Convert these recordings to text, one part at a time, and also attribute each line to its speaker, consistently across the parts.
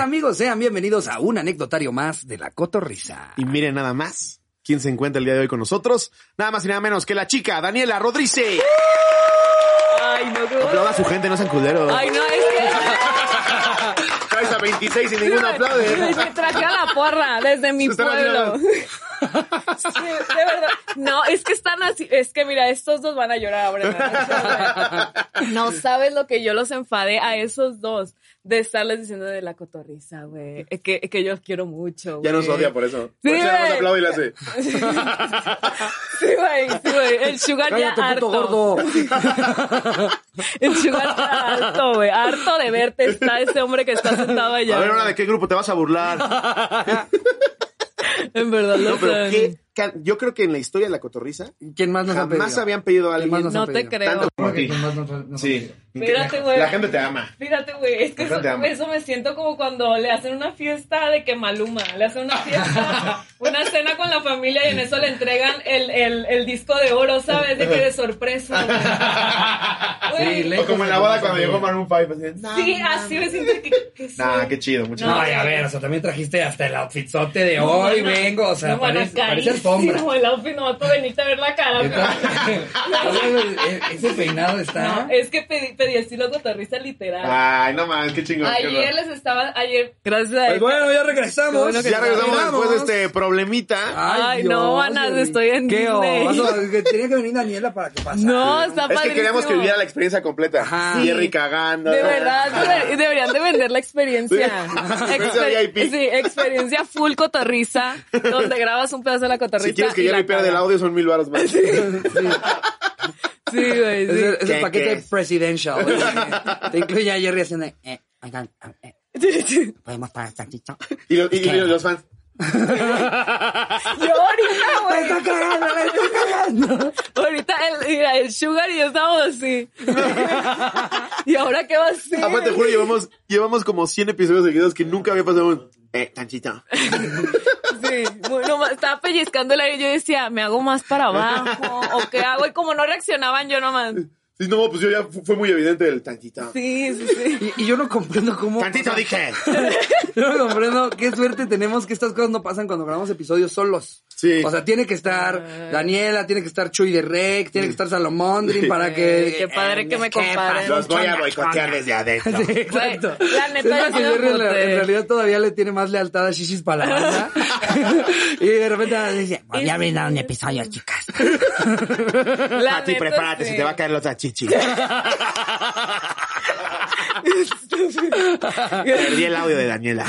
Speaker 1: amigos? Sean bienvenidos a un anecdotario más de la cotorrisa.
Speaker 2: Y miren nada más quién se encuentra el día de hoy con nosotros. Nada más y nada menos que la chica Daniela Rodríguez.
Speaker 3: Ay, no, qué
Speaker 2: Aplauda a su gente, no sean culeros.
Speaker 3: Ay, no, es que.
Speaker 2: Traes a 26 y ninguno aplaude. ¿eh?
Speaker 3: Me traje a la porra desde mi
Speaker 2: Se están
Speaker 3: pueblo.
Speaker 2: haciendo-
Speaker 3: Sí, de verdad. No, es que están así. Es que mira, estos dos van a llorar ahora. güey. No sabes lo que yo los enfadé a esos dos de estarles diciendo de la cotorriza, güey. Es Que, es que yo os quiero mucho, güey.
Speaker 2: Ya nos odia por eso.
Speaker 3: Sí,
Speaker 2: por eso nada más
Speaker 3: güey.
Speaker 2: aplaude y la hace.
Speaker 3: Sí, güey, sí, güey. El sugar
Speaker 1: Cállate,
Speaker 3: ya harto.
Speaker 1: puto gordo.
Speaker 3: El sugar está harto, güey. Harto de verte está ese hombre que está sentado allá.
Speaker 2: A ver, ahora
Speaker 3: güey.
Speaker 2: de qué grupo te vas a burlar.
Speaker 3: En verdad, lo
Speaker 2: No, pero
Speaker 3: saben.
Speaker 2: qué ca- Yo creo que en la historia de la cotorriza
Speaker 1: ¿Quién más nos ha pedido?
Speaker 2: jamás habían pedido a
Speaker 1: ¿Quién más
Speaker 2: alguien.
Speaker 1: nos
Speaker 3: No
Speaker 1: han
Speaker 3: te
Speaker 1: pedido?
Speaker 3: creo.
Speaker 2: como a ti.
Speaker 1: ¿Quién más nos ha- nos ha
Speaker 2: Sí.
Speaker 1: pedido?
Speaker 3: Espérate, güey.
Speaker 2: La gente te ama.
Speaker 3: Fíjate, güey, es que eso,
Speaker 2: Bastante hambre.
Speaker 3: eso me siento como cuando le hacen una fiesta de que Maluma, le hacen una fiesta, una cena con la familia y en eso le entregan el, el, el disco de oro, ¿sabes? De que de sorpresa. güey. Güey,
Speaker 1: Sí, le-
Speaker 2: O como en la boda cuando llegó Maroon 5. Así, nah,
Speaker 3: sí, así me siento que... que soy.
Speaker 2: nah, qué chido, muchas
Speaker 3: No,
Speaker 2: gracias.
Speaker 1: Ay, a ver, o sea, también trajiste hasta el outfitzote de hoy,
Speaker 3: No,
Speaker 1: vengo, o sea,
Speaker 3: no, bueno,
Speaker 1: parece, parece
Speaker 3: carísimo
Speaker 1: alfombra.
Speaker 3: el outfit, nomás para venirte a ver la cara.
Speaker 1: Entonces, o sea, el- el- ese peinado está...
Speaker 3: No, es que pedí, pedí estilo cotarrista literal.
Speaker 2: Ay, no más, qué chingón. qué
Speaker 3: ayer
Speaker 2: raro.
Speaker 3: les estaba, ayer... Gracias a
Speaker 1: Pues bueno, ya regresamos.
Speaker 3: Qué bueno que
Speaker 2: Ya regresamos después de este problemita.
Speaker 3: Ay, no, Ana,
Speaker 1: güey.
Speaker 3: estoy en
Speaker 1: Qué
Speaker 3: Disney.
Speaker 1: oso, es que tenía que venir Daniela para que pasara.
Speaker 3: No, está
Speaker 2: es que queríamos que
Speaker 3: padrísimo.
Speaker 2: viviera la experiencia completa.
Speaker 1: Ajá.
Speaker 2: Sí. Jerry cagando.
Speaker 3: De verdad, de- deberían de vender la experiencia.
Speaker 2: Sí.
Speaker 3: Exper-
Speaker 2: VIP.
Speaker 3: Sí, experiencia full cotorriza, donde grabas un pedazo de la cotorriza.
Speaker 2: Si quieres que
Speaker 3: y
Speaker 2: Jerry
Speaker 3: la
Speaker 2: pierda el
Speaker 3: cagas.
Speaker 2: audio, son mil baros más.
Speaker 3: Sí, güey,
Speaker 1: Es, el-
Speaker 3: sí.
Speaker 1: es
Speaker 2: ¿Qué
Speaker 1: el paquete
Speaker 2: crees?
Speaker 1: presidential. güey. Te incluye a Jerry haciendo... Eh, oigan, eh,
Speaker 3: Sí, sí.
Speaker 1: ¿podemos parar tantito?
Speaker 2: Y, lo- y- y los fans.
Speaker 3: Yo ahorita,
Speaker 1: ¡Me
Speaker 3: güey.
Speaker 1: está cagando, me está cagando!
Speaker 3: Ahorita el, mira, el Sugar y yo estamos así. ¿Y ahora qué va a hacer?
Speaker 2: Aparte, Ah, pues te juro, llevamos, llevamos como 100 episodios seguidos que nunca había pasado un... Eh, tantito.
Speaker 3: Sí, bueno, ma- estaba pellizcando el aire y yo decía, ¿me hago más para abajo? ¿O qué hago? Y como no reaccionaban, yo nomás.
Speaker 2: Sí, no, pues yo ya fu- fue muy evidente el tantito.
Speaker 3: Sí, sí, sí.
Speaker 1: Y, y yo no comprendo cómo...
Speaker 2: Tantito dije.
Speaker 1: Yo no comprendo qué suerte tenemos que estas cosas no pasan cuando grabamos episodios solos.
Speaker 2: Sí.
Speaker 1: O sea, tiene que
Speaker 3: Ah.
Speaker 1: estar Daniela, tiene que estar Chuy de Rec, tiene que estar Salomondri para que.
Speaker 3: Qué padre que me comparen.
Speaker 2: Los voy a boicotear desde adentro.
Speaker 1: Sí, exacto.
Speaker 3: Güey, la neta,
Speaker 1: Es la
Speaker 3: yo
Speaker 1: que
Speaker 3: no
Speaker 1: Jerry en, la-
Speaker 3: voté.
Speaker 1: en realidad todavía le tiene más lealtad a Shishis para la banda. y de repente ah, dice, voy a brindar un episodio, chicas.
Speaker 3: La
Speaker 2: A ti,
Speaker 3: neta,
Speaker 2: prepárate,
Speaker 3: sí.
Speaker 2: se te va a caer los achichis. Perdí el audio de Daniela.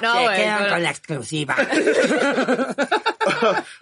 Speaker 3: No, güey. pero-
Speaker 1: la exclusiva.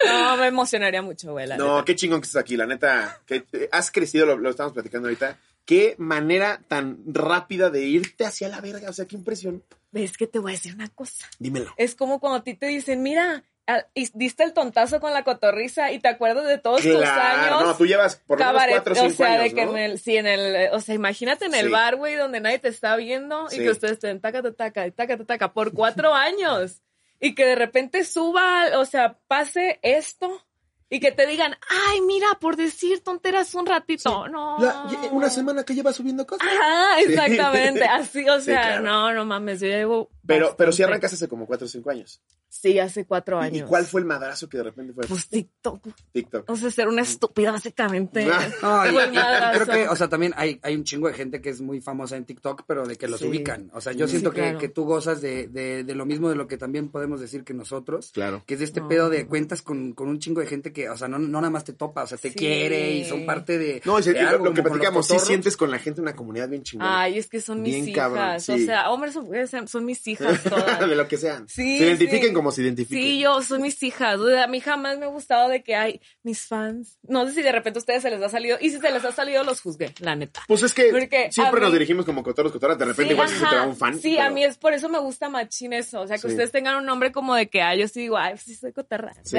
Speaker 3: No, me emocionaría mucho, güey. la
Speaker 2: No, qué chingón que estás aquí, la neta. Que eh, has crecido, lo, lo estamos platicando ahorita. Qué manera tan rápida de irte hacia la verga. O sea, qué impresión.
Speaker 3: Ves que te voy a decir una cosa.
Speaker 2: Dímelo.
Speaker 3: Es como cuando a ti te dicen, mira, a- y diste el tontazo con la cotorriza y te acuerdas de todos tus años.
Speaker 2: no, tú llevas por lo menos
Speaker 3: cabaret,
Speaker 2: cuatro o cinco
Speaker 3: o sea,
Speaker 2: años,
Speaker 3: de que
Speaker 2: ¿no?
Speaker 3: en el, sí, en el, eh, o sea, imagínate en el
Speaker 2: Sí.
Speaker 3: bar, güey, donde nadie te está viendo
Speaker 2: Sí.
Speaker 3: y que ustedes estén taca, taca, taca, taca, taca, por cuatro años y que de repente suba, o sea, pase esto y que te digan, ay, mira, por decir tonteras un ratito, no.
Speaker 2: La- ye- una semana que llevas subiendo cosas.
Speaker 3: Ajá, exactamente, así, o
Speaker 2: Sí,
Speaker 3: sea,
Speaker 2: claro.
Speaker 3: no, no mames, yo llevo.
Speaker 2: Pero, pero sí
Speaker 3: bastante.
Speaker 2: arrancaste hace como cuatro o cinco años.
Speaker 3: Sí, hace cuatro
Speaker 2: ¿Y- ¿Y
Speaker 3: años.
Speaker 2: cuál fue el madrazo que de repente fue
Speaker 3: Pues TikTok,
Speaker 2: TikTok?
Speaker 3: o sea, ser una estúpida básicamente.
Speaker 2: Ah.
Speaker 1: No, y-
Speaker 3: Fue el
Speaker 1: y-
Speaker 3: madrazo.
Speaker 1: creo que, o sea, también hay, hay un chingo de gente que es muy famosa en TikTok, pero de que los
Speaker 3: Sí.
Speaker 1: ubican. O sea, yo
Speaker 3: Sí,
Speaker 1: siento que,
Speaker 3: claro.
Speaker 1: que tú gozas de, de, de lo mismo de lo que también podemos decir que nosotros.
Speaker 2: Claro.
Speaker 1: Que es de este pedo de cuentas con, con un chingo de gente que, o sea, no, no nada más te topa, o sea, te
Speaker 3: Sí.
Speaker 1: quiere y son parte de.
Speaker 2: No, y se-
Speaker 1: de
Speaker 2: y lo,
Speaker 1: algo,
Speaker 2: lo que
Speaker 1: como con los
Speaker 2: platicamos, sí
Speaker 1: cotorros.
Speaker 2: sientes con la gente una comunidad bien chingona.
Speaker 3: Ay, es que son mis
Speaker 2: Bien
Speaker 3: hijas.
Speaker 2: cabrón, sí.
Speaker 3: O sea, hombres o mujeres eh, son- son mis hijas
Speaker 2: de
Speaker 3: todas.
Speaker 2: lo que sean.
Speaker 3: Sí,
Speaker 2: se identifiquen
Speaker 3: sí.
Speaker 2: como se identifiquen.
Speaker 3: Sí, yo son mis hijas. O sea, a mí jamás me ha gustado de que hay mis fans. No sé si de repente a ustedes se les ha salido. Y si se les ha salido, los juzgué, la neta.
Speaker 2: Pues es que
Speaker 3: Porque a
Speaker 2: siempre nos
Speaker 3: mí-
Speaker 2: dirigimos como cotorros, cotorras. De repente igual se te va
Speaker 3: ajá.
Speaker 2: un fan.
Speaker 3: Sí, a
Speaker 2: pero-
Speaker 3: mí es por eso me gusta machín eso. O sea, que
Speaker 2: Sí.
Speaker 3: ustedes tengan un nombre como de que, ay, yo sí digo, ay, sí soy cotarra.
Speaker 2: Sí.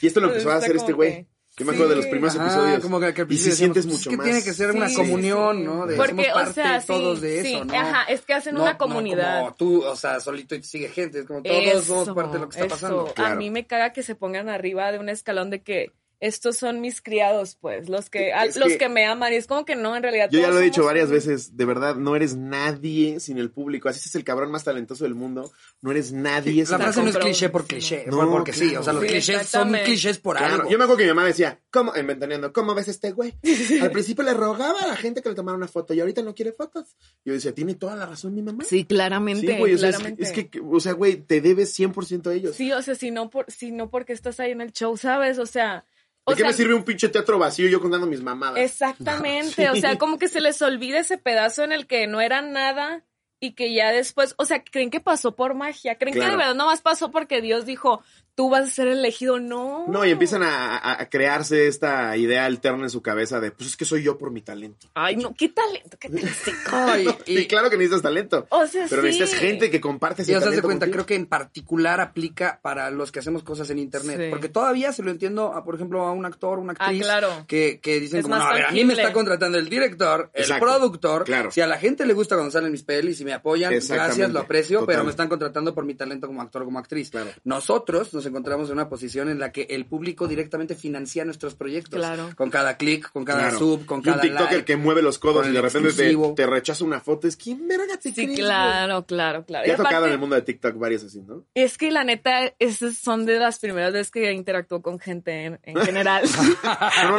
Speaker 2: Y esto lo
Speaker 3: pues,
Speaker 2: empezó a hacer este güey. Yo me acuerdo de los
Speaker 3: Sí.
Speaker 2: primeros
Speaker 1: Ajá,
Speaker 2: episodios.
Speaker 1: como que, que al
Speaker 2: y
Speaker 1: principio
Speaker 2: si
Speaker 1: decíamos,
Speaker 2: sientes
Speaker 1: pues, es
Speaker 2: mucho
Speaker 1: que
Speaker 2: más.
Speaker 1: tiene que ser una
Speaker 3: Sí,
Speaker 1: comunión,
Speaker 3: sí, sí.
Speaker 1: ¿no? De
Speaker 3: Porque,
Speaker 1: somos
Speaker 3: o
Speaker 1: parte
Speaker 3: sea,
Speaker 1: todos
Speaker 3: sí,
Speaker 1: de eso,
Speaker 3: sí,
Speaker 1: ¿no?
Speaker 3: ajá, es que hacen
Speaker 1: No-
Speaker 3: una
Speaker 1: no
Speaker 3: comunidad.
Speaker 1: como tú, o sea, solito y te sigue gente, es como todos somos
Speaker 3: Eso,
Speaker 1: parte de lo que está
Speaker 3: eso.
Speaker 1: pasando.
Speaker 2: Claro.
Speaker 3: A mí me caga que se pongan arriba de un escalón de que estos son mis criados, pues, los que, a-
Speaker 2: Es
Speaker 3: los
Speaker 2: que-
Speaker 3: que, me aman. Y es como que no, en realidad.
Speaker 2: Yo ya
Speaker 3: todos
Speaker 2: lo he dicho
Speaker 3: somos
Speaker 2: varias
Speaker 3: uno.
Speaker 2: veces, de verdad, no eres nadie sin el público. Así es el cabrón más talentoso del mundo. No eres nadie
Speaker 1: La
Speaker 2: sin
Speaker 1: frase no es
Speaker 3: comprobado.
Speaker 1: cliché por cliché,
Speaker 2: No,
Speaker 1: fue porque sí,
Speaker 2: claro.
Speaker 1: o sea, los
Speaker 3: Sí,
Speaker 1: clichés son
Speaker 3: exactamente.
Speaker 1: clichés por
Speaker 2: Claro,
Speaker 1: algo.
Speaker 2: yo me acuerdo que mi mamá decía, ¿cómo? En Ventaneando, ¿cómo ves este güey? Al principio le rogaba a la gente que le tomara una foto y ahorita no quiere fotos. Yo decía, tiene toda la razón mi mamá.
Speaker 3: Sí, claramente.
Speaker 2: Sí, güey, o sea, es,
Speaker 3: claramente.
Speaker 2: es que, o sea, güey, te debes 100% a ellos.
Speaker 3: Sí, o sea, si no, por, si no porque estás ahí en el show, ¿sabes? O sea. O
Speaker 2: ¿De qué
Speaker 3: sea,
Speaker 2: me sirve un pinche teatro vacío yo contando mis mamadas?
Speaker 3: Exactamente, o sea, como que se les olvida ese pedazo en el que no era nada y que ya después, o sea, creen que pasó por magia, creen que
Speaker 2: Claro.
Speaker 3: de verdad nomás pasó porque Dios dijo, tú vas a ser elegido, no.
Speaker 2: No, y empiezan a, a- a crearse esta idea alterna en su cabeza de, pues es que soy yo por mi talento.
Speaker 3: Ay, no, qué talento, qué tóxico.
Speaker 1: Ay,
Speaker 2: Y,
Speaker 1: y-
Speaker 2: claro que necesitas talento.
Speaker 3: O sea,
Speaker 2: pero
Speaker 3: sí.
Speaker 2: necesitas gente que comparte ese
Speaker 1: Y os das de
Speaker 2: talento
Speaker 1: cuenta, creo
Speaker 2: contigo.
Speaker 1: que en particular aplica para los que hacemos cosas en internet.
Speaker 3: Sí. Ah,
Speaker 1: Porque todavía se lo entiendo, a, por ejemplo, a un actor, una actriz.
Speaker 3: claro.
Speaker 1: Que, que dicen
Speaker 3: Es
Speaker 1: como,
Speaker 3: más
Speaker 1: no, a ver, a mí me
Speaker 3: tangible.
Speaker 1: está contratando el director, el
Speaker 2: Exacto,
Speaker 1: productor.
Speaker 2: claro.
Speaker 1: Si a la gente le gusta cuando salen mis pelis y me apoyan,
Speaker 2: Exactamente,
Speaker 1: gracias, lo aprecio,
Speaker 2: total.
Speaker 1: pero me están contratando por mi talento como actor, como actriz.
Speaker 2: Claro.
Speaker 1: Nosotros nos encontramos en una posición en la que el público directamente financia nuestros proyectos.
Speaker 3: Claro.
Speaker 1: Con cada clic, con cada
Speaker 2: Claro.
Speaker 1: sub, con
Speaker 2: Y un
Speaker 1: cada
Speaker 2: TikToker
Speaker 1: like.
Speaker 2: que mueve los codos
Speaker 1: con
Speaker 2: y
Speaker 1: el
Speaker 2: de repente te,
Speaker 1: exclusivo.
Speaker 2: te rechaza una foto. Es que, verga, te
Speaker 3: Sí,
Speaker 2: crees, güey?
Speaker 3: claro, claro, claro.
Speaker 2: Te
Speaker 3: Y
Speaker 2: ha tocado
Speaker 3: aparte-
Speaker 2: en el mundo de TikTok varias así, ¿no?
Speaker 3: Es que la neta, esas son de las primeras veces que interactúo con gente en, en general.
Speaker 2: Normalmente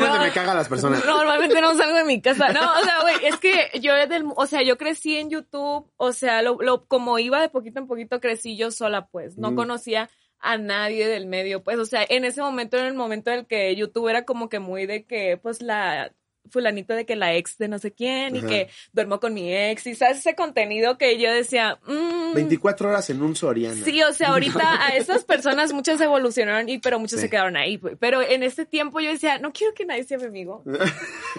Speaker 3: Ah, No.
Speaker 2: me cagan las personas.
Speaker 3: Normalmente no salgo de mi casa. No, o sea, güey, es que yo era del, o sea, yo crecí en YouTube, o sea, lo, lo- como iba de poquito en poquito crecí yo sola, pues, no
Speaker 2: Mm.
Speaker 3: conocía a nadie del medio, pues, o sea, en ese momento, en el momento en el que YouTube era como que muy de que, pues, la fulanito de que la ex de no sé quién y
Speaker 2: Ajá.
Speaker 3: que duermo con mi ex y sabes ese contenido que yo decía, mmm,
Speaker 2: 24 horas en un Soriana.
Speaker 3: Sí, o sea, ahorita a esas personas muchas evolucionaron y pero muchas
Speaker 2: Sí.
Speaker 3: se quedaron ahí. pues. Pero en este tiempo yo decía, no quiero que nadie sea mi amigo.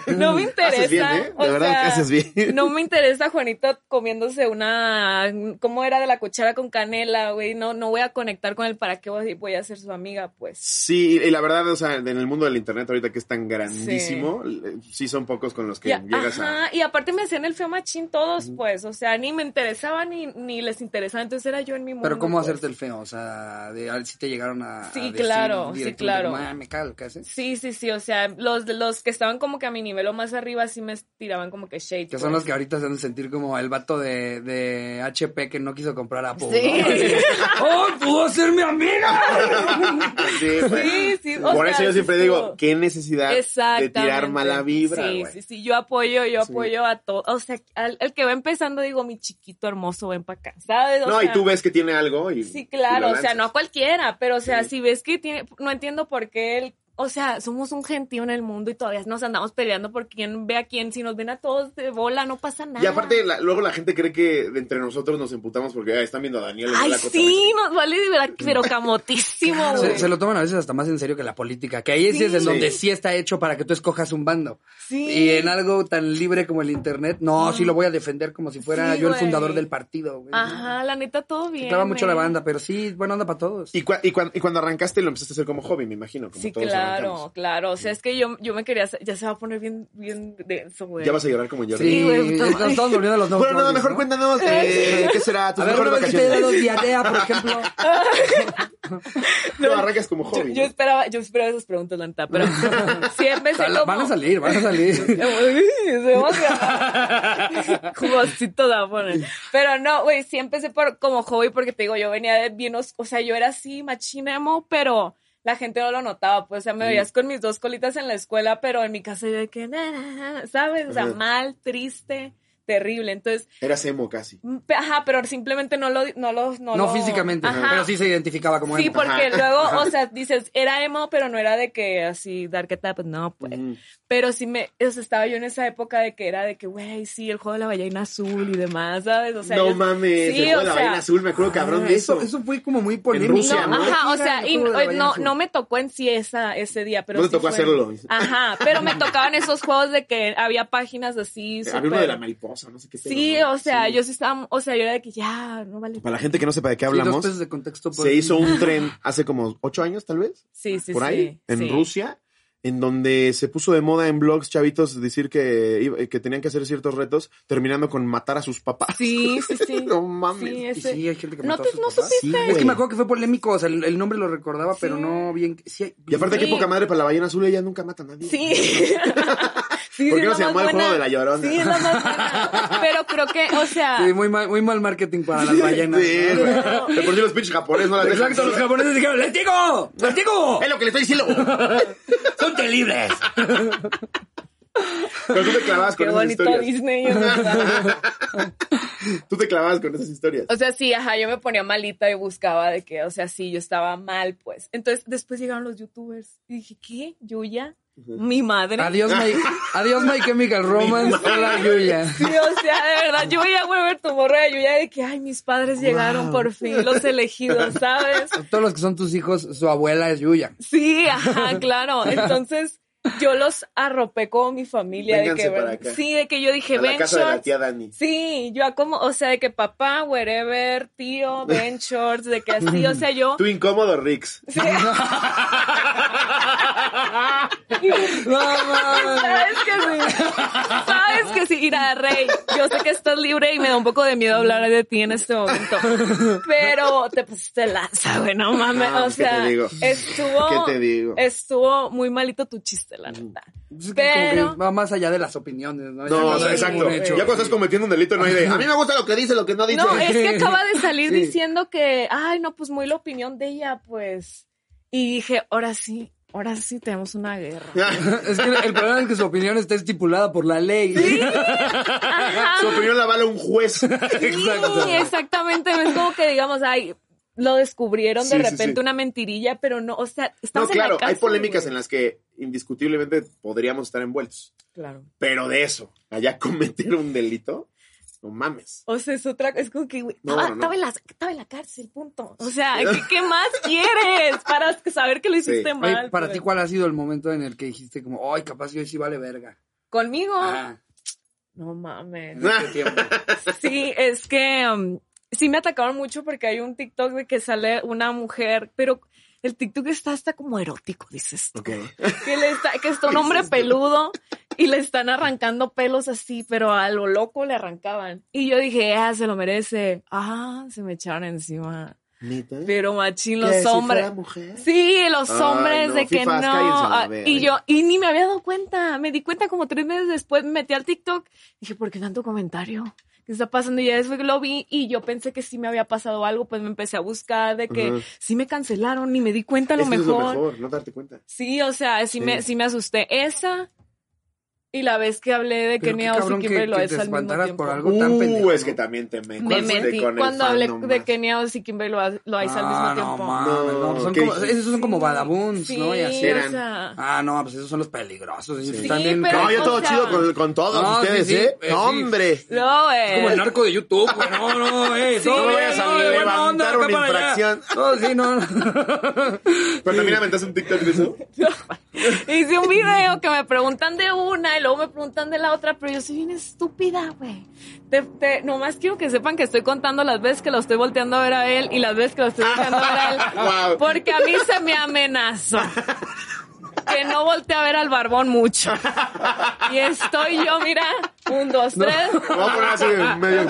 Speaker 3: No me interesa.
Speaker 2: Haces bien, ¿eh?
Speaker 3: o
Speaker 2: De verdad
Speaker 3: sea,
Speaker 2: que haces bien.
Speaker 3: No me interesa Juanito comiéndose una cómo era de la cuchara con canela, güey. No, no voy a conectar con él para qué voy, voy a ser su amiga, pues.
Speaker 2: Sí, y la verdad, o sea, en el mundo del internet ahorita que es tan grandísimo, eh, sí, son pocos con los que
Speaker 3: Y, a-
Speaker 2: llegas a...
Speaker 3: ajá, y aparte me hacían el feo machín todos, pues. O sea, ni me interesaba ni, ni les interesaba. Entonces era yo en mi mundo.
Speaker 1: Pero ¿cómo
Speaker 3: pues.
Speaker 1: hacerte el feo? O sea, de, a ver si te llegaron a... a
Speaker 3: Sí,
Speaker 1: decir
Speaker 3: claro, sí,
Speaker 1: directamente
Speaker 3: claro.
Speaker 1: como, "Ah, me cago, ¿qué haces?
Speaker 3: Sí, sí, sí, o sea, los, los que estaban como que a mi nivel o más arriba sí me tiraban como que shade.
Speaker 1: Que son los
Speaker 3: pues.
Speaker 1: que ahorita se han de sentir como el vato de, de HP que no quiso comprar Apple.
Speaker 3: Sí.
Speaker 1: ¿no? ¡Oh, pudo ser mi amiga!
Speaker 2: Sí, güey.
Speaker 3: Sí, sí, o
Speaker 2: Por
Speaker 3: sea,
Speaker 2: eso yo
Speaker 3: sí
Speaker 2: siempre
Speaker 3: estuvo.
Speaker 2: digo, qué necesidad de
Speaker 3: Exactamente.
Speaker 2: tirar mala vibra,
Speaker 3: Sí,
Speaker 2: güey.
Speaker 3: sí, sí, yo apoyo, yo
Speaker 2: Sí.
Speaker 3: apoyo a todo, o sea, al, al que va empezando digo, mi chiquito hermoso, ven para acá, ¿sabes? O
Speaker 2: No, y
Speaker 3: sea,
Speaker 2: tú ves que tiene algo y...
Speaker 3: Sí,
Speaker 2: y
Speaker 3: claro,
Speaker 2: lo
Speaker 3: o sea, no a
Speaker 2: lanzas.
Speaker 3: cualquiera, pero o sea,
Speaker 2: Sí.
Speaker 3: si ves que tiene, no entiendo por qué él, o sea, somos un gentío en el mundo y todavía nos andamos peleando por quién ve a quién, si nos ven a todos de bola, no pasa nada.
Speaker 2: Y aparte, la- luego la gente cree que de entre nosotros nos emputamos porque "Ah, están viendo a Daniel.
Speaker 3: Ay,
Speaker 2: la
Speaker 3: sí, nos vale, pero- pero camotísimo, güey.
Speaker 1: Se, se lo toman a veces hasta más en serio que la política, que ahí sí, es en
Speaker 2: Sí.
Speaker 1: donde sí está hecho para que tú escojas un bando.
Speaker 3: Sí.
Speaker 1: Y en algo tan libre como el Internet, no, sí lo voy a defender como si fuera
Speaker 3: Sí,
Speaker 1: yo el
Speaker 3: güey.
Speaker 1: fundador del partido. güey.
Speaker 3: Ajá, la neta, todo bien.
Speaker 1: Se clava mucho la
Speaker 3: güey.
Speaker 1: banda, pero sí, bueno, anda para todos.
Speaker 2: Y, cua- y cuan- y cuando arrancaste lo empezaste a hacer como hobby, me imagino. Como
Speaker 3: Sí,
Speaker 2: todos
Speaker 3: claro,
Speaker 2: arrancamos.
Speaker 3: claro. O sea, es que yo, yo me quería. hacer- Ya se va a poner bien, bien denso, güey.
Speaker 2: Ya vas a llorar como yo.
Speaker 1: Sí,
Speaker 3: güey, puta
Speaker 1: estamos
Speaker 3: madre.
Speaker 1: todos volviendo a los no
Speaker 2: Bueno, no,
Speaker 1: Zombies,
Speaker 2: mejor cuéntanos eh, qué será tus
Speaker 1: A ver, una vez
Speaker 2: mejores
Speaker 1: que te
Speaker 2: vacaciones.
Speaker 1: dieron diarrea, por ejemplo.
Speaker 2: No, arrancas como
Speaker 3: Yo,
Speaker 2: hobby.
Speaker 3: yo
Speaker 2: ¿no?
Speaker 3: esperaba, yo esperaba esas preguntas, la neta, pero sí empecé
Speaker 1: Sal-
Speaker 3: como...
Speaker 1: Van a salir, van a salir.
Speaker 3: Uy, se emocionó. Jugosito la ponen. Pero no, güey, sí empecé por, como hobby porque te digo, yo venía de bien, os- o sea, yo era así machinemo, pero la gente no lo notaba, pues, o sea, me veías con mis dos colitas en la escuela, pero en mi casa yo de que, na, na, na, ¿sabes? O sea,
Speaker 2: Ajá.
Speaker 3: mal, triste, terrible. Entonces,
Speaker 2: Eras emo casi.
Speaker 3: mm, pe- ajá, pero simplemente no lo, no lo,
Speaker 1: No
Speaker 3: no, lo-
Speaker 1: físicamente,
Speaker 3: Ajá.
Speaker 1: pero sí se identificaba como
Speaker 3: Sí,
Speaker 1: emo.
Speaker 3: porque
Speaker 2: Ajá.
Speaker 3: luego, o sea, dices, era emo, pero no era de que así, dark attack, no, pues.
Speaker 2: Ujú.
Speaker 3: Pero sí me, o sea, estaba yo en esa época de que era de que, güey, sí, el juego de la ballena azul y demás, ¿sabes? O sea,
Speaker 2: no
Speaker 3: yo-
Speaker 2: mames,
Speaker 3: sí,
Speaker 2: el juego
Speaker 3: o
Speaker 2: de la
Speaker 3: sea,
Speaker 2: vaina azul, me acuerdo cabrón
Speaker 1: Ah,
Speaker 2: de eso.
Speaker 1: eso, eso fue como muy polémico.
Speaker 2: Rusia,
Speaker 3: no,
Speaker 2: ¿no?
Speaker 3: ajá, o
Speaker 1: Mira,
Speaker 3: sea,
Speaker 1: el
Speaker 3: y
Speaker 1: juego de la
Speaker 3: no,
Speaker 1: ballena
Speaker 3: no,
Speaker 1: azul.
Speaker 3: no me tocó en sí esa, ese día, pero
Speaker 2: No te
Speaker 3: sí
Speaker 2: tocó
Speaker 3: fue-
Speaker 2: hacerlo.
Speaker 3: Ajá, pero me tocaban esos juegos de que había páginas así,
Speaker 2: Había uno de la
Speaker 3: súper...
Speaker 2: mariposa, no sé qué.
Speaker 3: Sí,
Speaker 2: pedo, ¿no?
Speaker 3: o sea,
Speaker 2: Sí.
Speaker 3: yo sí estaba, o sea, yo era de que ya, no vale.
Speaker 2: Para la gente que no sepa de qué
Speaker 1: Sí, dos
Speaker 2: hablamos,
Speaker 1: pesos de contexto. por-
Speaker 2: se hizo un tren hace como ocho años, tal vez,
Speaker 3: Sí, sí,
Speaker 2: por
Speaker 3: sí.
Speaker 2: ahí, en
Speaker 3: sí.
Speaker 2: Rusia, en donde se puso de moda en blogs chavitos decir que, iba- que tenían que hacer ciertos retos, terminando con matar a sus papás.
Speaker 3: Sí, sí, sí.
Speaker 2: no mames.
Speaker 3: Sí,
Speaker 1: Y
Speaker 3: ese-
Speaker 1: sí, hay gente que
Speaker 3: ¿No
Speaker 1: mató a
Speaker 3: te-
Speaker 1: sus
Speaker 3: no
Speaker 1: papás.
Speaker 3: supiste?
Speaker 2: Sí,
Speaker 1: Es
Speaker 2: güey.
Speaker 1: que me acuerdo que fue polémico, o sea, el, el nombre lo recordaba,
Speaker 3: Sí.
Speaker 1: pero no bien. sí hay-
Speaker 2: Y aparte,
Speaker 3: Sí.
Speaker 2: qué poca madre para la ballena azul, ella nunca mata a nadie.
Speaker 3: Sí. sí
Speaker 2: ¿Por
Speaker 3: sí,
Speaker 2: qué no
Speaker 3: es
Speaker 2: se
Speaker 3: la
Speaker 2: llamó
Speaker 3: más
Speaker 2: el juego
Speaker 3: buena.
Speaker 2: de la llorona?
Speaker 3: Sí, es la más buena. Pero creo que, o sea,
Speaker 1: Sí, muy mal, muy mal marketing para las ballenas.
Speaker 2: Sí,
Speaker 1: ¿no?
Speaker 2: güey. De por sí los pinches japoneses no las dejan.
Speaker 1: Exacto, los japoneses dijeron, ¡les digo! ¡Les digo!
Speaker 2: Es lo que le estoy diciendo.
Speaker 1: ¡Son terribles!
Speaker 2: Pero tú te clavabas con
Speaker 3: qué
Speaker 2: esas
Speaker 3: bonito
Speaker 2: historias.
Speaker 3: Disney, es verdad.
Speaker 2: Tú te clavabas con esas historias.
Speaker 3: O sea, sí, ajá, yo me ponía malita y buscaba de que, o sea, sí, yo estaba mal, pues. Entonces, después llegaron los youtubers y dije, ¿qué? ¿Yuya? ¿Mi madre?
Speaker 1: Adiós, My, adiós, My Chemical Romance. Hola, Yuya.
Speaker 3: Sí, o sea, de verdad, yo veía a Weber tu morra de Yuya de que, ay, mis padres llegaron por fin, los elegidos, ¿sabes?
Speaker 1: Todos los que son tus hijos, su abuela es Yuya.
Speaker 3: Sí, ajá, claro. Entonces, yo los arropé con mi familia. de
Speaker 2: Vénganse
Speaker 3: que,
Speaker 2: para acá.
Speaker 3: Sí, de que yo dije,
Speaker 2: A la
Speaker 3: ven,
Speaker 2: casa de la
Speaker 3: shorts".
Speaker 2: tía Dani.
Speaker 3: Sí, yo como, o sea, de que papá, wherever, tío, ven shorts, de que así, o sea, yo.
Speaker 2: Tú incómodo, Rix.
Speaker 3: Sí.
Speaker 1: No, mames.
Speaker 3: Sabes que sí. Sabes que sí, Ira Rey. Yo sé que estás libre y me da un poco de miedo hablar de ti en este momento. Pero te pusiste lanza, güey, no mames.
Speaker 2: No,
Speaker 3: o
Speaker 2: pues, ¿qué te
Speaker 3: sea,
Speaker 2: digo?
Speaker 3: estuvo.
Speaker 2: ¿Qué te digo?
Speaker 3: Estuvo muy malito tu chiste, la neta.
Speaker 1: Es que
Speaker 3: Pero-
Speaker 1: como que va más allá de las opiniones, ¿no? Ya
Speaker 2: No, o
Speaker 1: cuando
Speaker 2: sea,
Speaker 1: es un
Speaker 2: exacto.
Speaker 1: hecho.
Speaker 2: Ya cuando estás cometiendo un delito no hay de. A mí me gusta lo que dice, lo que no dice.
Speaker 3: No, eh. es que acaba de salir
Speaker 1: Sí.
Speaker 3: diciendo que, ay, no, pues muy la opinión de ella, pues. Y dije, ahora sí, ahora sí tenemos una guerra.
Speaker 1: Es que el problema es que su opinión está estipulada por la ley.
Speaker 3: Ajá.
Speaker 2: Su opinión la vale un juez.
Speaker 1: Exacto.
Speaker 3: Sí, exactamente. No es como que digamos, ay, lo descubrieron
Speaker 2: Sí,
Speaker 3: de
Speaker 2: sí,
Speaker 3: repente
Speaker 2: sí.
Speaker 3: una mentirilla, pero no, o sea,
Speaker 2: No,
Speaker 3: estamos en la
Speaker 2: claro, hay
Speaker 3: cárcel,
Speaker 2: polémicas
Speaker 3: güey.
Speaker 2: en las que indiscutiblemente podríamos estar envueltos.
Speaker 3: Claro.
Speaker 2: Pero de eso, allá cometer un delito, no mames.
Speaker 3: O sea, es otra es como que, güey,
Speaker 2: No,
Speaker 3: estaba,
Speaker 2: no, no.
Speaker 3: estaba en la, estaba en la cárcel, punto. O sea, ¿qué, qué más quieres para saber que lo hiciste
Speaker 2: Sí.
Speaker 1: Oye,
Speaker 3: mal?
Speaker 1: para
Speaker 3: pues?
Speaker 1: ti, ¿cuál ha sido el momento en el que dijiste como, ay, capaz yo sí vale verga?
Speaker 3: ¿Conmigo?
Speaker 1: Ajá,
Speaker 3: No mames.
Speaker 1: en
Speaker 2: Ah.
Speaker 1: este tiempo.
Speaker 3: Sí, es que um, sí me atacaron mucho porque hay un TikTok de que sale una mujer, pero el TikTok está hasta como erótico, dices tú.
Speaker 2: Ok.
Speaker 3: Que, le está, que está un hombre peludo y le están arrancando pelos así, pero a lo loco le arrancaban. Y yo dije, ah, se lo merece. Ah, se me echaron encima.
Speaker 2: Neta.
Speaker 3: Pero machín
Speaker 2: Que
Speaker 3: los
Speaker 2: si
Speaker 3: hombres.
Speaker 2: fuera mujer.
Speaker 3: Sí, los
Speaker 2: Ay,
Speaker 3: hombres
Speaker 2: no,
Speaker 3: de que
Speaker 2: fifas,
Speaker 3: no.
Speaker 2: cállense a la
Speaker 3: Ah,
Speaker 2: verga.
Speaker 3: y yo, y ni me había dado cuenta. Me di cuenta como tres meses después, me metí al TikTok. Dije, ¿por qué tanto comentario? ¿Qué está pasando? Y ya después lo vi y yo pensé que sí me había pasado algo, pues me empecé a buscar de que
Speaker 2: Ajá.
Speaker 3: sí me cancelaron y me di cuenta a lo
Speaker 2: Eso es
Speaker 3: mejor.
Speaker 2: lo mejor, no darte cuenta.
Speaker 3: Sí, o sea, sí,
Speaker 2: Sí.
Speaker 3: Me, sí me asusté. Esa y la vez que hablé de que
Speaker 1: Pero
Speaker 3: mi
Speaker 1: qué
Speaker 3: y
Speaker 1: cabrón que-
Speaker 3: Kimberly
Speaker 1: que
Speaker 3: Loaiza
Speaker 1: te
Speaker 3: al mismo
Speaker 1: espantaras
Speaker 3: tiempo.
Speaker 1: por algo. Algo tan pendejo,
Speaker 2: Uh, es
Speaker 1: ¿no?
Speaker 2: que también te metes.
Speaker 3: Me metí
Speaker 2: con el
Speaker 3: cuando hablé
Speaker 2: fandom
Speaker 3: de
Speaker 2: más.
Speaker 3: que Nia y Kimberly Loaiza lo hice al mismo
Speaker 1: Ah, no,
Speaker 3: tiempo.
Speaker 1: mames, no, son
Speaker 2: ¿qué
Speaker 1: como-
Speaker 2: dijiste?
Speaker 1: esos son como
Speaker 3: Sí,
Speaker 1: badabuns, ¿no? Y así.
Speaker 3: sí, o
Speaker 2: eran.
Speaker 3: sea,
Speaker 1: Ah, no, pues esos son los peligrosos. esos
Speaker 2: Sí. pues,
Speaker 1: están
Speaker 3: Sí,
Speaker 1: bien
Speaker 3: pero-
Speaker 1: cabrones.
Speaker 2: No, yo
Speaker 3: o
Speaker 2: todo
Speaker 3: sea-
Speaker 2: chido con, con todos
Speaker 1: No, sí,
Speaker 2: ustedes,
Speaker 1: sí,
Speaker 2: ¿eh?
Speaker 1: eh, sí.
Speaker 2: ¡Hombre!
Speaker 3: No, eh.
Speaker 1: Como el narco de YouTube, güey. No, no, eh.
Speaker 3: No
Speaker 1: bien,
Speaker 3: vayas a
Speaker 1: no, de buena
Speaker 2: levantar
Speaker 1: onda, acá
Speaker 2: una
Speaker 1: para allá.
Speaker 2: infracción.
Speaker 1: No, sí, no.
Speaker 2: Pero también aventaste un TikTok de eso.
Speaker 3: Hice un video que me preguntan de una y luego me preguntan de la otra, pero yo soy bien estúpida, güey. Te, te- nomás quiero que sepan que estoy contando las veces que lo estoy volteando a ver a él y las veces que lo estoy volteando a ver a él.
Speaker 2: Wow.
Speaker 3: Porque a mí se me amenazó. Que no volteé a ver al barbón mucho. Y estoy yo, mira, un, dos, tres.
Speaker 2: Lo voy a poner así en medio.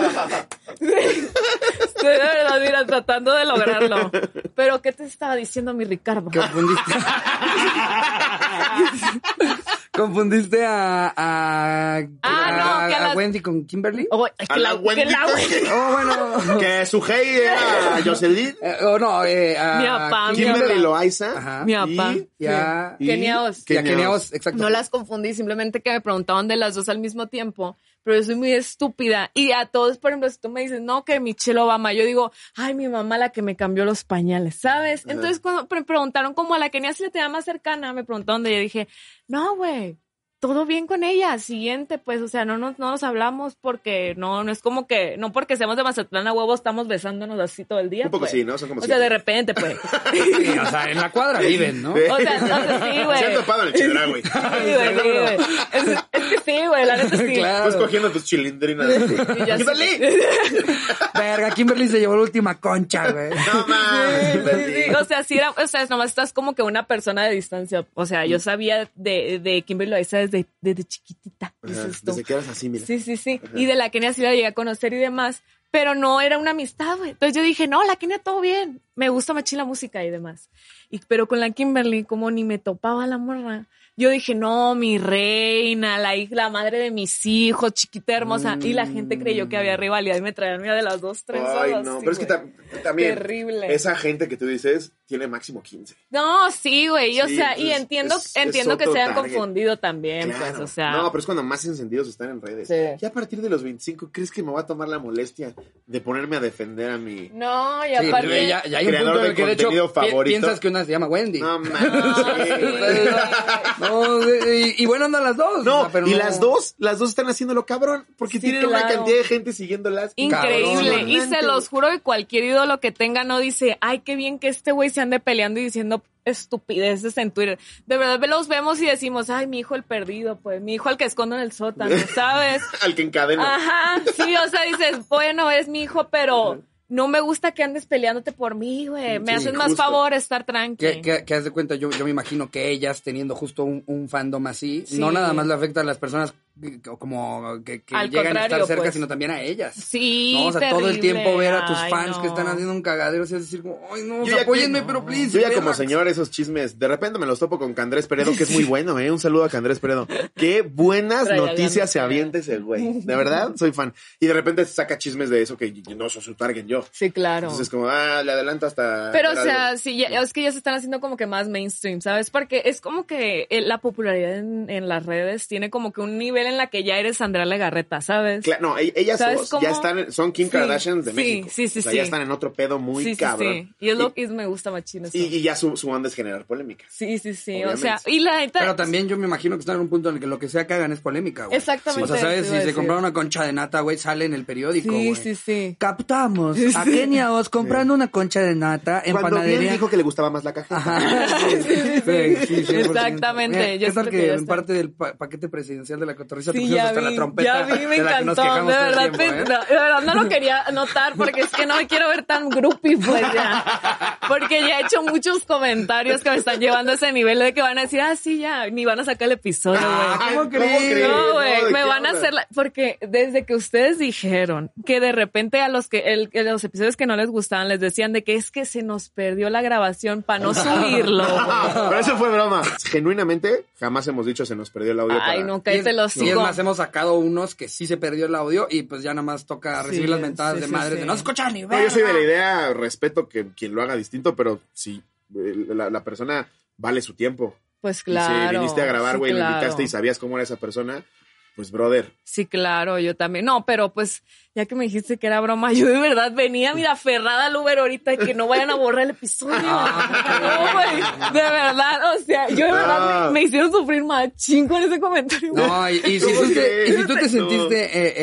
Speaker 3: Estoy de verdad, mira, tratando de lograrlo. Pero, ¿qué te estaba diciendo mi Ricardo?
Speaker 1: Confundiste. Confundiste a. a
Speaker 3: Ah, no, que
Speaker 1: a,
Speaker 3: a las-
Speaker 1: Wendy con Kimberly.
Speaker 3: Oh, es que
Speaker 2: A la
Speaker 3: la- que
Speaker 2: Wendy.
Speaker 3: la-
Speaker 1: Oh, bueno.
Speaker 2: Que su hey era Jocelyn,
Speaker 1: Eh, oh, no, eh. A,
Speaker 3: Mi papá, mi
Speaker 2: Kimberly
Speaker 3: Ajá.
Speaker 2: Loaiza.
Speaker 1: Ajá.
Speaker 3: Mi
Speaker 1: Y
Speaker 3: papá.
Speaker 1: a.
Speaker 2: y-
Speaker 3: Kenia Os.
Speaker 1: Y a Kenia
Speaker 2: Oz.
Speaker 1: Oz, exacto.
Speaker 3: No las confundí, simplemente que me preguntaban de las dos al mismo tiempo, pero yo soy muy estúpida. Y a todos, por ejemplo, si tú me dices, no, que Michelle Obama, yo digo, ay, mi mamá la que me cambió los pañales, ¿sabes? Entonces, cuando me preguntaron como a la Kenia si la tenía más cercana, me preguntaron de ella, dije, no, güey. Todo bien con ella, siguiente, pues, o sea, no nos, no nos hablamos porque no, no es como que, no porque seamos de Mazatlán a huevo, estamos besándonos así todo el día.
Speaker 2: Un poco
Speaker 3: pues.
Speaker 2: sí, ¿no? Son como
Speaker 3: O sea, de
Speaker 2: siempre.
Speaker 3: repente, pues.
Speaker 1: Sí, o sea, en la cuadra viven, ¿no?
Speaker 2: Sí.
Speaker 3: O sea, entonces sí, güey.
Speaker 2: Se han topado en el chedra, güey.
Speaker 3: Sí, güey, sí, güey. Es, es que sí, güey, la neta sí.
Speaker 1: Claro.
Speaker 2: Estás Pues cogiendo tus chilindrinas.
Speaker 3: Y ya sé-
Speaker 2: ¡Kimberly!
Speaker 1: Verga, Kimberly se llevó la última concha, güey.
Speaker 2: ¡No mames!
Speaker 3: Sí, sí, sí.
Speaker 2: Kimberly.
Speaker 3: O sea, sí era, o sea, nomás estás como que una persona de distancia. O sea, yo sabía de, de Kimberly Loaiza desde, desde chiquitita.
Speaker 2: Ajá,
Speaker 3: dices tú.
Speaker 2: Desde que eras así, mira.
Speaker 3: Sí, sí, sí. Y de la Kenia sí la llegué a conocer y demás. Pero no era una amistad, güey. Entonces yo dije, no, la Kenia todo bien. Me gusta machín la música y demás. Y, pero con la Kimberly, como ni me topaba la morra. Yo dije, no, mi reina, la, hij- la madre de mis hijos, chiquita hermosa. Y la gente creyó que había rivalidad y me traían mira de las dos, tres
Speaker 2: Mm. Ay,
Speaker 3: horas,
Speaker 2: no,
Speaker 3: sí,
Speaker 2: pero es que
Speaker 3: güey.
Speaker 2: tam- también.
Speaker 3: Terrible.
Speaker 2: Esa gente que tú dices tiene máximo 15.
Speaker 3: No, sí, güey. y, o
Speaker 2: Sí,
Speaker 3: sea, y
Speaker 2: es-
Speaker 3: entiendo,
Speaker 2: es- es
Speaker 3: entiendo que
Speaker 2: otro
Speaker 3: se han
Speaker 2: target.
Speaker 3: confundido también,
Speaker 2: Claro.
Speaker 3: pues, o sea.
Speaker 2: No, pero es cuando más encendidos están en redes.
Speaker 3: Sí.
Speaker 2: Ya a partir de los 25, ¿crees que me va a tomar la molestia de ponerme a defender a mi.
Speaker 3: No, y
Speaker 1: Sí,
Speaker 3: aparte.
Speaker 1: ya, ya hay un
Speaker 2: Creador
Speaker 1: punto en
Speaker 2: de
Speaker 1: el que de hecho
Speaker 2: contenido
Speaker 1: pi-
Speaker 2: favorito.
Speaker 1: piensas que una se llama Wendy.
Speaker 2: No,
Speaker 3: sí.
Speaker 2: mames.
Speaker 1: No, y, y bueno andan las dos. o
Speaker 2: No,
Speaker 1: sea, pero
Speaker 2: y
Speaker 1: no-
Speaker 2: las dos, las dos están haciéndolo cabrón, porque
Speaker 3: Sí,
Speaker 2: tienen una
Speaker 3: claro.
Speaker 2: cantidad de gente siguiéndolas.
Speaker 3: Increíble.
Speaker 1: Cabrón.
Speaker 3: y se los juro que cualquier ídolo que tenga no dice, ay, qué bien que este güey se ande peleando y diciendo estupideces en Twitter. De verdad los vemos y decimos, ay, mi hijo el perdido, pues, mi hijo el que escondo en el sótano, ¿sabes?
Speaker 2: Al que encadena.
Speaker 3: Ajá, sí, o sea, dices, bueno, es mi hijo, pero no me gusta que andes peleándote por mí, güey.
Speaker 2: Sí,
Speaker 3: Me haces más
Speaker 2: justo.
Speaker 3: favor estar tranqui.
Speaker 1: Que, que, que haz de cuenta, yo, yo me imagino que ellas teniendo justo un, un fandom así,
Speaker 3: Sí.
Speaker 1: no nada más le afecta a las personas que- como que, que
Speaker 3: Al
Speaker 1: llegan a estar
Speaker 3: contrario,
Speaker 1: cerca,
Speaker 3: pues.
Speaker 1: sino también a ellas.
Speaker 3: Sí,
Speaker 1: No, o sea, todo el
Speaker 3: terrible.
Speaker 1: tiempo ver a tus
Speaker 3: Ay,
Speaker 1: fans que
Speaker 3: no.
Speaker 1: están haciendo un cagadero, o sea, es decir, como, ay, no, o sea,
Speaker 2: ya-
Speaker 1: apóyenme,
Speaker 2: no.
Speaker 1: pero please. ¿eh?".
Speaker 2: Yo ya como
Speaker 1: verga".
Speaker 2: señor esos chismes, de repente me los topo con Candrés Peredo, que es muy bueno, ¿eh? Un saludo a Candrés Peredo. Qué buenas
Speaker 3: Traiga
Speaker 2: noticias
Speaker 3: ganas,
Speaker 2: se avienta ese güey. De verdad, soy fan. Y de repente saca chismes de eso que no soy su target yo.
Speaker 3: Sí, claro.
Speaker 2: Entonces como, ah, le adelanto hasta...
Speaker 3: Pero, o
Speaker 2: hasta
Speaker 3: sea,
Speaker 2: algo.
Speaker 3: sí, ya- es que ya se están haciendo como que más mainstream, ¿sabes? Porque es como que eh, la popularidad en, en las redes tiene como que un nivel en la que ya eres Andrea Legarreta, ¿sabes?
Speaker 2: Cla- no, e- ellas
Speaker 3: ¿Sabes
Speaker 2: dos
Speaker 3: cómo?
Speaker 2: ya están, son Kim
Speaker 3: Sí,
Speaker 2: Kardashian de
Speaker 3: sí,
Speaker 2: México.
Speaker 3: sí, sí,
Speaker 2: O sea,
Speaker 3: sí.
Speaker 2: ya están en otro pedo muy
Speaker 3: sí, sí,
Speaker 2: cabrón.
Speaker 3: sí. Y es lo que me gusta machino. eso.
Speaker 2: Y, y ya su, su onda es generar polémica.
Speaker 3: sí, sí, sí. O
Speaker 2: Obviamente.
Speaker 3: sea, y la neta.
Speaker 1: Pero también yo me imagino que están en un punto en el que lo que sea que hagan es polémica, güey.
Speaker 3: Exactamente,
Speaker 1: O sea,
Speaker 3: te
Speaker 1: ¿sabes?
Speaker 3: iba
Speaker 1: Si
Speaker 3: a
Speaker 1: se
Speaker 3: decir.
Speaker 1: compraron una concha de nata, güey, sale en el periódico,
Speaker 3: Sí,
Speaker 1: güey.
Speaker 3: sí, sí.
Speaker 1: Captamos a Kenia Oz comprando una concha de nata en
Speaker 2: Cuando bien
Speaker 1: panadería.
Speaker 2: dijo que le gustaba más la caja.
Speaker 1: Ajá. Sí, sí, 100%.
Speaker 3: Exactamente,
Speaker 1: Mira,
Speaker 3: yo
Speaker 1: ¿qué tal
Speaker 3: siento
Speaker 1: que,
Speaker 3: que ya
Speaker 1: en
Speaker 3: está.
Speaker 1: parte del pa- paquete presidencial de la cotorriza te
Speaker 3: Sí,
Speaker 1: pusieron
Speaker 3: ya
Speaker 1: hasta
Speaker 3: vi,
Speaker 1: la trompeta.
Speaker 3: ya vi, me
Speaker 1: de la que nos
Speaker 3: encantó. De
Speaker 1: quejamos todo el tiempo,
Speaker 3: verdad, te-
Speaker 1: ¿eh?
Speaker 3: no, de verdad no lo quería anotar porque es que no me quiero ver tan groupie, pues ya. Porque ya he hecho muchos comentarios que me están llevando a ese nivel de que van a decir, ah, sí, ya, ni van a sacar el episodio,
Speaker 1: Ah,
Speaker 3: güey.
Speaker 1: ¿cómo crees?
Speaker 3: No,
Speaker 2: ¿de
Speaker 3: güey,
Speaker 2: qué
Speaker 3: me van a
Speaker 2: hablas?
Speaker 3: hacer la- porque desde que ustedes dijeron que de repente a los que el, que los episodios que no les gustaban les decían de que es que se nos perdió la grabación para no subirlo. güey.
Speaker 2: Pero eso fue broma. Genuinamente, jamás hemos dicho se nos perdió el audio.
Speaker 3: Ay,
Speaker 2: para-
Speaker 3: no,
Speaker 1: Y es-
Speaker 3: cállate los
Speaker 1: y es
Speaker 3: hocico.
Speaker 1: más, hemos sacado unos que sí se perdió el audio y pues ya nada más toca recibir
Speaker 3: Sí,
Speaker 1: las mentadas
Speaker 3: sí,
Speaker 1: de
Speaker 3: sí,
Speaker 1: madres
Speaker 3: sí.
Speaker 1: de no escuchar ni
Speaker 2: No, yo soy de la
Speaker 1: verga".
Speaker 2: idea, respeto que quien lo haga distinto, pero si eh, la, la persona vale su tiempo.
Speaker 3: Pues
Speaker 2: Y
Speaker 3: claro.
Speaker 2: si viniste a grabar,
Speaker 3: sí,
Speaker 2: güey, lo
Speaker 3: claro.
Speaker 2: invitaste y sabías cómo era esa persona, pues, brother.
Speaker 3: Sí, claro, yo también. No, pero pues, ya que me dijiste que era broma, yo de verdad venía, mira, aferrada al Uber ahorita y que no vayan a borrar el episodio. No, güey, de verdad, o sea, yo de verdad me, me hicieron sufrir machín con ese comentario. güey.
Speaker 1: No, y, y si
Speaker 2: ¿Cómo
Speaker 1: tú te,
Speaker 2: crees?
Speaker 1: y si tú te
Speaker 2: No.
Speaker 1: sentiste eh,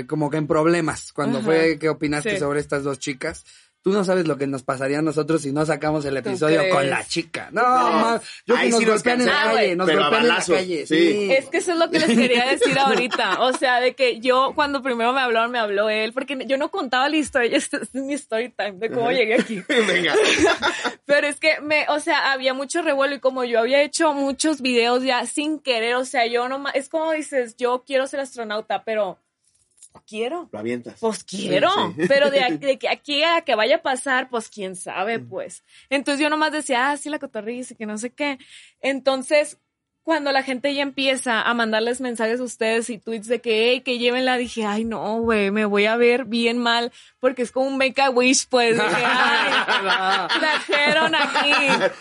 Speaker 1: eh, como que en problemas cuando
Speaker 3: Ajá.
Speaker 1: fue que opinaste
Speaker 3: Sí.
Speaker 1: sobre estas dos chicas, tú no sabes lo que nos pasaría a nosotros si no sacamos el episodio
Speaker 3: crees?
Speaker 1: con la chica. No,
Speaker 2: No.
Speaker 1: ma, yo que
Speaker 2: Ahí
Speaker 1: nos
Speaker 2: sí nos
Speaker 1: golpean en la
Speaker 3: cancelan,
Speaker 1: calle,
Speaker 3: güey.
Speaker 1: nos
Speaker 2: Pero a
Speaker 1: golpean en la
Speaker 2: balazos,
Speaker 1: calle.
Speaker 2: sí.
Speaker 1: sí.
Speaker 3: Es que eso es lo que les quería decir ahorita. O sea, de que yo, cuando primero me hablaron, me habló él, porque yo no contaba la historia. Este es mi story time de cómo llegué aquí.
Speaker 2: Venga.
Speaker 3: Pero es que me, o sea, había mucho revuelo y como yo había hecho muchos videos ya sin querer, o sea, yo nomás, es como dices, yo quiero ser astronauta, pero quiero.
Speaker 2: Lo avientas.
Speaker 3: Pues quiero, pero de, aquí- de que aquí a que vaya a pasar, pues quién sabe,
Speaker 2: Mm.
Speaker 3: pues. Entonces yo nomás decía, ah, sí, la cotorriza y que no sé qué. Entonces, cuando la gente ya empieza a mandarles mensajes a ustedes y tweets de que, hey, que llévenla, dije, ay, no, güey, me voy a ver bien mal, porque es como un make a wish, pues. Dije, ay, trajeron aquí.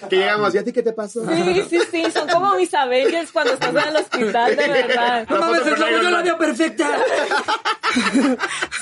Speaker 2: que llegamos, ¿y a ti qué te pasó?
Speaker 3: Sí, sí, sí, son como mis Avengers cuando estás en el hospital, de verdad.
Speaker 1: No mames,
Speaker 2: foto
Speaker 1: el
Speaker 2: con
Speaker 1: lobo,
Speaker 2: Iron
Speaker 1: yo la
Speaker 2: Man.
Speaker 1: veo perfecta.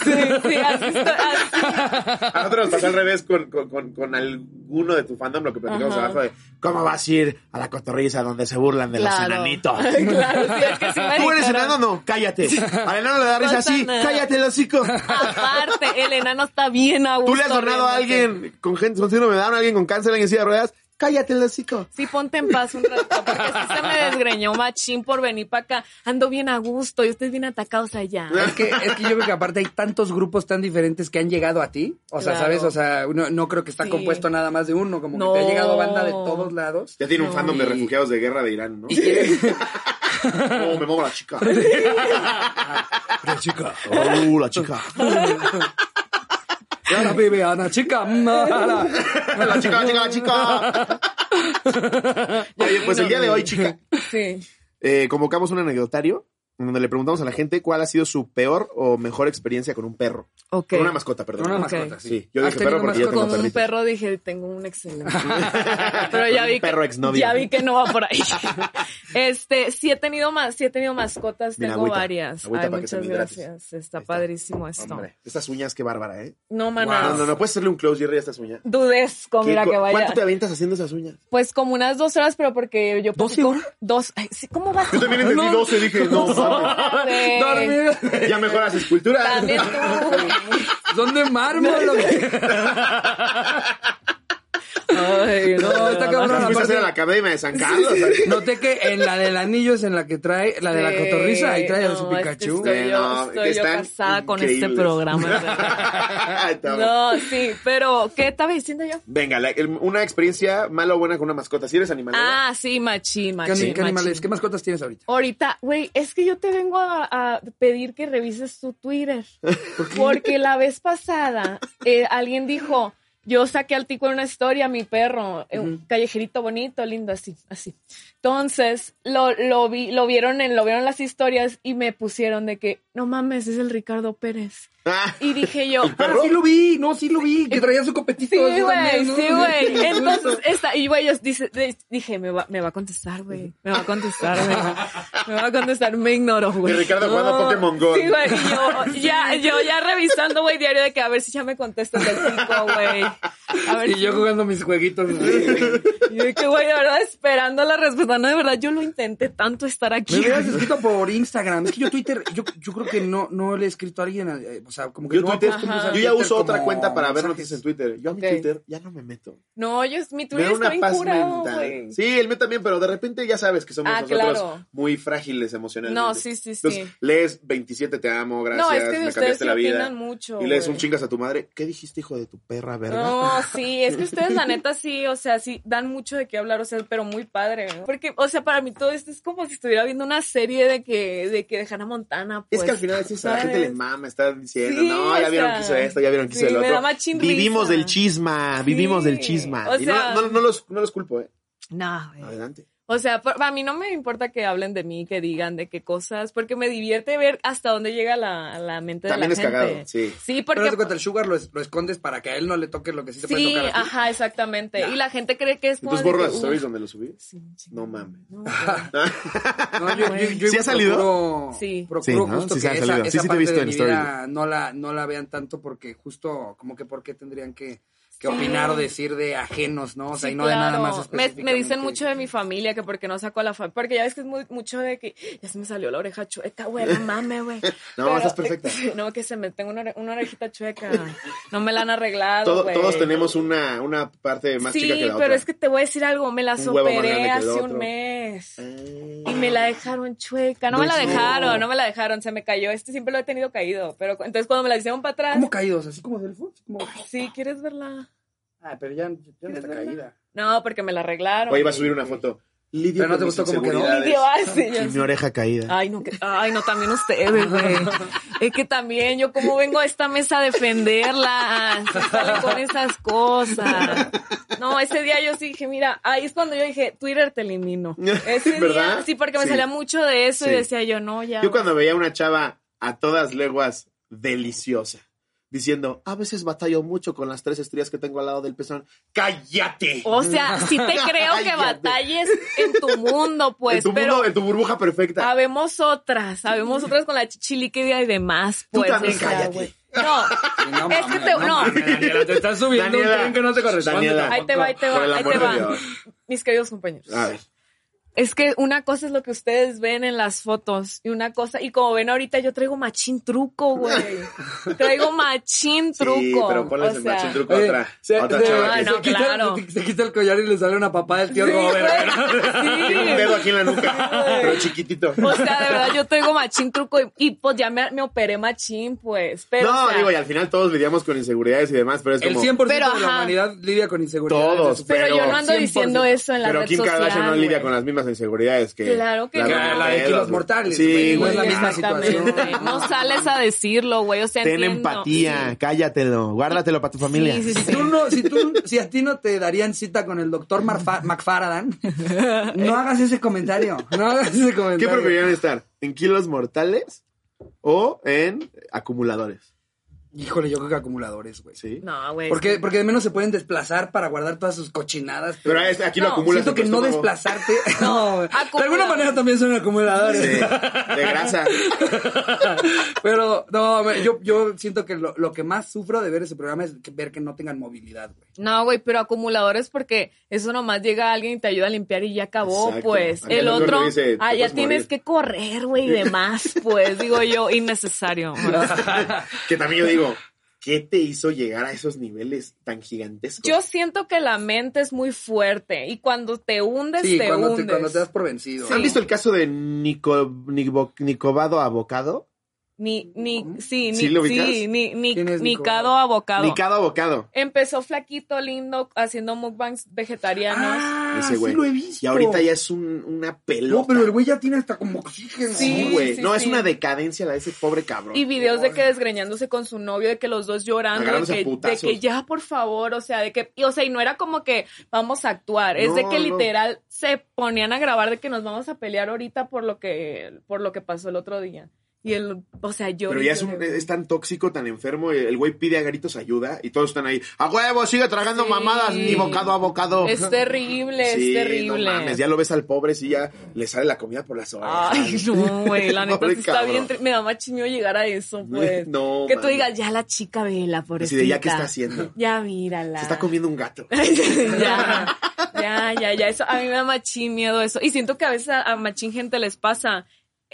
Speaker 3: Sí, sí, así estoy, así
Speaker 2: A nosotros nos pasó al revés con, con, con, con alguno de tu fandom, lo que platicamos
Speaker 3: Ajá.
Speaker 2: abajo de cómo vas a ir a la cotorriza donde se burlan de los enanitos.
Speaker 3: Claro, sí, es que sí me
Speaker 2: ¿Tú eres
Speaker 3: dijeron.
Speaker 2: enano? No, cállate. Al enano le da risa
Speaker 3: No
Speaker 2: así,
Speaker 3: está nada.
Speaker 2: cállate el hocico.
Speaker 3: Aparte, el enano está bien a gusto.
Speaker 2: Tú le has donado a
Speaker 3: riéndose.
Speaker 2: alguien con, gen- con síndrome de Down, a alguien con cáncer, a alguien en silla de ruedas. cállate el hocico.
Speaker 3: Sí, ponte en paz un rato, porque sí se me desgreñó machín por venir para acá. Ando bien a gusto y ustedes bien atacados allá.
Speaker 1: Es que, es que yo creo que aparte hay tantos grupos tan diferentes que han llegado a ti. O sea,
Speaker 3: Claro.
Speaker 1: ¿sabes? O sea, uno- no creo que está
Speaker 3: Sí.
Speaker 1: compuesto nada más de uno, como
Speaker 3: No.
Speaker 1: que te ha llegado banda de todos lados.
Speaker 2: Ya tiene un
Speaker 3: No.
Speaker 2: fandom de refugiados de guerra de Irán, ¿no?
Speaker 1: Y quieren-
Speaker 2: No, me muevo la chica.
Speaker 1: La chica.
Speaker 2: Uh, la chica.
Speaker 1: Y ahora vive Ana, chica. mm, ahora.
Speaker 2: La chica, la chica, la chica. Oye, pues el día de hoy, chica,
Speaker 3: Sí.
Speaker 2: eh, convocamos un anecdotario en donde le preguntamos a la gente cuál ha sido su peor o mejor experiencia con un perro.
Speaker 3: Ok.
Speaker 2: Con una mascota, perdón.
Speaker 1: Una
Speaker 3: Ok.
Speaker 1: mascota, sí.
Speaker 2: Sí, yo
Speaker 1: ¿Has
Speaker 2: dije perro
Speaker 1: tenido
Speaker 2: porque yo tengo
Speaker 3: Con un
Speaker 2: perritos.
Speaker 3: perro dije, tengo un excelente. Pero
Speaker 2: Con
Speaker 3: ya
Speaker 2: un
Speaker 3: vi,
Speaker 2: perro
Speaker 3: que,
Speaker 2: exnovio.
Speaker 3: ya vi que no va por ahí. Este, sí he tenido más, sí he tenido mascotas,
Speaker 2: Mira,
Speaker 3: tengo
Speaker 2: agüita.
Speaker 3: varias.
Speaker 2: Agüita
Speaker 3: Ay,
Speaker 2: para que te
Speaker 3: muchas
Speaker 2: hidrates.
Speaker 3: gracias. Está
Speaker 2: Ahí está.
Speaker 3: padrísimo esto.
Speaker 2: Hombre, estas uñas, qué bárbara, ¿eh?
Speaker 3: No, manas.
Speaker 2: No, no, no, puedes hacerle un close, Jerry, a estas uñas.
Speaker 3: Dudesco, Ah. mira
Speaker 2: ¿Qué- cu-
Speaker 3: que vaya.
Speaker 2: ¿Cuánto te avientas haciendo esas uñas?
Speaker 3: Pues como unas dos horas, pero porque yo
Speaker 1: ¿Doce
Speaker 3: practico-
Speaker 1: horas?
Speaker 3: Dos. Ay, sí, ¿Cómo vas?
Speaker 2: Yo también entendí 12, dije, no, mames.
Speaker 1: Dormir.
Speaker 2: Ya mejoras escultura.
Speaker 3: pues, También tú.
Speaker 1: Son de mármol. lo que-
Speaker 3: Ay,
Speaker 1: No, está cabrón.
Speaker 2: Fuiste a hacer a la
Speaker 1: aparte-
Speaker 2: academia de San Carlos. ¿sabes?
Speaker 1: Noté que en la del anillo es en la que trae, la de la
Speaker 3: Sí,
Speaker 1: cotorriza, ahí trae a su
Speaker 3: no, es que
Speaker 1: Pikachu.
Speaker 3: estoy yo,
Speaker 2: No,
Speaker 3: estoy yo
Speaker 2: están
Speaker 3: casada con este
Speaker 2: increíbles.
Speaker 3: programa. en realidad.
Speaker 2: Está bueno.
Speaker 3: no, sí, pero ¿qué estaba diciendo yo?
Speaker 2: Venga, la- el- una experiencia mala o buena con una mascota. Si eres animal,
Speaker 3: Ah, sí, machín,
Speaker 1: ¿Qué, ani-
Speaker 3: machín.
Speaker 1: qué
Speaker 3: machín.
Speaker 1: animales, qué mascotas tienes ahorita?
Speaker 3: Ahorita, güey, es que yo te vengo a, a pedir que revises tu Twitter. Porque la vez pasada eh, alguien dijo, yo saqué al tico en una historia, mi perro, eh, un callejerito bonito, lindo, así, así. Entonces, lo, lo, vi, lo, vieron en, lo vieron en las historias y me pusieron de que, no mames, es el Ricardo Pérez. Y dije yo,
Speaker 2: El
Speaker 1: Ah,
Speaker 2: perro.
Speaker 1: sí lo vi, no, sí lo vi, que traía su copetito.
Speaker 3: Sí,
Speaker 1: así
Speaker 3: güey,
Speaker 1: también, ¿no?
Speaker 3: sí, güey. Entonces, esta, y güey, yo dice, de- dije, me va, me va a contestar, güey. Me va a contestar, güey. Me va a contestar, me ignoro, güey.
Speaker 2: Y Ricardo jugando a Pokémon Go.
Speaker 3: Sí, güey, y yo, ya, yo ya revisando, güey, diario de que a ver si ya me contestas del pico, güey. A ver
Speaker 1: Y
Speaker 3: si-
Speaker 1: yo jugando mis jueguitos.
Speaker 3: y de que, güey, de verdad, esperando la respuesta. No, de verdad, yo lo intenté tanto estar
Speaker 1: Me
Speaker 3: aquí.
Speaker 1: hubieras escrito por Instagram. Es que yo Twitter, yo, yo creo que no, no le he escrito a alguien. eh, O sea, como que
Speaker 2: Yo,
Speaker 1: no
Speaker 2: Twitter,
Speaker 1: acostumbro usar
Speaker 2: yo ya
Speaker 1: Twitter
Speaker 2: uso otra
Speaker 1: como
Speaker 2: cuenta para ver
Speaker 1: mensajes.
Speaker 2: noticias en Twitter. Yo a mi
Speaker 3: Ok.
Speaker 2: Twitter ya no me meto.
Speaker 3: No, yo,
Speaker 2: Me
Speaker 3: mi
Speaker 2: da
Speaker 3: Twitter está
Speaker 2: una
Speaker 3: bien
Speaker 2: paz
Speaker 3: curado,
Speaker 2: mental.
Speaker 3: güey.
Speaker 2: Sí, el mío también, pero de repente ya sabes que somos
Speaker 3: Ah,
Speaker 2: nosotros
Speaker 3: claro.
Speaker 2: muy frágiles emocionalmente.
Speaker 3: No, sí, sí, sí.
Speaker 2: Entonces, lees 27 te amo, gracias,
Speaker 3: no, es que de
Speaker 2: me
Speaker 3: ustedes
Speaker 2: cambiaste
Speaker 3: se
Speaker 2: la vida.
Speaker 3: opinan mucho.
Speaker 2: y lees
Speaker 3: güey.
Speaker 2: un chingas a tu madre. ¿Qué dijiste, hijo de tu perra, verga?
Speaker 3: No, sí, es que ustedes la neta sí, o sea, sí dan mucho de qué hablar, o sea, pero muy padre. ¿no? Porque, o sea, para mí todo esto es como si estuviera viendo una serie de que de que de Hannah Montana, pues.
Speaker 2: es que al final es eso, a la gente
Speaker 3: ¿sabes?
Speaker 2: le mama, está diciendo,
Speaker 3: Sí,
Speaker 2: no, ya
Speaker 3: o
Speaker 2: vieron
Speaker 3: sea,
Speaker 2: que hizo esto, ya vieron que hizo
Speaker 3: sí,
Speaker 2: el
Speaker 3: me
Speaker 2: otro.
Speaker 3: da machín
Speaker 2: vivimos
Speaker 3: risa.
Speaker 2: del chisma, vivimos
Speaker 3: Sí,
Speaker 2: del chisma.
Speaker 3: o
Speaker 2: Y no-
Speaker 3: sea-
Speaker 2: no, no los, no los culpo, eh.
Speaker 3: No, güey.
Speaker 2: Adelante.
Speaker 3: O sea, por- a mí no me importa que hablen de mí, que digan de qué cosas, porque me divierte ver hasta dónde llega la, la mente
Speaker 2: También
Speaker 3: de
Speaker 2: es
Speaker 3: la
Speaker 2: cagado,
Speaker 3: gente.
Speaker 2: sí.
Speaker 1: Pero
Speaker 3: Sí,
Speaker 1: haz de
Speaker 3: porque
Speaker 1: cuenta, el sugar lo, es- lo escondes para que a él no le toques lo que sí te puede
Speaker 3: sí,
Speaker 1: tocar. a ti.
Speaker 3: ajá, exactamente. Y la gente cree que es como
Speaker 2: Entonces
Speaker 3: de
Speaker 2: borro
Speaker 3: que,
Speaker 2: las
Speaker 3: uf,
Speaker 2: stories donde lo subí.
Speaker 3: sí, sí.
Speaker 2: No mames.
Speaker 3: No, güey.
Speaker 1: No, yo, yo, yo
Speaker 2: ¿Sí ha salido?
Speaker 1: Procuro,
Speaker 3: Sí.
Speaker 1: procuro
Speaker 2: Sí, ¿no?
Speaker 1: justo
Speaker 2: Sí se
Speaker 1: que
Speaker 2: ha
Speaker 1: esa,
Speaker 2: salido. Sí,
Speaker 1: esa
Speaker 2: sí te he
Speaker 1: parte
Speaker 2: visto
Speaker 1: de
Speaker 2: en
Speaker 1: mi
Speaker 2: stories.
Speaker 1: vida no la, no la vean tanto porque justo como que por qué tendrían que, que
Speaker 3: Sí.
Speaker 1: opinar o decir de ajenos, ¿no? O sea,
Speaker 3: Sí,
Speaker 1: y no de nada
Speaker 3: claro.
Speaker 1: más
Speaker 3: Me- me, dicen
Speaker 1: específicamente.
Speaker 3: mucho de mi familia, que porque no saco a la familia. Porque ya ves que es muy- mucho de que ya se me salió la oreja chueca, güey, no mames, güey.
Speaker 2: No, estás perfecta.
Speaker 3: No, que se me tengo una, ore- una orejita chueca. No me la han arreglado,
Speaker 2: Todo-
Speaker 3: güey.
Speaker 2: todos tenemos una, una parte más
Speaker 3: Ah, Sí,
Speaker 2: chica que la
Speaker 3: pero
Speaker 2: otra.
Speaker 3: es que te voy a decir algo. Me la
Speaker 2: Un huevo más grande que
Speaker 3: operé
Speaker 2: el
Speaker 3: hace
Speaker 2: otro.
Speaker 3: un mes. Y
Speaker 2: Ah.
Speaker 3: me la dejaron chueca. No,
Speaker 2: No,
Speaker 3: me la
Speaker 2: Pues no.
Speaker 3: dejaron, no me la dejaron. Se me cayó. Este siempre lo he tenido caído. Pero cu- entonces cuando me la hicieron para atrás.
Speaker 1: ¿Cómo caídos? ¿Así como del fútbol? Como...
Speaker 3: Sí, ¿quieres verla?
Speaker 1: Ah, pero ya, ya no está caída.
Speaker 3: No, porque me la arreglaron.
Speaker 2: Hoy va a subir una foto. Lidio
Speaker 1: Pero no
Speaker 2: con
Speaker 1: te
Speaker 2: mis
Speaker 1: gustó cómo quedó.
Speaker 2: inseguridades
Speaker 3: Lidio, ay, sí, yo
Speaker 2: Y mi
Speaker 3: sí. Ah,
Speaker 2: oreja caída.
Speaker 3: Ay, no, que- ay, no, también ustedes, güey. Es que también yo como vengo a esta mesa a defenderla, se salen con esas cosas. No, ese día yo sí dije, mira, ahí es cuando yo dije, Twitter te elimino. Ese
Speaker 2: ¿Verdad?
Speaker 3: día, sí, porque me
Speaker 2: Sí.
Speaker 3: salía mucho de eso
Speaker 2: Sí.
Speaker 3: y decía yo, no, ya.
Speaker 2: Yo cuando veía una chava a todas leguas deliciosa, diciendo, a veces batallo mucho con las tres estrías que tengo al lado del pezón. ¡Cállate!
Speaker 3: O sea, sí te creo que
Speaker 2: Cállate.
Speaker 3: batalles en tu mundo, pues,
Speaker 2: en tu
Speaker 3: pero Ah,
Speaker 2: mundo, en tu burbuja perfecta.
Speaker 3: sabemos otras, sabemos otras con la chichiliquedia y demás,
Speaker 2: Tú
Speaker 3: pues.
Speaker 2: también
Speaker 3: o sea,
Speaker 2: cállate.
Speaker 3: güey. No, es que
Speaker 1: mames,
Speaker 3: te, no.
Speaker 1: mames, Daniela, te estás subiendo un
Speaker 2: Daniela,
Speaker 1: tren que no te corresponde.
Speaker 2: Daniela.
Speaker 1: tampoco.
Speaker 3: Ahí te va, ahí te va,
Speaker 2: Por el
Speaker 3: ahí
Speaker 2: amor
Speaker 3: te
Speaker 2: de
Speaker 3: va.
Speaker 2: Dios.
Speaker 3: Mis queridos compañeros.
Speaker 2: A ver.
Speaker 3: Es que una cosa es lo que ustedes ven en las fotos y una cosa, y como ven ahorita, yo traigo machín truco, güey. Traigo machín truco.
Speaker 2: Sí, pero ponles
Speaker 3: o
Speaker 2: el
Speaker 3: sea,
Speaker 2: machín truco a
Speaker 1: Oye,
Speaker 2: otra,
Speaker 1: se,
Speaker 2: a otra
Speaker 1: Eh, se-
Speaker 2: chava.
Speaker 3: Ah,
Speaker 2: que
Speaker 1: se
Speaker 2: se-
Speaker 3: no,
Speaker 1: quita,
Speaker 3: claro.
Speaker 1: se- se quita el collar y le sale una papada del tío
Speaker 3: Sí,
Speaker 1: Robert.
Speaker 3: güey, sí.
Speaker 2: Tiene un dedo aquí en la nuca,
Speaker 3: güey.
Speaker 2: pero chiquitito.
Speaker 3: O sea, de verdad, yo traigo machín truco y, y, pues ya me, me operé machín, pues. Pero,
Speaker 2: no,
Speaker 3: o sea,
Speaker 2: digo, y al final todos lidiamos con inseguridades y demás, pero es
Speaker 1: El
Speaker 2: como...
Speaker 1: 100%
Speaker 3: Pero,
Speaker 1: de la
Speaker 3: ajá.
Speaker 1: humanidad lidia con inseguridad.
Speaker 2: Todos,
Speaker 3: pero yo no ando
Speaker 1: 100%.
Speaker 3: diciendo eso en la
Speaker 2: pero
Speaker 3: red
Speaker 2: Kim
Speaker 3: social.
Speaker 2: Kardashian no lidia
Speaker 3: güey.
Speaker 2: con las mismas inseguridades que...
Speaker 3: Claro que no.
Speaker 2: de
Speaker 3: Que la
Speaker 1: de
Speaker 2: Pedro,
Speaker 1: Kilos
Speaker 2: güey.
Speaker 1: Mortales,
Speaker 2: Sí,
Speaker 1: güey, no es
Speaker 2: güey.
Speaker 1: la misma
Speaker 3: Exactamente.
Speaker 1: situación.
Speaker 3: No sales a decirlo, güey. O sea,
Speaker 2: Ten
Speaker 3: entiendo.
Speaker 2: empatía, cállatelo, guárdatelo para tu familia.
Speaker 3: Sí, sí, sí.
Speaker 1: Si, tú no- si, tú- si a ti no te darían cita con el doctor Marfa- McFaradan, no hagas ese comentario. No hagas ese
Speaker 2: ¿Qué
Speaker 1: comentario.
Speaker 2: preferirían estar? ¿En kilos mortales o en acumuladores?
Speaker 1: Híjole, yo creo que acumuladores, güey.
Speaker 2: Sí.
Speaker 3: No, güey.
Speaker 1: Porque, porque de menos se pueden desplazar para guardar todas sus cochinadas.
Speaker 2: Pero es- aquí lo
Speaker 3: No,
Speaker 2: acumulas.
Speaker 1: Siento
Speaker 2: en tu
Speaker 1: que no
Speaker 2: estómago.
Speaker 1: desplazarte. No, güey. de alguna
Speaker 3: acumuladores.
Speaker 1: manera también son acumuladores.
Speaker 2: Sí, de grasa.
Speaker 1: Pero no, güey, yo, yo siento que lo, lo que más sufro de ver ese programa es que- ver que no tengan movilidad, güey.
Speaker 3: No, güey, pero acumuladores porque eso nomás llega alguien y te ayuda a limpiar y ya acabó,
Speaker 2: Exacto.
Speaker 3: pues.
Speaker 2: Acá
Speaker 3: El
Speaker 2: el doctor
Speaker 3: otro,
Speaker 2: le dice, "Te
Speaker 3: ah, ya
Speaker 2: puedes
Speaker 3: tienes
Speaker 2: morir".
Speaker 3: que correr, güey, y demás, pues, digo yo, innecesario.
Speaker 2: Que también yo digo, ¿qué te hizo llegar a esos niveles tan gigantescos?
Speaker 3: Yo siento que la mente es muy fuerte y cuando te hundes,
Speaker 1: Sí,
Speaker 3: te
Speaker 1: cuando Pues te,
Speaker 3: hundes.
Speaker 1: cuando te das por vencido.
Speaker 2: ¿Han
Speaker 1: ¿no?
Speaker 2: visto el caso de Nico, Nico- Nicobado Abocado?
Speaker 3: Ni, ni, sí,
Speaker 2: ¿Sí
Speaker 3: ni,
Speaker 2: lo ubicas?
Speaker 3: sí, ni, ni,
Speaker 1: ¿Quién es
Speaker 3: ni
Speaker 1: Nico?
Speaker 3: cado a bocado.
Speaker 2: Nicado Abocado.
Speaker 3: Empezó flaquito, lindo, haciendo mukbangs vegetarianos.
Speaker 1: Ah, sí
Speaker 2: Ese güey.
Speaker 1: lo he visto.
Speaker 2: Y ahorita ya es un- una pelota.
Speaker 1: No, pero el güey ya tiene hasta como oxígeno.
Speaker 3: Sí,
Speaker 2: Sí, güey.
Speaker 3: sí,
Speaker 2: no, es
Speaker 3: sí.
Speaker 2: una decadencia la de ese pobre cabrón.
Speaker 3: Y videos de que desgreñándose con su novio, de que los dos llorando, de
Speaker 2: Agarrándose
Speaker 3: que,
Speaker 2: a putazos.
Speaker 3: de que ya, por favor, o sea, de que, y, o sea, y no era como que vamos a actuar, es de
Speaker 2: No,
Speaker 3: que
Speaker 2: no.
Speaker 3: literal se ponían a grabar de que nos vamos a pelear ahorita por lo que, por lo que pasó el otro día. Y el, o sea, yo.
Speaker 2: Pero ya es, un- es tan tóxico, tan enfermo. El güey pide a gritos ayuda y todos están ahí. ¡A huevo! ¡Sigue tragando
Speaker 3: Sí.
Speaker 2: mamadas! ¡Ni bocado a bocado!
Speaker 3: Es terrible,
Speaker 2: Sí,
Speaker 3: es terrible.
Speaker 2: No mames, ya lo ves al pobre, sí, ya le sale la comida por las horas.
Speaker 3: Ay, no, güey, la neta
Speaker 2: Pobre
Speaker 3: sí está bien,
Speaker 2: cabrón.
Speaker 3: tri- me da más chiño llegar a eso, pues.
Speaker 2: No,
Speaker 3: que tú
Speaker 2: mami.
Speaker 3: digas, ya la chica vela, por
Speaker 2: Así de, ¿ya qué está haciendo?
Speaker 3: Ya mírala.
Speaker 2: Se está comiendo un gato.
Speaker 3: ya, ya, ya, ya. Eso, a mí me da machín miedo eso. Y siento que a veces a, a machín gente les pasa.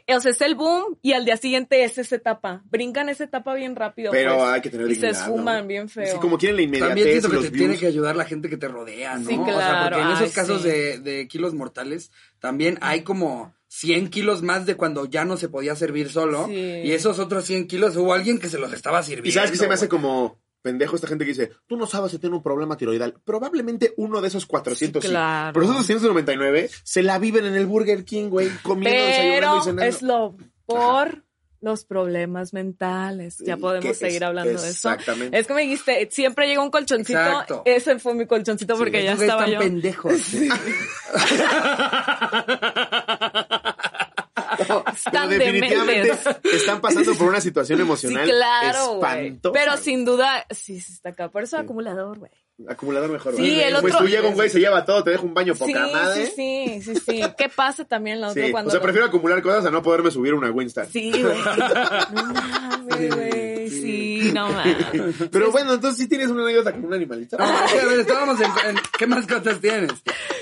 Speaker 3: O sea, es el boom y al día siguiente es esa etapa. Brincan esa etapa bien rápido.
Speaker 2: Pero
Speaker 3: pues,
Speaker 2: hay que tener
Speaker 3: Y se
Speaker 2: dignidad, ¿no?
Speaker 3: esfuman bien feo.
Speaker 2: Es que como quieren la
Speaker 1: También
Speaker 2: inmediatez,
Speaker 1: siento que
Speaker 2: los
Speaker 1: te
Speaker 2: views.
Speaker 1: tiene que ayudar la gente que te rodea, ¿no?
Speaker 3: Sí,
Speaker 1: O sea,
Speaker 3: claro.
Speaker 1: porque en esos
Speaker 3: Ay,
Speaker 1: casos
Speaker 3: sí.
Speaker 1: de, de kilos mortales, también hay como 100 kilos más de cuando ya no se podía servir solo.
Speaker 3: Sí.
Speaker 1: Y esos otros 100 kilos hubo alguien que se los estaba sirviendo.
Speaker 2: Y sabes que se me hace
Speaker 1: güey.
Speaker 2: como pendejo esta gente que dice, tú no sabes si tiene un problema tiroidal. Probablemente uno de esos 400
Speaker 3: Sí,
Speaker 2: sí.
Speaker 3: claro.
Speaker 2: Pero esos 299 se la viven en el Burger King, güey, comiendo, desayunando
Speaker 3: Pero
Speaker 2: y cenando.
Speaker 3: es lo por los problemas mentales. Ya
Speaker 2: Sí,
Speaker 3: podemos
Speaker 2: que
Speaker 3: seguir
Speaker 2: es-
Speaker 3: hablando de eso.
Speaker 2: exactamente.
Speaker 3: Es que me dijiste, siempre llega un colchoncito.
Speaker 1: Exacto.
Speaker 3: Ese fue mi colchoncito porque ya
Speaker 1: Esos güeyes
Speaker 3: estaba
Speaker 1: están
Speaker 3: yo.
Speaker 1: pendejos.
Speaker 3: Están
Speaker 2: Pero definitivamente
Speaker 3: dementes.
Speaker 2: están pasando por una situación
Speaker 3: Sí,
Speaker 2: emocional
Speaker 3: claro, güey.
Speaker 2: espantosa.
Speaker 3: Pero
Speaker 2: güey.
Speaker 3: sin duda, sí, sí está acá. Por eso acumulador, güey.
Speaker 2: Acumulador mejor,
Speaker 3: Sí,
Speaker 2: güey.
Speaker 3: el
Speaker 2: Pues
Speaker 3: otro-
Speaker 2: tú llega un güey, se lleva todo, te deja un baño
Speaker 3: Sí,
Speaker 2: poca madre.
Speaker 3: sí, sí, sí, sí. ¿Qué pasa también la otra
Speaker 2: Sí,
Speaker 3: cuando?
Speaker 2: O sea,
Speaker 3: lo-
Speaker 2: prefiero acumular cosas a no poderme subir una Winstar.
Speaker 3: Sí, güey. No mames, güey. Sí, Ah, no mames.
Speaker 2: Pero bueno, entonces sí tienes una anécdota con un animalito.
Speaker 1: No, es que, a ver, estábamos en, en- ¿Qué mascotas tienes?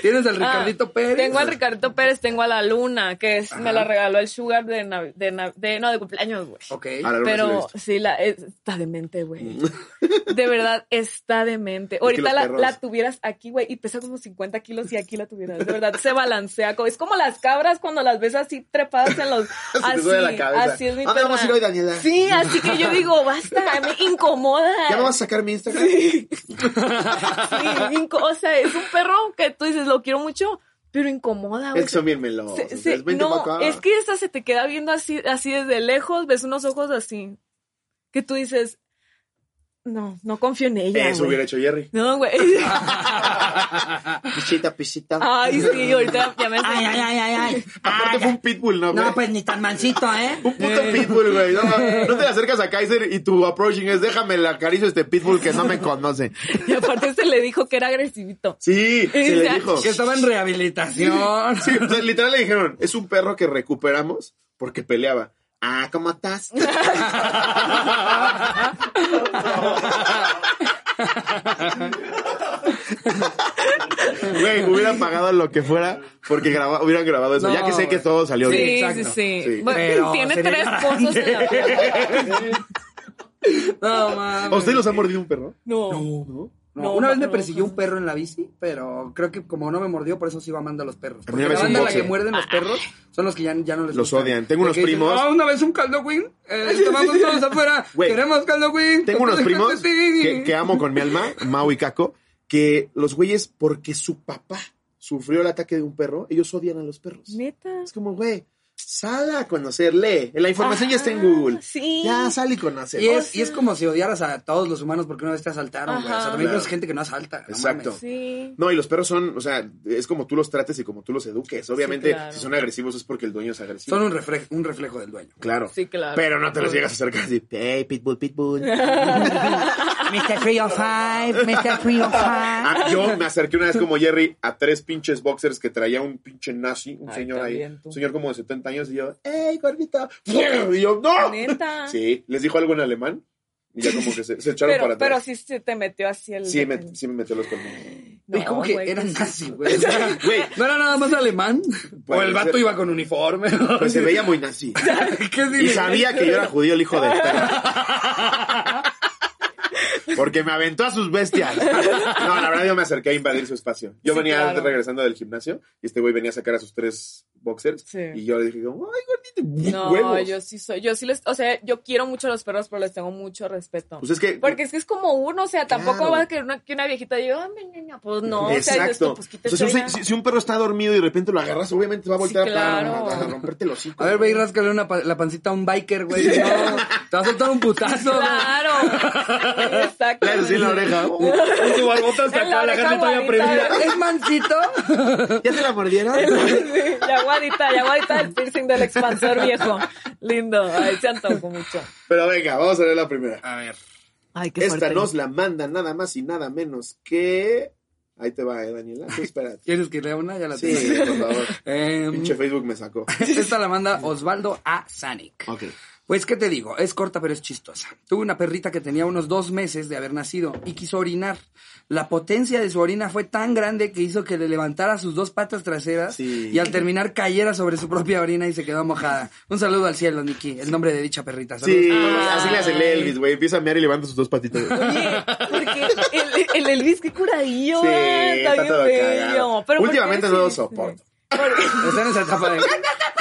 Speaker 1: ¿Tienes al Ricardito
Speaker 3: Ah,
Speaker 1: Pérez?
Speaker 3: Tengo a Ricardito Pérez, tengo a la Luna, que es, me la regaló el Sugar de, nav- de, nav- de- no, de cumpleaños, güey.
Speaker 1: Ok.
Speaker 2: Ahora, Luna, sí lo he
Speaker 3: Pero
Speaker 2: visto. Mm.
Speaker 3: sí, la, es- está demente, güey. De verdad, está demente. Ahorita
Speaker 2: los
Speaker 3: la,
Speaker 2: perros-
Speaker 3: la tuvieras aquí, güey, y pesa como 50 kilos y aquí la tuvieras. De verdad, se balancea. co- Es como las cabras cuando las ves así trepadas en los...
Speaker 2: Se te
Speaker 3: así,
Speaker 2: duele la cabeza.
Speaker 3: así es mi
Speaker 2: ¿A ¿Dónde vamos a ir hoy,
Speaker 3: perra.
Speaker 2: Daniela?
Speaker 3: Sí, así que yo digo, basta, me incomoda.
Speaker 2: ¿Ya me vas a sacar mi Instagram?
Speaker 3: Sí, inco- o sea, es un perro que tú dices, lo quiero mucho, pero incomoda,
Speaker 2: Es
Speaker 3: güey.
Speaker 2: que son bien melosos.
Speaker 3: Se- se-
Speaker 2: es, "Vente pa'
Speaker 3: no,
Speaker 2: acá".
Speaker 3: es que esa se te queda viendo así, así desde lejos, ves unos ojos así, que tú dices, no, no confío en ella.
Speaker 2: Eso
Speaker 3: güey".
Speaker 2: hubiera hecho Jerry.
Speaker 3: No, güey.
Speaker 2: Pisita, pisita.
Speaker 3: Ay, sí, ahorita ya me
Speaker 1: Ay, ay, ay, ay, ay.
Speaker 2: Aparte fue un pitbull, ¿no? güey?
Speaker 1: No, pues ni tan mansito, ¿eh?
Speaker 2: Un puto
Speaker 3: pues,
Speaker 2: pitbull, güey. No, no te le acercas a Kaiser y tu approaching es déjame le acaricio a este pitbull que no me conoce.
Speaker 3: Y aparte se le dijo que era agresivito.
Speaker 2: Sí, se le
Speaker 3: Exacto.
Speaker 2: dijo.
Speaker 1: Que estaba en rehabilitación.
Speaker 2: Sí, o sea, literal le dijeron, es un perro que recuperamos porque peleaba. Ah, ¿cómo estás? Güey, hubiera pagado lo que fuera porque graba- hubieran grabado eso.
Speaker 1: No,
Speaker 2: ya que sé que
Speaker 1: güey.
Speaker 2: todo salió
Speaker 3: Sí,
Speaker 2: bien.
Speaker 3: sí,
Speaker 1: exacto.
Speaker 3: sí,
Speaker 2: Sí.
Speaker 3: Bueno,
Speaker 1: Pero
Speaker 3: tiene
Speaker 1: sería
Speaker 3: tres
Speaker 1: ignorante.
Speaker 3: pozos en la
Speaker 1: No, mames.
Speaker 2: ¿A ustedes los ha mordido un perro?
Speaker 3: No.
Speaker 1: No, no.
Speaker 3: No,
Speaker 1: una vez me
Speaker 3: no,
Speaker 1: persiguió
Speaker 3: no.
Speaker 1: un perro en la bici, pero creo que como no me mordió, por eso sí iba amando a los perros.
Speaker 2: A mí
Speaker 1: Porque
Speaker 2: una
Speaker 1: la
Speaker 2: vez un
Speaker 1: banda a la
Speaker 2: boxer.
Speaker 1: que muerden los perros son los que ya, ya no les
Speaker 2: Los
Speaker 1: gustan.
Speaker 2: odian. Tengo unos
Speaker 1: Porque dicen,
Speaker 2: primos-
Speaker 1: Ah, una vez un caldo wing, eh, tomamos todos afuera,
Speaker 2: Güey.
Speaker 1: queremos caldo wing.
Speaker 2: Tengo unos primos
Speaker 1: calcetín".
Speaker 2: que, que amo con mi alma, Mau y Caco, que los güeyes, porque su papá sufrió el ataque de un perro, ellos odian a los perros.
Speaker 3: Neta.
Speaker 2: Es como, güey, sal a conocerle. La información ya está en
Speaker 3: Ah,
Speaker 2: Google.
Speaker 3: Sí.
Speaker 2: Ya sal y conoce.
Speaker 1: Y es, y es como si odiaras a todos los humanos porque una vez te asaltaron, güey. O sea,
Speaker 3: Ajá.
Speaker 1: también conoces
Speaker 2: Claro.
Speaker 1: gente que no asalta. no
Speaker 2: Exacto.
Speaker 1: mames.
Speaker 3: Sí.
Speaker 2: No, y los perros son, o sea, es como tú los trates y como tú los eduques. Obviamente,
Speaker 3: Sí, claro.
Speaker 2: si son agresivos es porque el dueño es agresivo.
Speaker 1: Son un, reflejo un reflejo del dueño.
Speaker 2: Claro.
Speaker 3: Sí, claro.
Speaker 2: Pero no te los llegas a acercar así, hey, pitbull, pitbull.
Speaker 1: Mr. 305, Mr. 305.
Speaker 2: Ah, yo me acerqué una vez como Jerry a tres pinches boxers que traía un pinche nazi, un
Speaker 3: Ay,
Speaker 2: señor ahí,
Speaker 3: también tú.
Speaker 2: un señor como de 70 años, y yo, ¡Ey, gordito! Y yo, ¡No!
Speaker 3: Neta.
Speaker 2: Sí, les dijo algo en alemán y ya como que se, se echaron para
Speaker 3: Pero, pero
Speaker 2: atrás.
Speaker 3: sí se te metió así el.
Speaker 2: sí, me, sí me metió los colmillos.
Speaker 1: Güey, ¿Cómo que
Speaker 3: güey, pues,
Speaker 1: era
Speaker 3: qué
Speaker 1: nazi, güey?
Speaker 2: Güey,
Speaker 1: ¿No era nada más alemán?
Speaker 2: Puede
Speaker 1: ¿O el vato
Speaker 2: ser.
Speaker 1: iba con uniforme?
Speaker 2: pues se veía muy nazi.
Speaker 1: ¿Qué
Speaker 2: Y
Speaker 1: significa?
Speaker 2: sabía que yo era judío el hijo de perra. Porque me aventó a sus bestias. No, la verdad yo me acerqué a invadir su espacio. Yo
Speaker 3: Sí,
Speaker 2: venía
Speaker 3: claro.
Speaker 2: regresando del gimnasio y este güey venía a sacar a sus tres boxers.
Speaker 3: Sí.
Speaker 2: Y yo le dije, como, ay, gordito,
Speaker 3: No,
Speaker 2: huevos.
Speaker 3: yo sí soy, yo sí les, o sea, yo quiero mucho a los perros, pero les tengo mucho respeto.
Speaker 2: Pues es que...
Speaker 3: Porque es que es como uno, o sea, tampoco
Speaker 2: Claro.
Speaker 3: va a que una, que una viejita diga, "Ay, mi niña", pues no, o sea, yo estoy,
Speaker 2: Exacto.
Speaker 3: pues quítate.
Speaker 2: Entonces, un-
Speaker 3: ya.
Speaker 2: si, si un perro está dormido y de repente lo agarras, obviamente te va a voltear
Speaker 3: Sí,
Speaker 2: a, parar,
Speaker 3: claro.
Speaker 2: a- a romperte el hocico.
Speaker 1: A ver, ve y ráscale una pa- la pancita a un biker, güey. No, te va a soltar un putazo. güey.
Speaker 3: Claro. Exacto.
Speaker 2: Le haces así en la oreja. Un subarbotas
Speaker 3: En la oreja guarita,
Speaker 1: ¿Es mansito?
Speaker 2: ¿Ya se la mordieron?
Speaker 3: Sí, ya guarita, ya guarita el piercing del expansor viejo. Lindo, ay, se antojo mucho.
Speaker 2: Pero venga, vamos a ver la primera.
Speaker 1: A ver.
Speaker 3: Ay, qué
Speaker 2: Esta nos la manda nada más y nada menos que. Ahí te va, eh, Daniela. Tú espérate.
Speaker 1: ¿Quieres que lea una? Ya la
Speaker 2: Sí,
Speaker 1: tengo.
Speaker 2: por favor.
Speaker 1: Em,
Speaker 2: Pinche
Speaker 3: Mm.
Speaker 2: Facebook me sacó.
Speaker 1: esta la manda Osvaldo A. Sanic.
Speaker 2: Ok.
Speaker 1: Pues, ¿qué te digo? Es corta, pero es chistosa. Tuve una perrita que tenía unos dos meses de haber nacido y quiso orinar. La potencia de su orina fue tan grande que hizo que le levantara sus dos patas traseras
Speaker 2: Sí.
Speaker 1: y al terminar cayera sobre su propia orina y se quedó mojada. Un saludo al cielo, Nikki, el nombre de dicha perrita. Saludos.
Speaker 2: Sí, así
Speaker 3: Ah.
Speaker 2: le hace el Elvis, güey. Empieza a mear y levanta sus dos patitas.
Speaker 3: Oye, porque el, el Elvis, qué curadillo,
Speaker 2: Sí,
Speaker 3: eh,
Speaker 2: está todo
Speaker 3: bello.
Speaker 2: cagado.
Speaker 3: Pero ¿por
Speaker 2: Últimamente
Speaker 3: qué
Speaker 2: no lo
Speaker 3: sí?
Speaker 2: soporto.
Speaker 3: Por-
Speaker 1: Está en esa etapa de...
Speaker 2: Sí,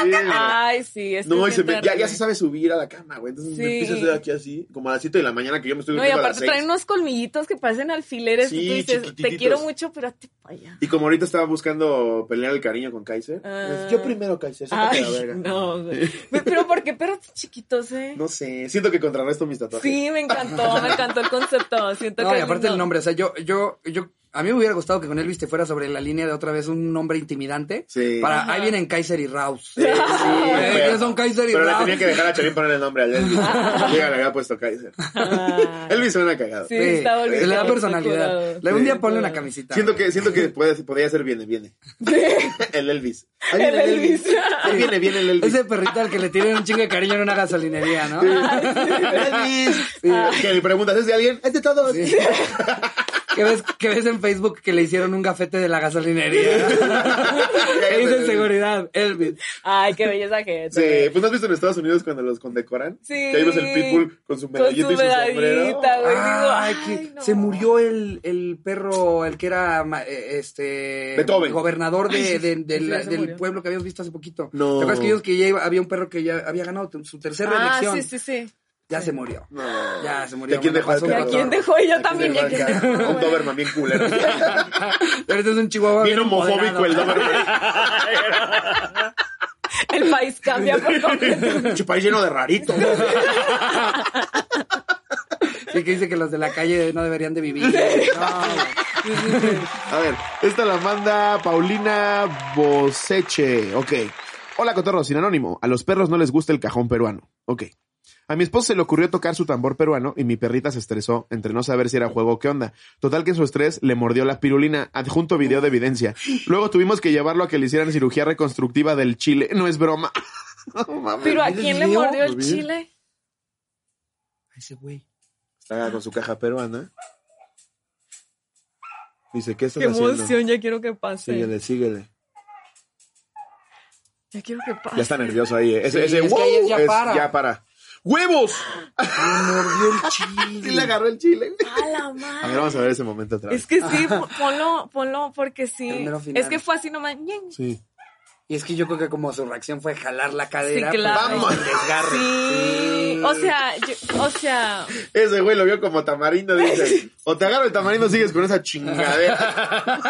Speaker 2: güey.
Speaker 3: Ay, sí, este es que
Speaker 2: No, y
Speaker 3: sí
Speaker 2: se me- ya,
Speaker 3: terrible.
Speaker 2: ya se sabe subir a la cama, güey. Entonces me
Speaker 3: Sí.
Speaker 2: empieza a hacer aquí así, como a las 7 de la mañana que yo me estoy
Speaker 3: No, y
Speaker 2: durmiendo a las
Speaker 3: aparte
Speaker 2: seis.
Speaker 3: traen unos colmillitos que parecen alfileres.
Speaker 2: Sí,
Speaker 3: y tú dices,
Speaker 2: chiquititos.
Speaker 3: te quiero mucho, pero hazte pa' allá.
Speaker 2: Y como ahorita estaba buscando pelear el cariño con Kaiser,
Speaker 3: Ah.
Speaker 2: yo primero Kaiser, sácate la
Speaker 3: Ay,
Speaker 2: verga.
Speaker 3: no, güey. Ve- Pero ¿por qué perros chiquitos, eh?
Speaker 2: No sé, siento que contrarresto mis tatuajes.
Speaker 3: Sí, me encantó, me encantó el concepto. Siento
Speaker 1: No,
Speaker 3: que
Speaker 1: y
Speaker 3: es
Speaker 1: aparte el
Speaker 3: lindo.
Speaker 1: nombre, o sea, yo, yo, yo, a mí me hubiera gustado que con Elvis te fuera sobre la línea de otra vez un nombre intimidante.
Speaker 2: Sí.
Speaker 1: Para, ahí vienen Kaiser y Raus.
Speaker 2: Sí,
Speaker 1: Güey,
Speaker 2: pero-
Speaker 1: ya son Kaiser y
Speaker 2: Pero le
Speaker 1: Raúl.
Speaker 2: tenía que dejar a Chavín poner el nombre al Elvis. Llega, le había puesto Kaiser.
Speaker 3: Ah,
Speaker 2: Elvis suena cagado.
Speaker 3: Sí, está bonito,
Speaker 1: le da
Speaker 3: está
Speaker 1: personalidad.
Speaker 3: curado.
Speaker 1: Le- Un día
Speaker 3: Sí.
Speaker 1: ponle una camisita.
Speaker 2: Siento que, siento que puede, podría ser viene, viene. El Elvis. Ahí viene
Speaker 3: El Elvis.
Speaker 2: Ahí viene, viene el Elvis.
Speaker 1: Ese perrito al que le tienen un chingo de cariño en una gasolinería, ¿no?
Speaker 2: Elvis. Que le preguntas, ¿es de alguien? Es de todos.
Speaker 1: Sí. Que ves, que ves en Facebook que le hicieron un gafete de la gasolinería. Que dice seguridad, Elvis.
Speaker 3: Ay, qué belleza que es.
Speaker 2: Sí, pues ¿no has visto en Estados Unidos cuando los condecoran?
Speaker 3: Sí.
Speaker 2: Que ahí ves el pitbull con su
Speaker 3: Con
Speaker 2: medallita
Speaker 3: su
Speaker 2: y su sombrero.
Speaker 3: medallita, güey.
Speaker 1: Ay,
Speaker 3: Ay,
Speaker 1: que
Speaker 3: no.
Speaker 1: se murió el, el perro, el que era ma- eh, este
Speaker 2: Beethoven.
Speaker 1: gobernador de, de- de
Speaker 3: sí,
Speaker 1: la-
Speaker 3: se
Speaker 1: del
Speaker 3: murió.
Speaker 1: pueblo que habíamos visto hace poquito.
Speaker 2: No.
Speaker 1: ¿Te acuerdas que, ellos, que ya iba- había un perro que ya había ganado su tercera
Speaker 3: Ah,
Speaker 1: elección?
Speaker 3: sí, sí, sí.
Speaker 1: Ya se murió.
Speaker 2: No.
Speaker 1: Ya se
Speaker 2: ¿Y
Speaker 1: murió.
Speaker 2: a quién
Speaker 1: Me
Speaker 2: dejó al
Speaker 1: pasó un
Speaker 2: perro?
Speaker 3: ¿Y a quién
Speaker 1: cotorro.
Speaker 3: dejó? Y yo
Speaker 2: ¿A quién
Speaker 3: también.
Speaker 2: dejó al
Speaker 3: ya que-
Speaker 2: perro? A Un Doberman bien culero.
Speaker 1: Pero este es un chihuahua.
Speaker 2: Bien homofóbico el
Speaker 1: empoderado.
Speaker 2: Doberman.
Speaker 3: El país cambia por completo.
Speaker 2: Pinche país lleno de raritos.
Speaker 1: Sí, que dice que los de la calle no deberían de vivir. No,
Speaker 2: A ver, esta la manda Paulina Boseche. Ok. Hola, cotorros, sin anónimo. A los perros no les gusta el cajón peruano. Ok. A mi esposo se le ocurrió tocar su tambor peruano y mi perrita se estresó entre no saber si era juego o qué onda. Total que en su estrés le mordió la pirulina. Adjunto video de evidencia. Luego tuvimos que llevarlo a que le hicieran cirugía reconstructiva del chile. No es broma. No mames.
Speaker 3: Pero ¿a
Speaker 1: ¿Dices
Speaker 3: quién le
Speaker 1: mío?
Speaker 3: mordió el
Speaker 2: Muy Pues bien.
Speaker 3: chile?
Speaker 1: Ese güey.
Speaker 2: Está con su caja peruana. Dice, ¿qué estás
Speaker 3: Qué
Speaker 2: haciendo?
Speaker 3: emoción, ya quiero que pase.
Speaker 2: Síguele, síguele.
Speaker 3: Ya quiero que pase.
Speaker 2: Ya está nervioso ahí. eh. Ese,
Speaker 1: Sí,
Speaker 2: ese
Speaker 1: es que
Speaker 2: wow,
Speaker 1: ahí es ya
Speaker 2: es-
Speaker 1: para.
Speaker 2: ya para. ¡Huevos!
Speaker 1: Me mordió el
Speaker 2: Y le
Speaker 1: chile.
Speaker 2: agarró el chile.
Speaker 3: A la
Speaker 2: A
Speaker 3: madre.
Speaker 2: ver, vamos a ver ese momento atrás.
Speaker 3: Es que sí, po- ponlo, ponlo, porque sí.
Speaker 1: Primero final.
Speaker 3: Es que fue así nomás. ñen.
Speaker 2: Sí.
Speaker 1: Y es que yo creo que como su reacción fue jalar la cadera.
Speaker 3: Sí, claro.
Speaker 1: pues, ahí está el desgarre.
Speaker 3: Sí. O sea, yo- o sea,
Speaker 2: Ese güey lo vio como tamarindo, dice. O te agarro el tamarindo, sigues con esa chingadera.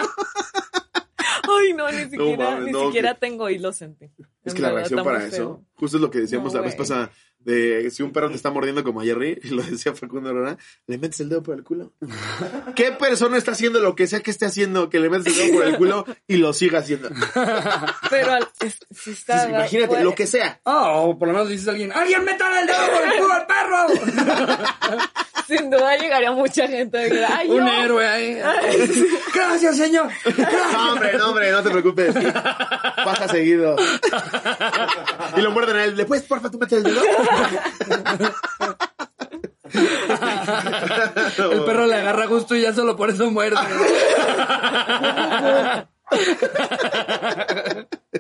Speaker 3: ay no, ni siquiera,
Speaker 2: mames,
Speaker 3: ni
Speaker 2: no,
Speaker 3: siquiera
Speaker 2: que-
Speaker 3: tengo y lo sentí.
Speaker 2: Es
Speaker 3: En
Speaker 2: que la
Speaker 3: verdad,
Speaker 2: reacción
Speaker 3: está muy
Speaker 2: para eso,
Speaker 3: feo.
Speaker 2: justo es lo que decíamos
Speaker 3: No,
Speaker 2: la vez
Speaker 3: güey.
Speaker 2: pasada, de si un perro te está mordiendo como a Jerry, y lo decía Facundo Arana, le metes el dedo por el culo. ¿Qué persona está haciendo lo que sea que esté haciendo, que le metes el dedo por el culo y lo siga haciendo?
Speaker 3: Pero al- es- sí está,
Speaker 2: Entonces,
Speaker 3: ¿verdad?
Speaker 2: imagínate,
Speaker 3: Fue-
Speaker 2: lo que sea.
Speaker 1: Ah, o por lo menos dices a alguien, ¡Alguien métale el dedo por el culo al perro!
Speaker 3: Sin duda llegaría mucha gente. de que, Ay,
Speaker 1: Un
Speaker 3: no.
Speaker 1: héroe ahí. Gracias, señor.
Speaker 2: No, hombre, no, hombre, no te preocupes. Pasa seguido. Y lo muerden a él. ¿Le puedes, porfa, tú metes el dedo?
Speaker 1: El perro le agarra gusto y ya solo por eso muerde. A
Speaker 2: ¿Y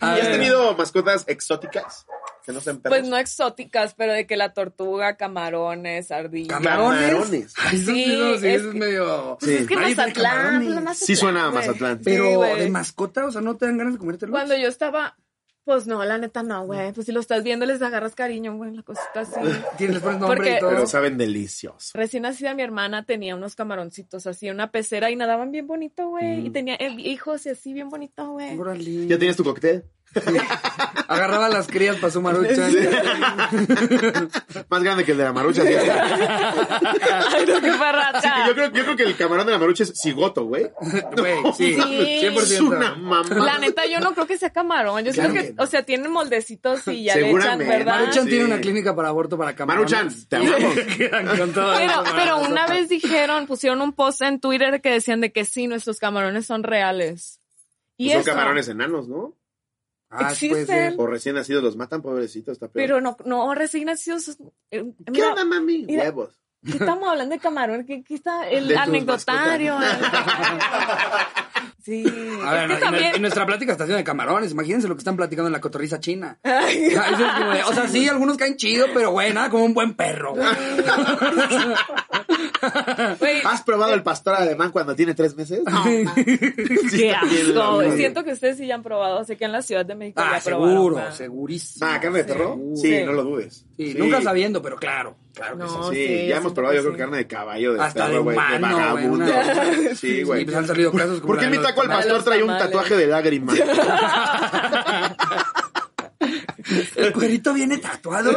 Speaker 2: has
Speaker 1: ver.
Speaker 2: tenido mascotas exóticas? Que no sean perros.
Speaker 3: Pues no exóticas, pero de que la tortuga, camarones, ardillas.
Speaker 2: Camarones.
Speaker 1: ¿Camarones? Ay, esos
Speaker 3: Sí,
Speaker 1: sí, sí,
Speaker 3: es
Speaker 1: eso es
Speaker 3: que-
Speaker 1: medio...
Speaker 2: Sí.
Speaker 3: Es que
Speaker 1: Ay, de
Speaker 3: Mazatlán,
Speaker 1: camarones.
Speaker 2: Sí suena a
Speaker 3: güey.
Speaker 2: Mazatlán.
Speaker 3: Sí,
Speaker 1: Pero
Speaker 3: güey.
Speaker 1: de mascota, o sea, ¿no te dan ganas de comértelo?
Speaker 3: Cuando yo estaba, pues no, la neta no, güey. Pues si lo estás viendo, les agarras cariño, güey, la cosita así.
Speaker 1: Tienes les pones nombre
Speaker 3: Porque-
Speaker 1: y todo.
Speaker 2: Pero saben delicioso.
Speaker 3: Recién nacida mi hermana tenía unos camaroncitos así, una pecera y nadaban bien bonito, güey.
Speaker 2: Mm.
Speaker 3: Y tenía eh, hijos y así bien bonito, güey.
Speaker 1: Órale.
Speaker 2: ¿Ya tienes tu cóctel?
Speaker 1: Agarraba a las crías para su marucha.
Speaker 2: Más grande que el de la marucha. sí.
Speaker 3: Ay, no, qué barata.
Speaker 2: Yo, creo, yo creo que el camarón de la marucha es cigoto, güey.
Speaker 1: Güey, sí,
Speaker 3: Sí.
Speaker 1: 100%.
Speaker 2: Es una mamá.
Speaker 3: La neta, yo no creo que sea camarón. Yo
Speaker 2: Claro
Speaker 3: creo que,
Speaker 2: que no.
Speaker 3: o sea, tienen moldecitos y ya le echan,
Speaker 2: Seguramente.
Speaker 3: ¿verdad?
Speaker 1: Maruchan
Speaker 2: Sí.
Speaker 1: tiene una clínica para aborto para camarones.
Speaker 2: Maruchan, te amamos.
Speaker 1: Quedan con todo
Speaker 3: Pero,
Speaker 1: eso,
Speaker 3: pero
Speaker 1: Maruchan.
Speaker 3: una vez dijeron, pusieron un post en Twitter que decían de que sí, nuestros camarones son reales. Y
Speaker 2: Pues Son
Speaker 3: eso,
Speaker 2: camarones enanos, ¿no?
Speaker 1: Ah, sí puede
Speaker 3: existen.
Speaker 1: ser.
Speaker 2: O recién nacidos los matan, pobrecitos. Está peor.
Speaker 3: Pero no, no, recién nacidos. eh,
Speaker 2: ¿Qué
Speaker 3: mira,
Speaker 2: onda, mami?
Speaker 3: mira.
Speaker 2: Huevos.
Speaker 3: ¿qué estamos hablando de camarón? ¿Qué, qué está el
Speaker 2: De tus
Speaker 3: anecdotario? sí.
Speaker 1: A ver,
Speaker 3: es que
Speaker 1: en-
Speaker 3: también.
Speaker 1: en nuestra plática está haciendo de camarones. Imagínense lo que están platicando en la cotorriza china. Ay, eso es como de- o sea, sí, algunos caen chido, pero güey, nada como un buen perro.
Speaker 3: Güey,
Speaker 2: ¿Has probado
Speaker 3: eh,
Speaker 2: el pastor alemán cuando tiene tres meses? No, ma. Sí,
Speaker 3: Ah,
Speaker 2: está
Speaker 3: qué
Speaker 2: bien la
Speaker 3: asco.
Speaker 2: madre.
Speaker 3: Siento que ustedes sí ya han probado. Sé que en la Ciudad de México
Speaker 1: Ah,
Speaker 3: ya probaron.
Speaker 1: seguro,
Speaker 3: ¿verdad?
Speaker 1: segurísimo.
Speaker 2: Ah, carne de perro.
Speaker 1: Seguro.
Speaker 2: Sí,
Speaker 3: Sí.
Speaker 2: no lo dudes.
Speaker 1: Sí,
Speaker 2: Sí.
Speaker 1: Nunca sabiendo, pero claro, claro que sí.
Speaker 3: No,
Speaker 2: Sí,
Speaker 3: sí,
Speaker 2: ya
Speaker 3: yo
Speaker 2: hemos
Speaker 3: siento
Speaker 2: probado,
Speaker 3: que
Speaker 2: yo creo,
Speaker 3: sí.
Speaker 2: carne de caballo, de
Speaker 1: Hasta
Speaker 2: perro,
Speaker 1: de
Speaker 2: güey, de
Speaker 1: humano, güey,
Speaker 2: vagabundo.
Speaker 1: una-
Speaker 2: Sí,
Speaker 1: Y
Speaker 2: güey.
Speaker 1: pues han salido casos como
Speaker 2: ¿Por qué
Speaker 1: la
Speaker 2: en
Speaker 1: de
Speaker 2: mi
Speaker 1: los
Speaker 2: taco al
Speaker 1: tamales.
Speaker 2: pastor traía un
Speaker 3: tamales.
Speaker 2: tatuaje de lágrima?
Speaker 1: El cuerito viene tatuado.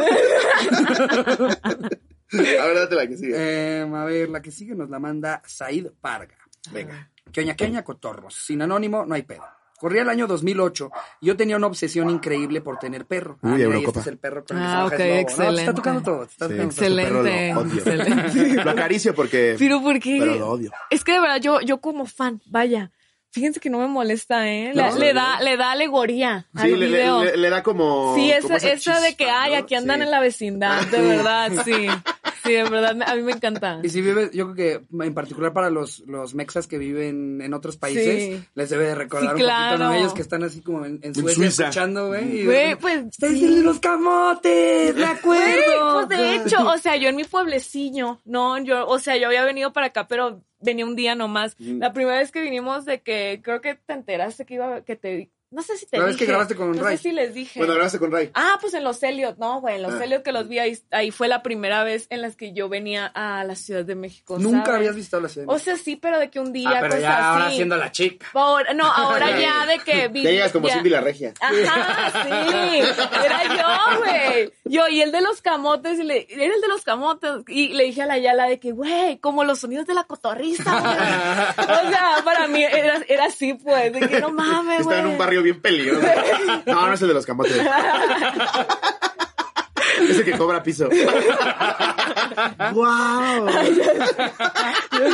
Speaker 2: Ahora date la que sigue.
Speaker 1: Eh, a ver, la que sigue nos la manda Said Parga.
Speaker 2: Venga.
Speaker 1: Queña, queña, cotorros. Sin anónimo, no hay pedo. Corría el año 2008 y yo tenía una obsesión increíble por tener perro.
Speaker 2: Uy,
Speaker 1: Ah, mira, y
Speaker 2: Eurocopa.
Speaker 1: este es el perro con el que
Speaker 3: Ah,
Speaker 1: trabaja
Speaker 3: ok,
Speaker 1: Slobo, ¿no? Te está
Speaker 3: excelente.
Speaker 1: tocando todo. te está
Speaker 2: Sí,
Speaker 1: tocando todo.
Speaker 3: excelente.
Speaker 2: Pero lo odio.
Speaker 3: excelente.
Speaker 2: Lo acaricio porque...
Speaker 3: Pero pues, porque.
Speaker 2: Pero lo odio.
Speaker 3: Es que de verdad, yo, yo como fan, vaya. Fíjense que no me molesta, ¿eh? Le,
Speaker 2: No,
Speaker 3: le
Speaker 2: no.
Speaker 3: da, le da alegoría al
Speaker 2: Sí, le, le-
Speaker 3: video.
Speaker 2: le- le da como...
Speaker 3: sí,
Speaker 2: como
Speaker 3: esa,
Speaker 2: esa
Speaker 3: esa de
Speaker 2: chispa,
Speaker 3: que, ay,
Speaker 2: ¿no?
Speaker 3: aquí andan
Speaker 2: Sí.
Speaker 3: en la vecindad, de verdad, sí. Sí, de verdad, me- a mí me encanta.
Speaker 1: Y si vives, yo creo que en particular para los, los mexas que viven en otros países,
Speaker 3: Sí.
Speaker 1: les debe de recordar
Speaker 3: Sí,
Speaker 1: un poquito, ¿no?
Speaker 3: claro.
Speaker 1: Ellos que están así como en, en Suecia
Speaker 2: Suiza.
Speaker 1: escuchando, güey. y de
Speaker 3: Güey,
Speaker 1: repente,
Speaker 3: pues.
Speaker 1: ¡Está
Speaker 3: sí.
Speaker 1: diciendo los camotes! ¡Me
Speaker 3: Güey,
Speaker 1: acuerdo!
Speaker 3: pues de hecho, o sea, yo en mi pueblecillo, no, yo, o sea, yo había venido para acá, pero venía un día nomás.
Speaker 1: Mm.
Speaker 3: La primera vez que vinimos de que, creo que te enteraste que iba, que te, no sé si te
Speaker 1: La
Speaker 3: dije.
Speaker 1: vez que grabaste con
Speaker 3: No
Speaker 1: Ray.
Speaker 3: sé si les dije.
Speaker 2: Bueno, hablaste con Ray.
Speaker 3: Ah, pues en los Elliot, no, güey, en los
Speaker 2: Ah.
Speaker 3: Elliot que los vi ahí, ahí fue la primera vez en las que yo venía a la Ciudad de México.
Speaker 1: Nunca
Speaker 3: ¿sabes?
Speaker 1: habías visto la serie.
Speaker 3: O sea, sí, pero de que un día,
Speaker 1: ah, pero
Speaker 3: cosas
Speaker 1: ya ahora
Speaker 3: así.
Speaker 1: siendo la chica.
Speaker 3: Ahora- no, ahora ya de que vi.
Speaker 2: Ya llegas como
Speaker 3: ya-
Speaker 2: Cindy la regia.
Speaker 3: Ajá, sí. Era yo, güey. Yo, y el de los camotes, y le, era el de los camotes. Y le dije a la Yala de que, güey, como los sonidos de la cotorriza, güey. O sea, para mí era, era así, pues, de que no mames,
Speaker 2: Está
Speaker 3: güey.
Speaker 2: en un barrio bien peligroso. No, no es el de los camotes. Ese que cobra piso. ¡Wow!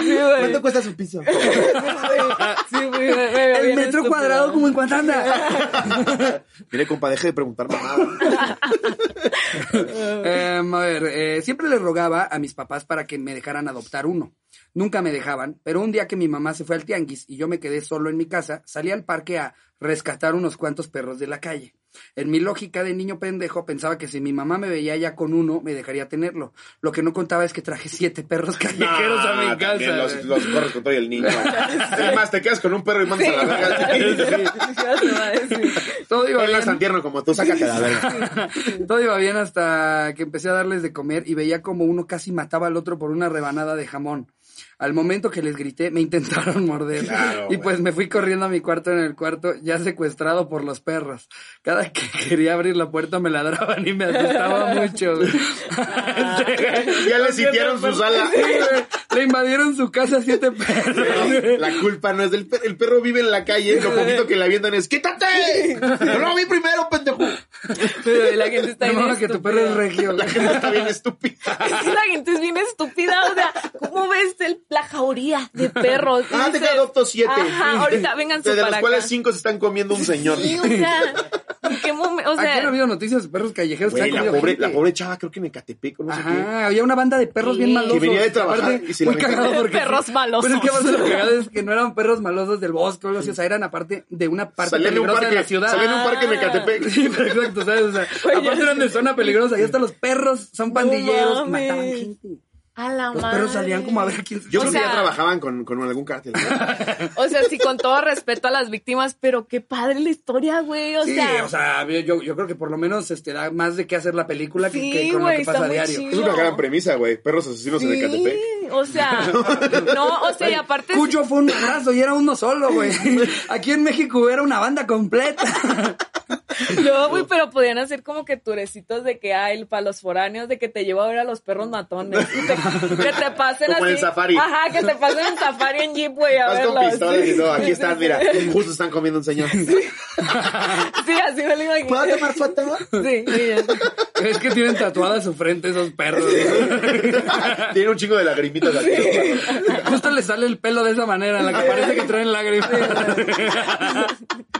Speaker 3: Sí, güey.
Speaker 2: cuesta su piso?
Speaker 3: Sí, güey, me- me veía
Speaker 1: El
Speaker 3: bien
Speaker 1: metro
Speaker 3: estúpida.
Speaker 1: cuadrado como en cuánto anda.
Speaker 2: Mire, compa, deje de preguntar mamada.
Speaker 1: Em, a ver, eh, siempre le rogaba a mis papás para que me dejaran adoptar uno. Nunca me dejaban, pero un día que mi mamá se fue al tianguis y yo me quedé solo en mi casa, salí al parque a rescatar unos cuantos perros de la calle. En mi lógica de niño pendejo pensaba que si mi mamá me veía ya con uno, me dejaría tenerlo. Lo que no contaba es que traje siete perros callejeros a mi
Speaker 2: Ah, también
Speaker 1: casa.
Speaker 2: Los,
Speaker 1: güey.
Speaker 2: los corres con todo y el niño. es más, te quedas con un perro y mandas a la verga.
Speaker 1: Todo iba
Speaker 2: No eres
Speaker 1: bien.
Speaker 2: tan tierno como tú, sácate a la verga.
Speaker 1: Todo iba bien hasta que empecé a darles de comer y veía como uno casi mataba al otro por una rebanada de jamón. Al momento que les grité, me intentaron morder.
Speaker 2: Claro,
Speaker 1: y
Speaker 2: güey.
Speaker 1: pues me fui corriendo a mi cuarto en el cuarto, ya secuestrado por los perros. Cada que quería abrir la puerta me ladraban y me asustaba mucho. güey.
Speaker 2: Ya le sintieron sus alas.
Speaker 1: Sí, güey. Le invadieron su casa siete perros. güey.
Speaker 2: La culpa no es del perro. El perro vive en la calle. Lo poquito que le avientan es ¡Quítate! ¡Yo lo vi primero, pendejo!
Speaker 3: Pero la gente está
Speaker 1: No,
Speaker 3: bien
Speaker 1: mames, que tu perro es
Speaker 3: estúpida.
Speaker 1: regio.
Speaker 2: La gente está bien estúpida.
Speaker 3: Es que la gente es bien estúpida, o sea, ¿cómo ves el, la jauría de perros? Y
Speaker 2: Ah, te
Speaker 3: dices,
Speaker 2: adopto siete.
Speaker 3: Ajá, ahorita vénganse
Speaker 2: De de los
Speaker 3: para
Speaker 2: cuales
Speaker 3: acá.
Speaker 2: cinco se están comiendo un señor.
Speaker 3: Sí, o sea, ¿en qué momento? O
Speaker 1: Aquí
Speaker 3: sea,
Speaker 1: han habido noticias de perros callejeros. que
Speaker 2: Güey,
Speaker 1: han
Speaker 2: la
Speaker 1: comido
Speaker 2: pobre,
Speaker 1: gente.
Speaker 2: la pobre chava, creo que en Ecatepec, o no sé qué.
Speaker 1: Ajá, había una banda de perros bien
Speaker 3: Sí.
Speaker 1: malosos.
Speaker 2: Que venía de trabajar
Speaker 1: Aparte,
Speaker 2: y se
Speaker 1: muy
Speaker 2: la
Speaker 1: cagado
Speaker 2: aventaron.
Speaker 1: porque-
Speaker 3: Perros malosos.
Speaker 1: Pero es que más lo cagado es que no eran perros malosos del bosque o algo así, o sea, eran aparte de una parte
Speaker 2: Salía en un
Speaker 1: peligrosa de
Speaker 2: parque,
Speaker 1: la ciudad.
Speaker 2: salía en un parque
Speaker 3: Ah.
Speaker 2: en Ecatepec.
Speaker 1: Sí, pero exacto, ¿sabes? O sea,
Speaker 3: Oye,
Speaker 1: aparte eran de zona peligrosa, y hasta los perros son pandilleros y
Speaker 3: mames.
Speaker 1: mataban gente.
Speaker 3: a la
Speaker 1: Los
Speaker 3: madre.
Speaker 1: perros salían como a ver quién se
Speaker 2: Yo
Speaker 3: O
Speaker 2: creo que ya
Speaker 3: sea-
Speaker 2: trabajaban con, con algún cártel. ¿no?
Speaker 3: O sea, sí, con todo respeto a las víctimas, pero qué padre la historia, güey. O
Speaker 1: Sí,
Speaker 3: sea,
Speaker 1: o sea, yo, yo creo que por lo menos este, da más de qué hacer la película que,
Speaker 3: Sí,
Speaker 1: que con
Speaker 3: güey,
Speaker 1: lo que
Speaker 3: está
Speaker 1: pasa a
Speaker 3: muy
Speaker 1: diario.
Speaker 3: chido.
Speaker 2: Es una gran premisa, güey. Perros asesinos en Ecatepec.
Speaker 3: sí, o sea, no, o sea, y aparte.
Speaker 1: Cucho fue un madrazo y era uno solo, güey. Aquí en México era una banda completa.
Speaker 3: No, güey, pero podían hacer como que turecitos de que hay para los foráneos, de que te llevo a ver a los perros matones. Que te, que te pasen
Speaker 2: Como en
Speaker 3: así.
Speaker 2: el safari.
Speaker 3: Ajá, que te pasen en safari en jeep, güey, a
Speaker 2: Vas con
Speaker 3: verlos.
Speaker 2: pistolas y
Speaker 3: Sí.
Speaker 2: todo. Aquí están, mira. Justo están comiendo un señor.
Speaker 3: Sí, así me lo imaginé.
Speaker 2: tomar foto?
Speaker 3: Sí, mira.
Speaker 1: Es que tienen tatuada su frente esos perros.
Speaker 2: Tiene un chingo de lagrimitas aquí.
Speaker 1: Justo le sale el pelo de esa manera, en la que parece que traen lágrimas.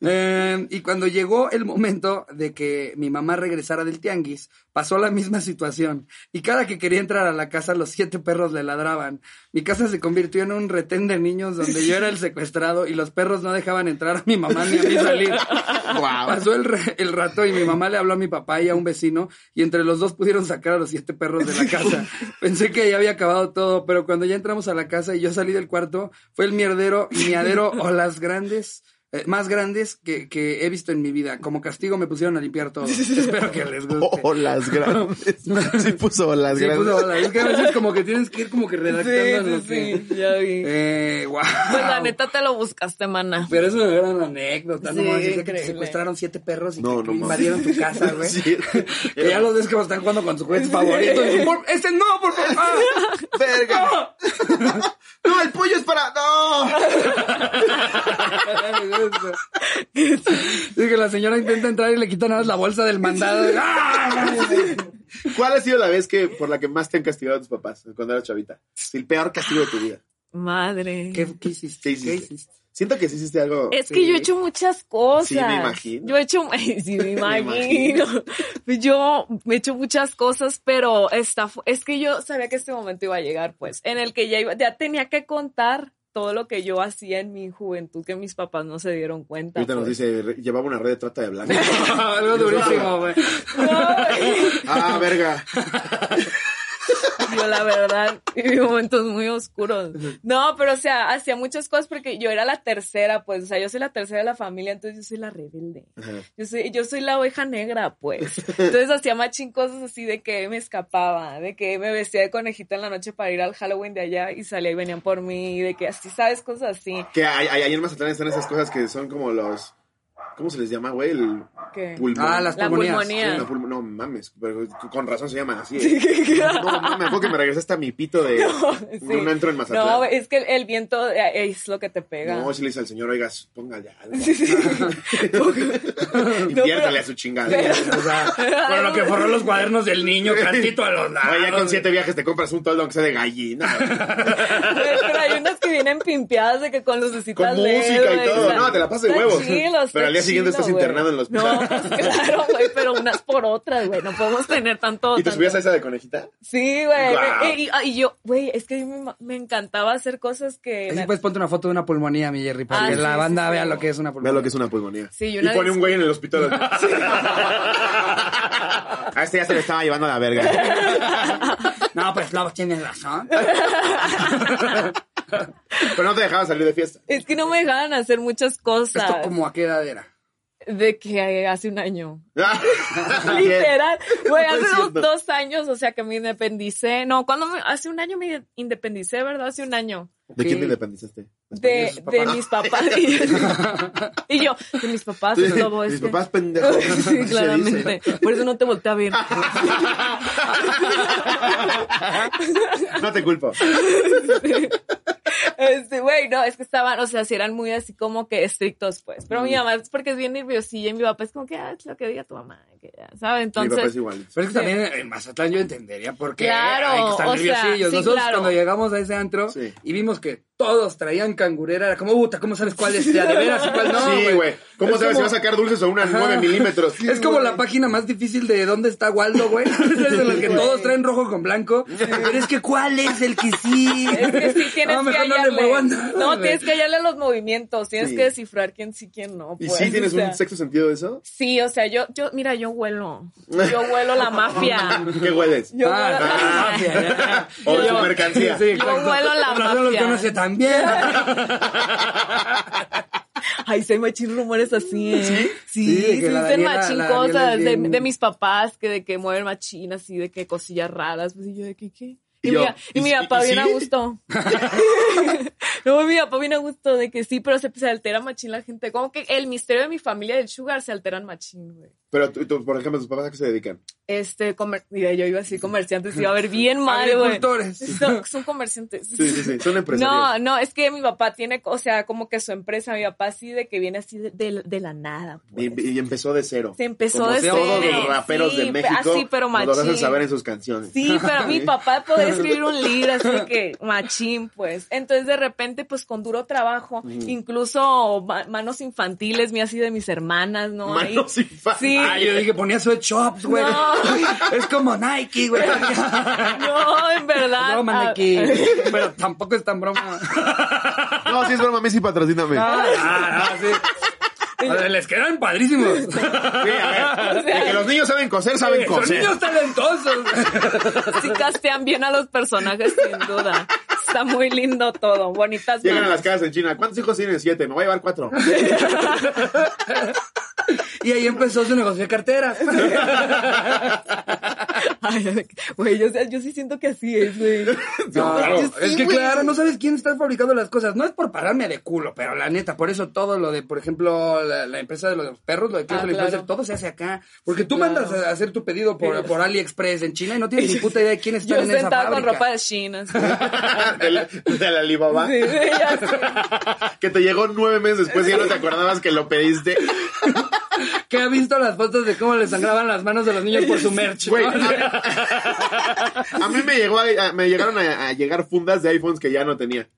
Speaker 1: Eh, y cuando llegó el momento de que mi mamá regresara del tianguis, pasó la misma situación. Y cada que quería entrar a la casa, los siete perros le ladraban. Mi casa se convirtió en un retén de niños donde yo era el secuestrado y los perros no dejaban entrar a mi mamá ni a mí salir.
Speaker 2: Wow.
Speaker 1: Pasó el, re- el rato y mi mamá le habló a mi papá y a un vecino y entre los dos pudieron sacar a los siete perros de la casa. Pensé que ya había acabado todo, pero cuando ya entramos a la casa y yo salí del cuarto, fue el mierdero y miadero o las grandes. eh, más grandes que, que he visto en mi vida. Como castigo me pusieron a limpiar todo. Espero que les guste.
Speaker 3: Oh,
Speaker 2: Olas grandes. Sí puso las
Speaker 1: Sí,
Speaker 2: grandes.
Speaker 1: puso hola. Es que a veces como que tienes que ir como que redactando. lo
Speaker 3: Sí,
Speaker 1: que-
Speaker 3: sí, sí, ya vi.
Speaker 1: Eh, wow.
Speaker 3: Pues la neta te lo buscaste, mana.
Speaker 1: Pero es una gran anécdota, no
Speaker 3: Sí,
Speaker 1: manches, de que te
Speaker 3: increíble.
Speaker 1: secuestraron siete perros y
Speaker 2: No,
Speaker 1: que
Speaker 2: no
Speaker 1: invadieron tu casa, güey.
Speaker 2: Sí.
Speaker 1: Que ya los ves que están jugando con sus juguetes favoritos. Por- Este no, por favor. Ah,
Speaker 2: Verga.
Speaker 1: no.
Speaker 2: No, el pollo es para. No.
Speaker 1: Dice que la señora intenta entrar y le quita nada más la bolsa del mandado. ¡Ah!
Speaker 2: ¿Cuál ha sido la vez que por la que más te han castigado tus papás cuando eras chavita? El peor castigo de tu vida.
Speaker 3: Madre.
Speaker 1: ¿Qué, qué hiciste?
Speaker 2: ¿Qué hiciste? Siento que sí hiciste algo.
Speaker 3: Es que yo he hecho muchas cosas.
Speaker 2: Sí, me imagino.
Speaker 3: Yo he hecho, sí, me
Speaker 2: imagino.
Speaker 3: imagino. Pues yo he hecho muchas cosas, pero esta, fu- es que yo sabía que este momento iba a llegar, pues, en el que ya, iba- ya tenía que contar todo lo que yo hacía en mi juventud que mis papás no se dieron cuenta.
Speaker 2: Ahorita nos
Speaker 3: pues.
Speaker 2: dice, re- llevaba una red de trata de blanco.
Speaker 1: Algo durísimo, güey.
Speaker 2: ah, verga.
Speaker 3: Yo la verdad viví momentos muy oscuros. No, pero o sea, hacía muchas cosas porque yo era la tercera, pues, o sea, yo soy la tercera de la familia, entonces yo soy la rebelde.
Speaker 2: Ajá.
Speaker 3: Yo soy, yo soy la oveja negra, pues. Entonces hacía machín cosas así de que me escapaba, de que me vestía de conejita en la noche para ir al Halloween de allá y salía y venían por mí, de que así, ¿sabes? Cosas así.
Speaker 2: Que hay- hay- ahí en Mazatlán están esas cosas que son como los. ¿Cómo se les llama, güey? El
Speaker 3: Que...
Speaker 2: pulmón.
Speaker 1: Ah, las
Speaker 3: La
Speaker 1: pulmonías.
Speaker 3: pulmonía.
Speaker 2: Una pulmo- No mames, pero con razón se llaman así. ¿eh? No mames, me acuerdo que me regresaste a mi pito de
Speaker 3: Sí.
Speaker 2: un antro en Mazatlán.
Speaker 3: No, es que el, el viento eh, es lo que te pega.
Speaker 2: No, si le dice al señor, oiga, póngale algo.
Speaker 3: No,
Speaker 2: Inviértale
Speaker 3: pero-
Speaker 2: a su chingada.
Speaker 1: O sea, por lo que forró los cuadernos del niño, cantito a los lados.
Speaker 2: Oye, ya con siete viajes te compras un toldo aunque sea de gallina.
Speaker 3: Pero hay unas que vienen pimpeadas de que con lucecitas
Speaker 2: Con música y todo. No, te la pasas de huevos.
Speaker 3: Sí, los
Speaker 2: Pero al al día siguiente
Speaker 3: chilo,
Speaker 2: estás
Speaker 3: güey.
Speaker 2: internado en los
Speaker 3: No, pues claro, güey, pero unas por otras, güey. No podemos tener tanto.
Speaker 2: ¿Y te
Speaker 3: tanto-
Speaker 2: subías a esa de conejita?
Speaker 3: Sí, güey.
Speaker 2: Guau.
Speaker 3: Y, y- y yo, güey, es que a mí me, ma- me encantaba hacer cosas que.
Speaker 1: Así pues ponte una foto de una pulmonía, mi Jerry, para
Speaker 3: Ah,
Speaker 1: que
Speaker 3: sí,
Speaker 1: la
Speaker 3: sí,
Speaker 1: banda
Speaker 3: sí.
Speaker 1: vea lo que es una pulmonía.
Speaker 2: Vea lo que es una pulmonía.
Speaker 3: Sí, y
Speaker 2: y
Speaker 3: una
Speaker 2: pone
Speaker 3: vez-
Speaker 2: un güey en el hospital. así. a este ya se le estaba llevando la verga.
Speaker 1: No, pues no, tienes razón.
Speaker 2: Pero no te dejaban salir de fiesta.
Speaker 3: Es que no me dejaban hacer muchas cosas.
Speaker 1: Esto como a qué edad era.
Speaker 3: De que eh, hace un año.
Speaker 2: Bien.
Speaker 3: Literal. Güey,
Speaker 2: No es
Speaker 3: hace dos,
Speaker 2: cierto.
Speaker 3: dos años, o sea, que me independicé. No, cuando me- hace un año me independicé, ¿verdad? Hace un año.
Speaker 2: ¿De quién te
Speaker 1: Ok.
Speaker 2: independizaste?
Speaker 3: De,
Speaker 1: sus
Speaker 3: de
Speaker 1: papás.
Speaker 3: mis papás. Y, y yo, de mis papás, es lobo
Speaker 2: Mis
Speaker 3: este.
Speaker 2: papás pendejos.
Speaker 3: sí, claramente. Por eso no te volteé a ver.
Speaker 2: No te culpo.
Speaker 3: Este, güey, no, es que estaban, o sea, si eran muy así como que estrictos, pues. Pero mi mamá es porque es bien nerviosilla y mi papá es como que, ah, es lo que diga tu mamá, que ya, ¿sabes?
Speaker 2: Mi papá es
Speaker 3: Entonces,
Speaker 2: igual.
Speaker 1: Pero es que también en Mazatlán yo entendería porque
Speaker 3: Claro,
Speaker 1: hay que estar
Speaker 3: o sea,
Speaker 1: nerviosillos.
Speaker 3: sí,
Speaker 1: Nosotros
Speaker 3: claro.
Speaker 1: cuando llegamos a ese antro
Speaker 2: Sí.
Speaker 1: y vimos que todos traían cangurera, era como, puta, ¿cómo sabes cuál es? ¿De a de veras y cuál no?
Speaker 2: sí, güey. ¿Cómo
Speaker 1: Es
Speaker 2: sabes
Speaker 1: como-
Speaker 2: si va a sacar dulces o una
Speaker 1: Ajá.
Speaker 2: 9 milímetros?
Speaker 1: es como la página más difícil de dónde está Waldo, güey. es de los que todos traen rojo con blanco. Pero es que ¿cuál es el que sí?
Speaker 3: es que sí tienes
Speaker 1: no,
Speaker 3: que
Speaker 1: mejor no le
Speaker 3: hallarle.
Speaker 1: muevo
Speaker 3: No,
Speaker 1: nada, güey.
Speaker 3: tienes que hallarle los movimientos, tienes
Speaker 2: Sí.
Speaker 3: que descifrar quién sí, quién no.
Speaker 2: ¿Y
Speaker 3: pues,
Speaker 2: sí tienes
Speaker 3: o sea.
Speaker 2: un sexto sentido de eso?
Speaker 3: Sí, o sea, yo, yo, mira, yo huelo. Yo huelo la mafia.
Speaker 2: ¿Qué hueles?
Speaker 3: Yo
Speaker 1: Ah,
Speaker 3: huelo
Speaker 1: la
Speaker 3: la
Speaker 1: mafia, ya.
Speaker 2: O
Speaker 3: Yo-
Speaker 2: su mercancía.
Speaker 1: Sí,
Speaker 2: Sí.
Speaker 1: exacto.
Speaker 3: Yo vuelo la
Speaker 1: Por razón los
Speaker 3: mafia.
Speaker 1: conoce también.
Speaker 3: Ay, se machín rumores así, ¿eh? Sí,
Speaker 1: Sí,
Speaker 3: sí,
Speaker 1: de que
Speaker 3: se
Speaker 1: la
Speaker 3: dicen
Speaker 1: Daniela-
Speaker 3: machín
Speaker 1: la Daniela
Speaker 3: cosas
Speaker 1: es
Speaker 3: de,
Speaker 1: bien-
Speaker 3: de mis papás, que de que mueven machín así, de que cosillas raras, pues y yo de que, ¿qué? Y,
Speaker 2: Y yo,
Speaker 3: mi, y
Speaker 2: ¿y
Speaker 3: mi
Speaker 2: sí-
Speaker 3: papá
Speaker 2: y
Speaker 3: bien a
Speaker 2: sí?
Speaker 3: gusto. no, mi papá bien a gusto de que sí, pero se, se altera machín la gente. Como que el misterio de mi familia del sugar se alteran machín, güey.
Speaker 2: Pero tú, tú, por ejemplo, tus papás a qué se dedican?
Speaker 3: Este, comer- mira, yo iba así, comerciantes, iba a ver bien mal, güey.
Speaker 1: Agricultores.
Speaker 3: Son, son comerciantes.
Speaker 2: Sí, sí, sí. Son empresarios.
Speaker 3: No, no, es que mi papá tiene, o sea, como que su empresa, mi papá sí de que viene así de, de- de la nada. pues.
Speaker 2: Y, y empezó de cero.
Speaker 3: Se empezó
Speaker 2: Como
Speaker 3: de
Speaker 2: Todos
Speaker 1: cero.
Speaker 2: los raperos
Speaker 3: Sí,
Speaker 2: de
Speaker 3: pe-
Speaker 2: México
Speaker 3: así, pero
Speaker 2: nos lo hacen
Speaker 3: machín.
Speaker 2: saber en sus canciones.
Speaker 3: Sí, pero mi papá podía escribir un libro, así que machín, pues. Entonces, de repente, pues con duro trabajo, incluso ma- manos infantiles, mi así de mis hermanas, ¿no?
Speaker 2: Manos
Speaker 3: Ahí.
Speaker 2: infantiles.
Speaker 3: Sí.
Speaker 1: Ah, yo dije, ponía sweatshops, güey.
Speaker 3: No.
Speaker 1: Es como Nike, güey.
Speaker 3: No, en verdad.
Speaker 1: Broma,
Speaker 3: ah,
Speaker 1: Nike. Pero tampoco es tan broma.
Speaker 2: No, sí es broma, a mí sí patrocíname.
Speaker 1: Ah, ah, ah, sí. O sea, les quedan padrísimos.
Speaker 2: Sí, a ver,
Speaker 3: O sea-
Speaker 2: de que los niños saben coser, saben
Speaker 1: Son
Speaker 2: coser.
Speaker 1: niños talentosos.
Speaker 3: Sí castean bien a los personajes, sin duda. Está muy lindo todo. Bonitas
Speaker 2: Llegan a
Speaker 3: manos.
Speaker 2: las casas en China. ¿Cuántos hijos tienen? Siete. Me voy a llevar cuatro.
Speaker 1: Y ahí empezó su negocio de carteras.
Speaker 3: Ay, güey, yo, yo sí siento que así es, güey.
Speaker 1: No,
Speaker 2: claro.
Speaker 1: es que- es que claro, no sabes quién está fabricando las cosas. No es por pararme de culo, pero la neta, por eso todo lo de, por ejemplo, la, la empresa de los perros, lo de que
Speaker 3: Ah,
Speaker 1: es el
Speaker 3: claro.
Speaker 1: influencer, todo se hace acá. Porque tú
Speaker 3: claro.
Speaker 1: mandas a hacer tu pedido por, por AliExpress en China y no tienes ni puta idea de quién está
Speaker 3: Yo
Speaker 1: en esa
Speaker 3: sentada con
Speaker 1: fábrica.
Speaker 3: ropa de China. así.
Speaker 2: De la, de la Alibaba.
Speaker 3: Sí, sí, ya sé.
Speaker 2: Que te llegó nueve meses después y ya no te acordabas que lo pediste.
Speaker 1: Que ha visto las fotos de cómo les sangraban las manos de los niños por su merch.
Speaker 2: Güey,
Speaker 1: ¿no?
Speaker 2: A mí me, llegó a- a- me llegaron a, a llegar fundas de iPhones que ya no tenía.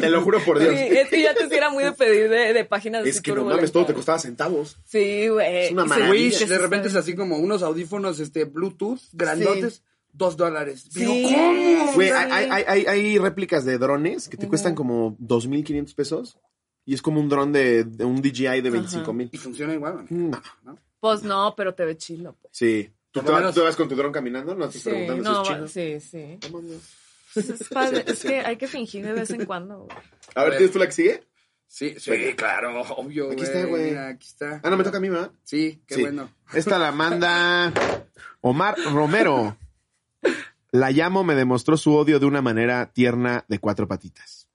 Speaker 2: Te lo juro por
Speaker 3: Sí,
Speaker 2: Dios.
Speaker 3: es que ya te hiciera muy de pedir de, de páginas
Speaker 2: Es
Speaker 3: así
Speaker 2: que no mames,
Speaker 3: turbulentas.
Speaker 2: todo te costaba centavos.
Speaker 3: Sí, güey.
Speaker 2: Es una
Speaker 3: Y se-
Speaker 2: maravilla.
Speaker 1: Wish,
Speaker 3: se-
Speaker 1: de repente es así como unos audífonos este Bluetooth grandotes, dos dólares. Pero,
Speaker 3: Sí.
Speaker 1: ¿cómo?
Speaker 2: Güey,
Speaker 3: Sí.
Speaker 2: hay, hay- hay- hay réplicas de drones que te cuestan como 2.500 pesos y es como un dron de, de un DJI de 25.000.
Speaker 1: Y funciona igual, ¿no?
Speaker 2: No,
Speaker 3: Pues no, pero te ve chilo. pues.
Speaker 2: sí. ¿Tú
Speaker 1: Por
Speaker 2: te,
Speaker 1: lo
Speaker 2: vas-
Speaker 1: menos-
Speaker 2: tú vas con tu dron caminando? No te
Speaker 3: Sí,
Speaker 2: preguntan
Speaker 3: no,
Speaker 2: si es chino.
Speaker 3: sí, sí.
Speaker 2: No mames.
Speaker 3: Pues Es, padre, es que hay que fingir de vez en cuando. güey.
Speaker 2: A ver, ¿tienes tú la que sigue?
Speaker 1: Sí, sí, claro, obvio,
Speaker 2: Aquí
Speaker 1: güey.
Speaker 2: está, güey.
Speaker 1: Mira, aquí está.
Speaker 2: Ah, no, me toca a mí, ¿verdad?
Speaker 1: Sí, qué
Speaker 2: Sí.
Speaker 1: bueno.
Speaker 2: Esta la manda Omar Romero. La llamo me demostró su odio de una manera tierna de cuatro patitas.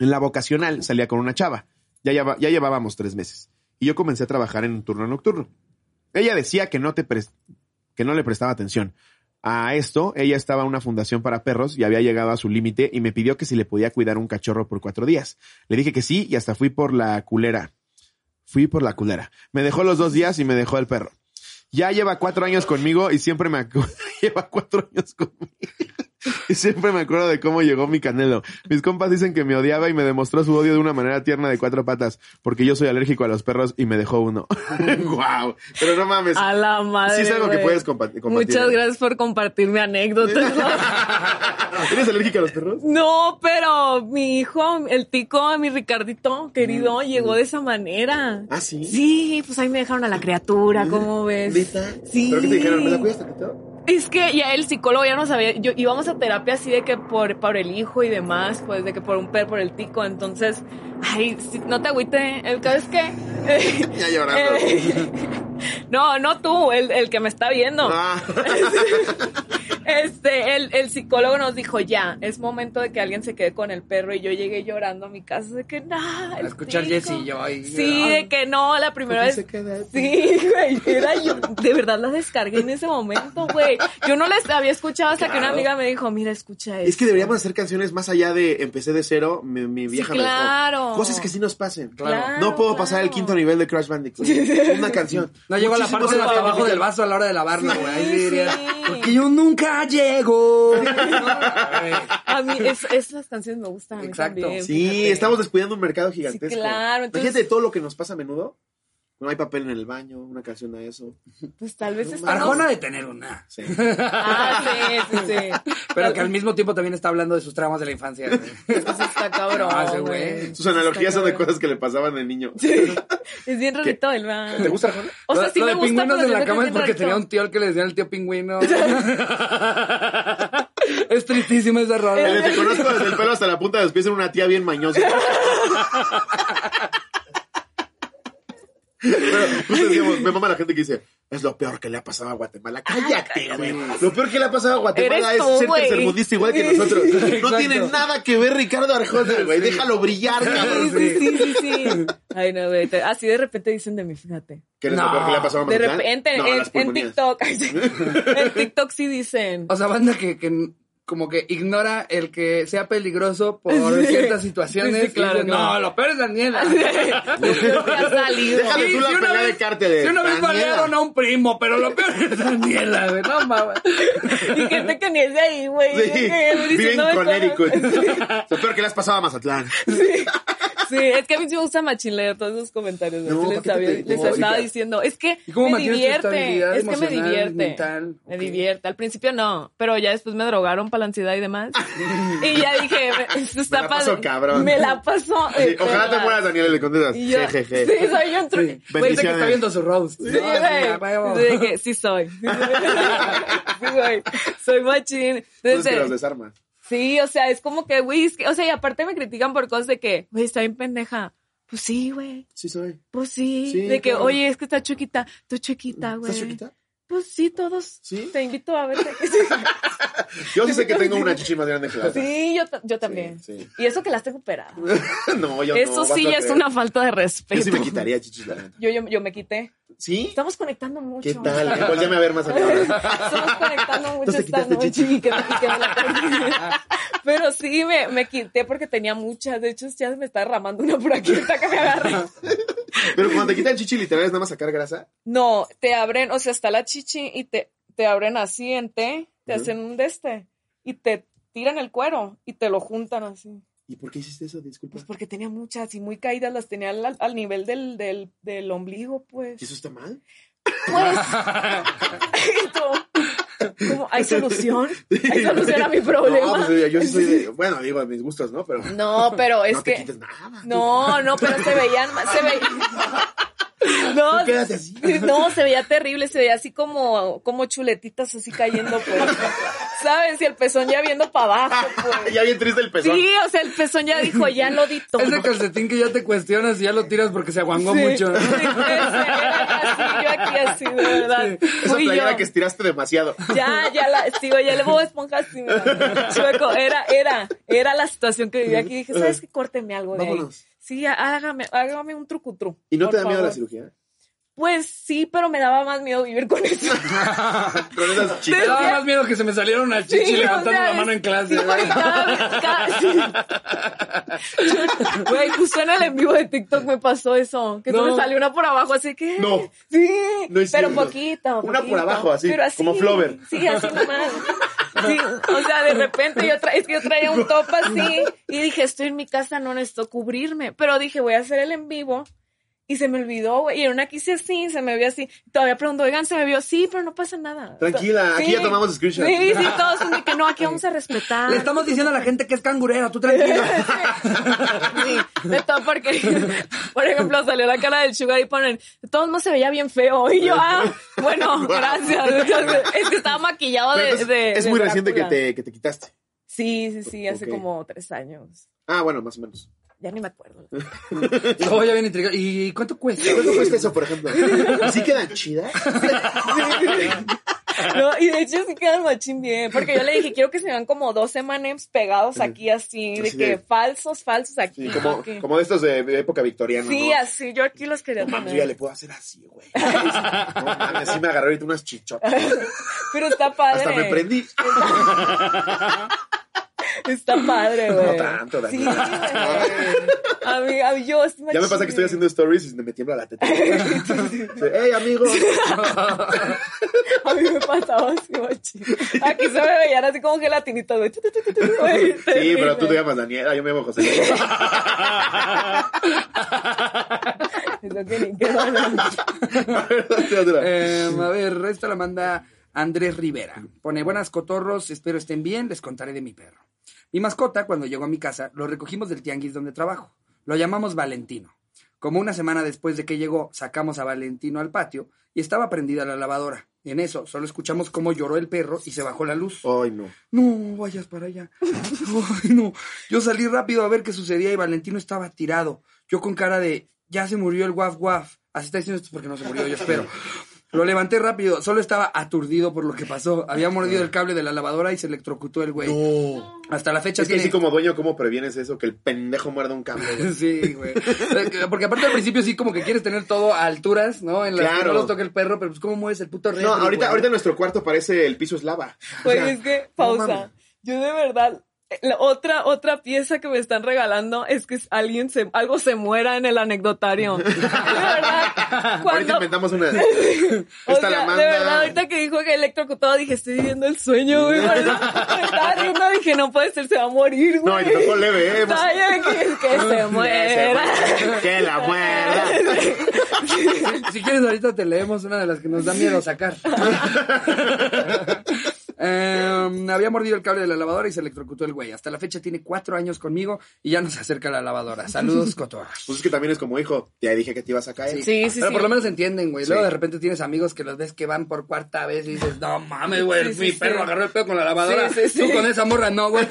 Speaker 2: En la vocacional salía con una chava. Ya, lleva- ya llevábamos tres meses. Y yo comencé a trabajar en un turno nocturno. Ella decía que no, te pres- que no le prestaba atención. A esto, ella estaba en una fundación para perros y había llegado a su límite y me pidió que si le podía cuidar un cachorro por cuatro días. Le dije que sí y hasta fui por la culera. Fui por la culera. Me dejó los dos días y me dejó el perro. Ya lleva cuatro años conmigo y siempre me acu- lleva cuatro años conmigo. Y siempre me acuerdo de cómo llegó mi canelo. Mis compas dicen que me odiaba y me demostró su odio de una manera tierna de cuatro patas, porque yo soy alérgico a los perros y me dejó uno. wow. Pero no mames.
Speaker 3: A la madre.
Speaker 2: Sí es algo que
Speaker 3: güey.
Speaker 2: puedes compa- compartir. ¿eh?
Speaker 3: Muchas gracias por compartir mi anécdota.
Speaker 2: ¿Eres alérgico a los perros?
Speaker 3: No, pero mi hijo, el tico, mi Ricardito querido, llegó de esa manera.
Speaker 2: ¿Ah, sí?
Speaker 3: Sí, pues ahí me dejaron a la criatura, ¿cómo ves? Sí.
Speaker 2: ¿Pero qué te dijeron? ¿Me la cuidas tantito?
Speaker 3: Es que ya el psicólogo ya no sabía, yo íbamos a terapia así de que por, por el hijo y demás, pues de que por un perro, por el tico, entonces, ay, sí, no te agüite, el caso es que...
Speaker 2: Ya llorando.
Speaker 3: Eh, no, no tú, el, el que me está viendo.
Speaker 2: Ah.
Speaker 3: Este, el, el psicólogo nos dijo, ya, es momento de que alguien se quede con el perro. Y yo llegué llorando a mi casa de que nada.
Speaker 1: A escuchar Jessy y yo ahí.
Speaker 3: Sí,
Speaker 1: Ay.
Speaker 3: de que no, la primera
Speaker 2: ¿Por qué
Speaker 3: vez.
Speaker 2: se queda el
Speaker 3: Sí, güey, era yo. De verdad la descargué en ese momento, güey. Yo no les había escuchado hasta que una amiga me dijo, mira, escucha
Speaker 2: Es
Speaker 3: esto.
Speaker 2: que deberíamos hacer canciones más allá de empecé de cero, mi, mi vieja me dejó.
Speaker 3: claro.
Speaker 2: Cosas que sí nos pasen.
Speaker 3: Claro,
Speaker 2: no puedo
Speaker 3: claro.
Speaker 2: pasar el quinto nivel de Crash Bandicoot. Una canción.
Speaker 1: No llegó a la
Speaker 2: Muchísimo
Speaker 1: parte de hasta
Speaker 2: trabajo.
Speaker 1: abajo del vaso a la hora de lavarla, güey. Ahí sí
Speaker 3: Sí,
Speaker 1: diría,
Speaker 3: sí.
Speaker 1: Porque yo nunca llego. No,
Speaker 3: A mí, es, esas canciones me gustan. a mí
Speaker 1: Exacto.
Speaker 3: también,
Speaker 2: Sí,
Speaker 3: fíjate.
Speaker 2: estamos descuidando un mercado gigantesco.
Speaker 3: claro, entonces-
Speaker 2: Imagínate todo lo que nos pasa a menudo. No hay papel en el baño, una canción a eso.
Speaker 3: Pues tal vez estamos...
Speaker 1: Arjona de tener una.
Speaker 2: Sí.
Speaker 3: Ah, sí, sí, sí.
Speaker 1: Pero que al mismo tiempo también está hablando de sus traumas de la infancia. güey.
Speaker 3: Eso sí pues, está cabrón,
Speaker 1: No, ese Ah, güey.
Speaker 3: güey.
Speaker 2: Sus analogías
Speaker 3: Está
Speaker 2: son de
Speaker 3: cabrón.
Speaker 2: cosas que le pasaban de niño.
Speaker 3: Es bien rarito el man.
Speaker 2: ¿Te gusta Arjona?
Speaker 3: O sea,
Speaker 1: Lo-
Speaker 3: sí
Speaker 1: lo
Speaker 3: me
Speaker 1: de
Speaker 3: gusta,
Speaker 1: pingüinos
Speaker 3: pero
Speaker 1: en
Speaker 3: se me
Speaker 1: la
Speaker 3: hace
Speaker 1: cama es
Speaker 3: bien
Speaker 1: porque
Speaker 3: rarito.
Speaker 1: tenía un tío al que le decían el tío pingüino. es tristísima esa
Speaker 2: El de
Speaker 1: rola.
Speaker 2: te conozco desde el pelo hasta la punta de los pies era una tía bien mañosa. Pero justo decíamos, me mama la gente que dice, es lo peor que le ha pasado a Guatemala. Cállate, güey. Lo peor que le ha pasado a Guatemala
Speaker 3: Eres
Speaker 2: es
Speaker 3: tú,
Speaker 2: ser
Speaker 3: güey.
Speaker 2: tercermundista igual que nosotros. No
Speaker 1: Exacto.
Speaker 2: tiene nada que ver Ricardo Arjona, güey. Déjalo brillar,
Speaker 3: Sí,
Speaker 2: cabrón.
Speaker 3: sí, sí, sí, sí. Ay, no, güey. te- Así de repente dicen de mí, fíjate.
Speaker 2: ¿Qué es lo
Speaker 1: No.
Speaker 2: peor que le ha pasado a
Speaker 3: De
Speaker 2: Mazatlán?
Speaker 3: repente,
Speaker 2: No,
Speaker 3: en,
Speaker 2: las
Speaker 3: en
Speaker 2: pulmonías.
Speaker 3: TikTok. ay, sí. En TikTok sí dicen.
Speaker 1: O sea, banda que, que como que ignora el que sea peligroso por
Speaker 3: Sí.
Speaker 1: ciertas
Speaker 3: Sí,
Speaker 1: situaciones.
Speaker 3: sí, claro,
Speaker 1: Y dice,
Speaker 3: claro.
Speaker 1: No, lo peor es Daniela.
Speaker 3: Lo que ha salido.
Speaker 2: Déjale tú la
Speaker 1: una
Speaker 2: pelea
Speaker 1: vez-
Speaker 2: de cárteles.
Speaker 1: Si una vez
Speaker 2: Daniela.
Speaker 1: balearon a un primo, pero lo peor es Daniela, güey. No mames.
Speaker 3: Y gente que ni es de ahí, güey.
Speaker 2: Sí,
Speaker 3: eh,
Speaker 2: viven
Speaker 3: diciendo
Speaker 2: en Connecticut.
Speaker 3: cosas.
Speaker 2: Lo peor que le has pasado a Mazatlán.
Speaker 3: Sí, es que a mí sí me gusta machinleer todos esos comentarios.
Speaker 2: No,
Speaker 3: ¿no? Sí les,
Speaker 2: ¿para qué
Speaker 3: sabía-
Speaker 2: te-
Speaker 3: les
Speaker 2: no,
Speaker 3: estaba
Speaker 2: ahorita-
Speaker 3: diciendo. Es que
Speaker 1: ¿Y cómo
Speaker 3: me
Speaker 1: mantienes tu estabilidad
Speaker 3: divierte. Es que me
Speaker 1: emocional,
Speaker 3: divierte.
Speaker 1: mental?
Speaker 3: Me
Speaker 1: Ok.
Speaker 3: divierte. Al principio no, pero ya después me drogaron para la ansiedad y demás. y ya dije, me- esto está
Speaker 2: la paso
Speaker 3: padre.
Speaker 2: cabrón.
Speaker 3: Me la pasó.
Speaker 2: Sí, ojalá te mueras, Daniel, le contestas.
Speaker 3: Y yo,
Speaker 2: Jejeje.
Speaker 3: sí, soy yo un truco.
Speaker 1: Sí.
Speaker 3: Güey,
Speaker 1: Dice que está viendo su roast.
Speaker 3: Sí, güey.
Speaker 1: huevo.
Speaker 3: Sí, de que sí soy. Sí, güey. Soy machín.
Speaker 2: Entonces
Speaker 3: Desde-
Speaker 2: que los desarmas.
Speaker 3: Sí, o sea, es como que, güey, es que- o sea, y aparte me critican por cosas de que, güey, está bien pendeja. Pues sí, güey.
Speaker 2: Sí soy.
Speaker 3: Pues sí.
Speaker 2: Sí,
Speaker 3: de que,
Speaker 2: claro.
Speaker 3: oye, es que está chiquita. Tú chiquita, güey.
Speaker 2: ¿Estás chiquita?
Speaker 3: Pues sí, todos.
Speaker 2: ¿Sí?
Speaker 3: Te invito a verte.
Speaker 2: Yo sí sé que tengo una chichi más grande que la otra.
Speaker 3: sí, yo, ta- yo también.
Speaker 2: sí.
Speaker 3: Y eso que las tengo operadas.
Speaker 2: No, yo no.
Speaker 3: eso
Speaker 2: vas
Speaker 3: sí
Speaker 2: a
Speaker 3: ya es
Speaker 2: creer.
Speaker 3: una falta de
Speaker 2: Yo
Speaker 3: respeto.
Speaker 2: sí me quitaría chichis, la neta.
Speaker 3: yo, yo, yo me quité.
Speaker 2: ¿Sí?
Speaker 3: Estamos conectando mucho.
Speaker 2: ¿Qué tal? Eh, Volteame a ver más a ahora.
Speaker 3: Estamos conectando mucho
Speaker 2: Entonces te
Speaker 3: esta
Speaker 2: quitaste
Speaker 3: noche
Speaker 2: chichis.
Speaker 3: y que, y que me la corté. Pero sí, me, me quité porque tenía muchas. De hecho, ya me está derramando una por aquí ahorita que me agarra.
Speaker 2: Pero cuando te quitan chichi, literal, es nada más sacar grasa.
Speaker 3: No, te abren, o sea, está la chichi y te, te abren así en T, te hacen un deste y te tiran el cuero y te lo juntan así.
Speaker 2: ¿Y por qué hiciste eso? Disculpa.
Speaker 3: Pues porque tenía muchas y muy caídas, las tenía al, al nivel del, del, del ombligo, pues.
Speaker 2: ¿Y eso está mal?
Speaker 3: Pues. y tú, ¿cómo? ¿Hay solución? ¿Hay solución a mi problema?
Speaker 2: No, pues, yo sí soy de... Bueno, digo, a mis gustos, ¿no? Pero no
Speaker 3: No, pero es
Speaker 2: te
Speaker 3: que.
Speaker 2: quites nada.
Speaker 3: No, no, pero se veían más- se veían. No,
Speaker 2: Tú quédate así.
Speaker 3: no, se veía terrible, se veía así como, como chuletitas así cayendo, pues. ¿Sabes? Y el pezón ya viendo para abajo, pues.
Speaker 2: ya bien triste el pezón.
Speaker 3: Sí, o sea, el pezón ya dijo, ya lo di todo.
Speaker 1: Ese calcetín que ya te cuestionas y ya lo tiras porque se aguangó
Speaker 3: Sí,
Speaker 1: mucho.
Speaker 3: sí, ese, era así, yo aquí así, de verdad.
Speaker 2: Esa
Speaker 3: Fui
Speaker 2: playera
Speaker 3: yo.
Speaker 2: que estiraste demasiado.
Speaker 3: Ya, ya la, sigo, ya le voy a esponja así, mira, chueco. Era, era, era la situación que vivía aquí. Dije, ¿sabes qué? Córteme algo de ahí.
Speaker 2: Vámonos.
Speaker 3: Sí, hágame, hágame un trucutru.
Speaker 2: ¿Y no
Speaker 3: por
Speaker 2: te da miedo
Speaker 3: favor.
Speaker 2: la cirugía?
Speaker 3: Pues sí, pero me daba más miedo vivir con eso.
Speaker 2: Con esas chichis.
Speaker 1: Me daba más miedo que se me salieron a chichi
Speaker 3: Sí,
Speaker 1: levantando
Speaker 3: o sea,
Speaker 1: la mano en clase.
Speaker 3: sí,
Speaker 1: güey.
Speaker 3: porque cada- cada- sí. Yo- Güey, justo en el en vivo de TikTok me pasó eso. Que
Speaker 1: No.
Speaker 3: tú me salió una por abajo, así que.
Speaker 2: No.
Speaker 3: Sí.
Speaker 2: No es
Speaker 3: pero
Speaker 2: cierto.
Speaker 3: poquito.
Speaker 2: Una por
Speaker 3: poquito.
Speaker 2: abajo, así, como Flover.
Speaker 3: Sí, así nomás. Sí, o sea, de repente yo, tra es que yo traía un top así y dije, estoy en mi casa, no necesito cubrirme. Pero dije, voy a hacer el en vivo. Y se me olvidó, güey. Y en una quise así, se me vio así. Todavía pregunto, oigan, se me vio así, pero no pasa nada.
Speaker 4: Tranquila, aquí
Speaker 3: Sí.
Speaker 4: ya tomamos screenshot.
Speaker 3: Sí, sí, todos son de que no, aquí vamos a respetar.
Speaker 1: Le estamos diciendo a la gente que es cangurera, tú tranquila.
Speaker 3: Sí, de todo porque, por ejemplo, salió la cara del Sugar y ponen, de todos modos se veía bien feo. Y yo, ah, bueno, gracias. Es que estaba maquillado
Speaker 2: Pero
Speaker 3: de.
Speaker 2: entonces,
Speaker 3: de-
Speaker 2: es
Speaker 3: de
Speaker 2: muy reciente que
Speaker 3: Drácula.
Speaker 2: te, que te quitaste.
Speaker 3: Sí, sí, sí, hace
Speaker 2: Ok.
Speaker 3: como tres años.
Speaker 2: Ah, bueno, más o menos.
Speaker 3: Ya ni me acuerdo.
Speaker 1: No, ya bien intrigado. ¿Y cuánto cuesta?
Speaker 2: ¿Cuánto cuesta este, eso, por ejemplo? ¿Sí quedan chidas?
Speaker 3: No, y de hecho sí quedan machín bien. Porque yo le dije, quiero que se vean como dos M&M's pegados aquí así, de
Speaker 2: Así
Speaker 3: que
Speaker 2: de-
Speaker 3: falsos, falsos aquí.
Speaker 2: Sí, como,
Speaker 3: aquí.
Speaker 2: como de estos de de época victoriana,
Speaker 3: Sí,
Speaker 2: ¿no?
Speaker 3: así, yo aquí los quería
Speaker 2: No mames, yo
Speaker 3: tener.
Speaker 2: ya le puedo hacer así, güey. No mames, sí me agarré ahorita unas chichotas.
Speaker 3: Pero está padre.
Speaker 2: Hasta me prendí.
Speaker 3: Está padre, güey.
Speaker 2: No tanto, Dani.
Speaker 3: Sí, güey. A mí, a mí, yo
Speaker 2: Ya me pasa que estoy haciendo stories y me tiembla la teta. ¡Ey, amigo!
Speaker 3: A mí me pasaba así, machín. Aquí se me veían así como gelatinitas, güey. Tu, tu, tu, tu, tu, güey.
Speaker 2: Sí, pero tú te
Speaker 3: Terrible.
Speaker 2: llamas Daniela, yo me llamo José.
Speaker 3: Eso que ni quedó, ¿no?
Speaker 1: Eh, a ver, esta la manda Andrés Rivera. Pone, buenas cotorros, espero estén bien, les contaré de mi perro. Mi mascota, cuando llegó a mi casa, lo recogimos del tianguis donde trabajo. Lo llamamos Valentino. Como una semana después de que llegó, sacamos a Valentino al patio y estaba prendida la lavadora. En eso, solo escuchamos cómo lloró el perro y se bajó la luz.
Speaker 2: Ay, no.
Speaker 1: No, vayas para allá. Ay, no. Yo salí rápido a ver qué sucedía y Valentino estaba tirado. Yo con cara de, ya se murió el guaf guaf. Así está diciendo esto porque no se murió, yo espero. Lo levanté rápido, solo estaba aturdido por lo que pasó. Había mordido el cable de la lavadora y se electrocutó el güey.
Speaker 2: No.
Speaker 1: Hasta la fecha
Speaker 2: Es que
Speaker 1: tiene...
Speaker 2: sí, como dueño, ¿cómo previenes eso? Que el pendejo muerda un cable. güey.
Speaker 1: Sí, güey. Porque aparte al principio sí como que quieres tener todo a alturas, ¿no? En las que
Speaker 2: Claro.
Speaker 1: no los toque el perro, pero pues cómo mueves el puto refri,
Speaker 2: No, ahorita,
Speaker 1: güey?
Speaker 2: ahorita nuestro cuarto parece el piso es lava.
Speaker 3: Güey,
Speaker 2: O sea,
Speaker 3: es que,
Speaker 1: mames.
Speaker 3: pausa. Yo de verdad, eh, la otra, otra pieza que me están regalando es que alguien se, algo se muera en el anecdotario. de verdad,
Speaker 2: Ahorita
Speaker 3: cuando,
Speaker 2: inventamos una.
Speaker 3: o
Speaker 2: Esta
Speaker 3: sea,
Speaker 2: la
Speaker 3: de verdad,
Speaker 2: manda.
Speaker 3: ahorita que dijo que electrocutado, dije, estoy viviendo el sueño, güey. Me estaba riendo, dije, no puede ser, se va a morir,
Speaker 2: No,
Speaker 3: güey.
Speaker 2: y te tocó leve, eh.
Speaker 3: Ay, ay, que, que se muera.
Speaker 2: Que la muerda.
Speaker 1: Si quieres, ahorita te leemos una de las que nos da miedo sacar. Em, había mordido el cable de la lavadora y se electrocutó el güey. Hasta la fecha tiene cuatro años conmigo y ya nos acerca la lavadora. Saludos, cotorros.
Speaker 2: Pues es que también es como hijo, te dije que te ibas a caer.
Speaker 3: Sí, sí,
Speaker 1: Pero
Speaker 3: sí.
Speaker 1: por lo menos entienden, güey. Luego
Speaker 2: Sí.
Speaker 1: de repente tienes amigos que los ves que van por cuarta vez y dices, no mames, güey,
Speaker 3: Sí, sí,
Speaker 1: mi
Speaker 3: sí.
Speaker 1: perro agarró el pedo con la lavadora.
Speaker 3: Sí, sí, sí.
Speaker 1: Tú con esa morra no, güey.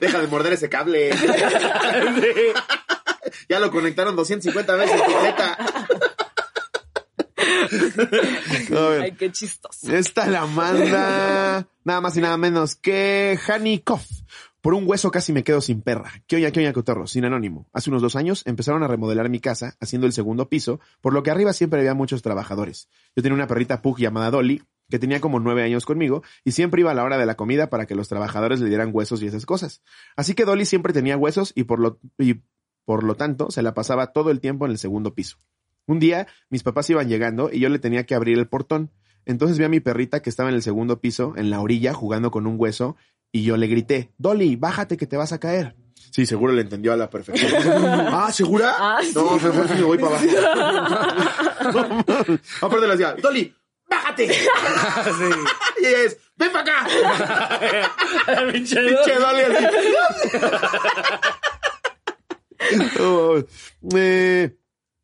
Speaker 2: Deja de morder ese cable. ya lo conectaron 250 veces, completa. A
Speaker 3: Ay,
Speaker 2: ver,
Speaker 3: qué chistoso.
Speaker 2: esta la manda nada más y nada menos que Hani Koff. Por un hueso casi me quedo sin perra. ¿Qué oña, qué oña, cotorro? Sin anónimo. Hace unos dos años empezaron a remodelar mi casa, haciendo el segundo piso, por lo que arriba siempre había muchos trabajadores. Yo tenía una perrita Pug llamada Dolly, que tenía como nueve años conmigo, y siempre iba a la hora de la comida para que los trabajadores le dieran huesos y esas cosas. Así que Dolly siempre tenía huesos y por lo, y por lo tanto se la pasaba todo el tiempo en el segundo piso. Un día mis papás iban llegando y yo le tenía que abrir el portón. Entonces vi a mi perrita que estaba en el segundo piso, en la orilla, jugando con un hueso, y yo le grité, Dolly, bájate que te vas a caer. Sí, seguro le entendió a la perfección. ah, ¿segura?
Speaker 3: Ah, sí.
Speaker 2: No, mejor sí me voy para abajo. Aparte le decía, Dolly, bájate. Y ella es, ven para acá. Pinche Dolly así. Oh, eh,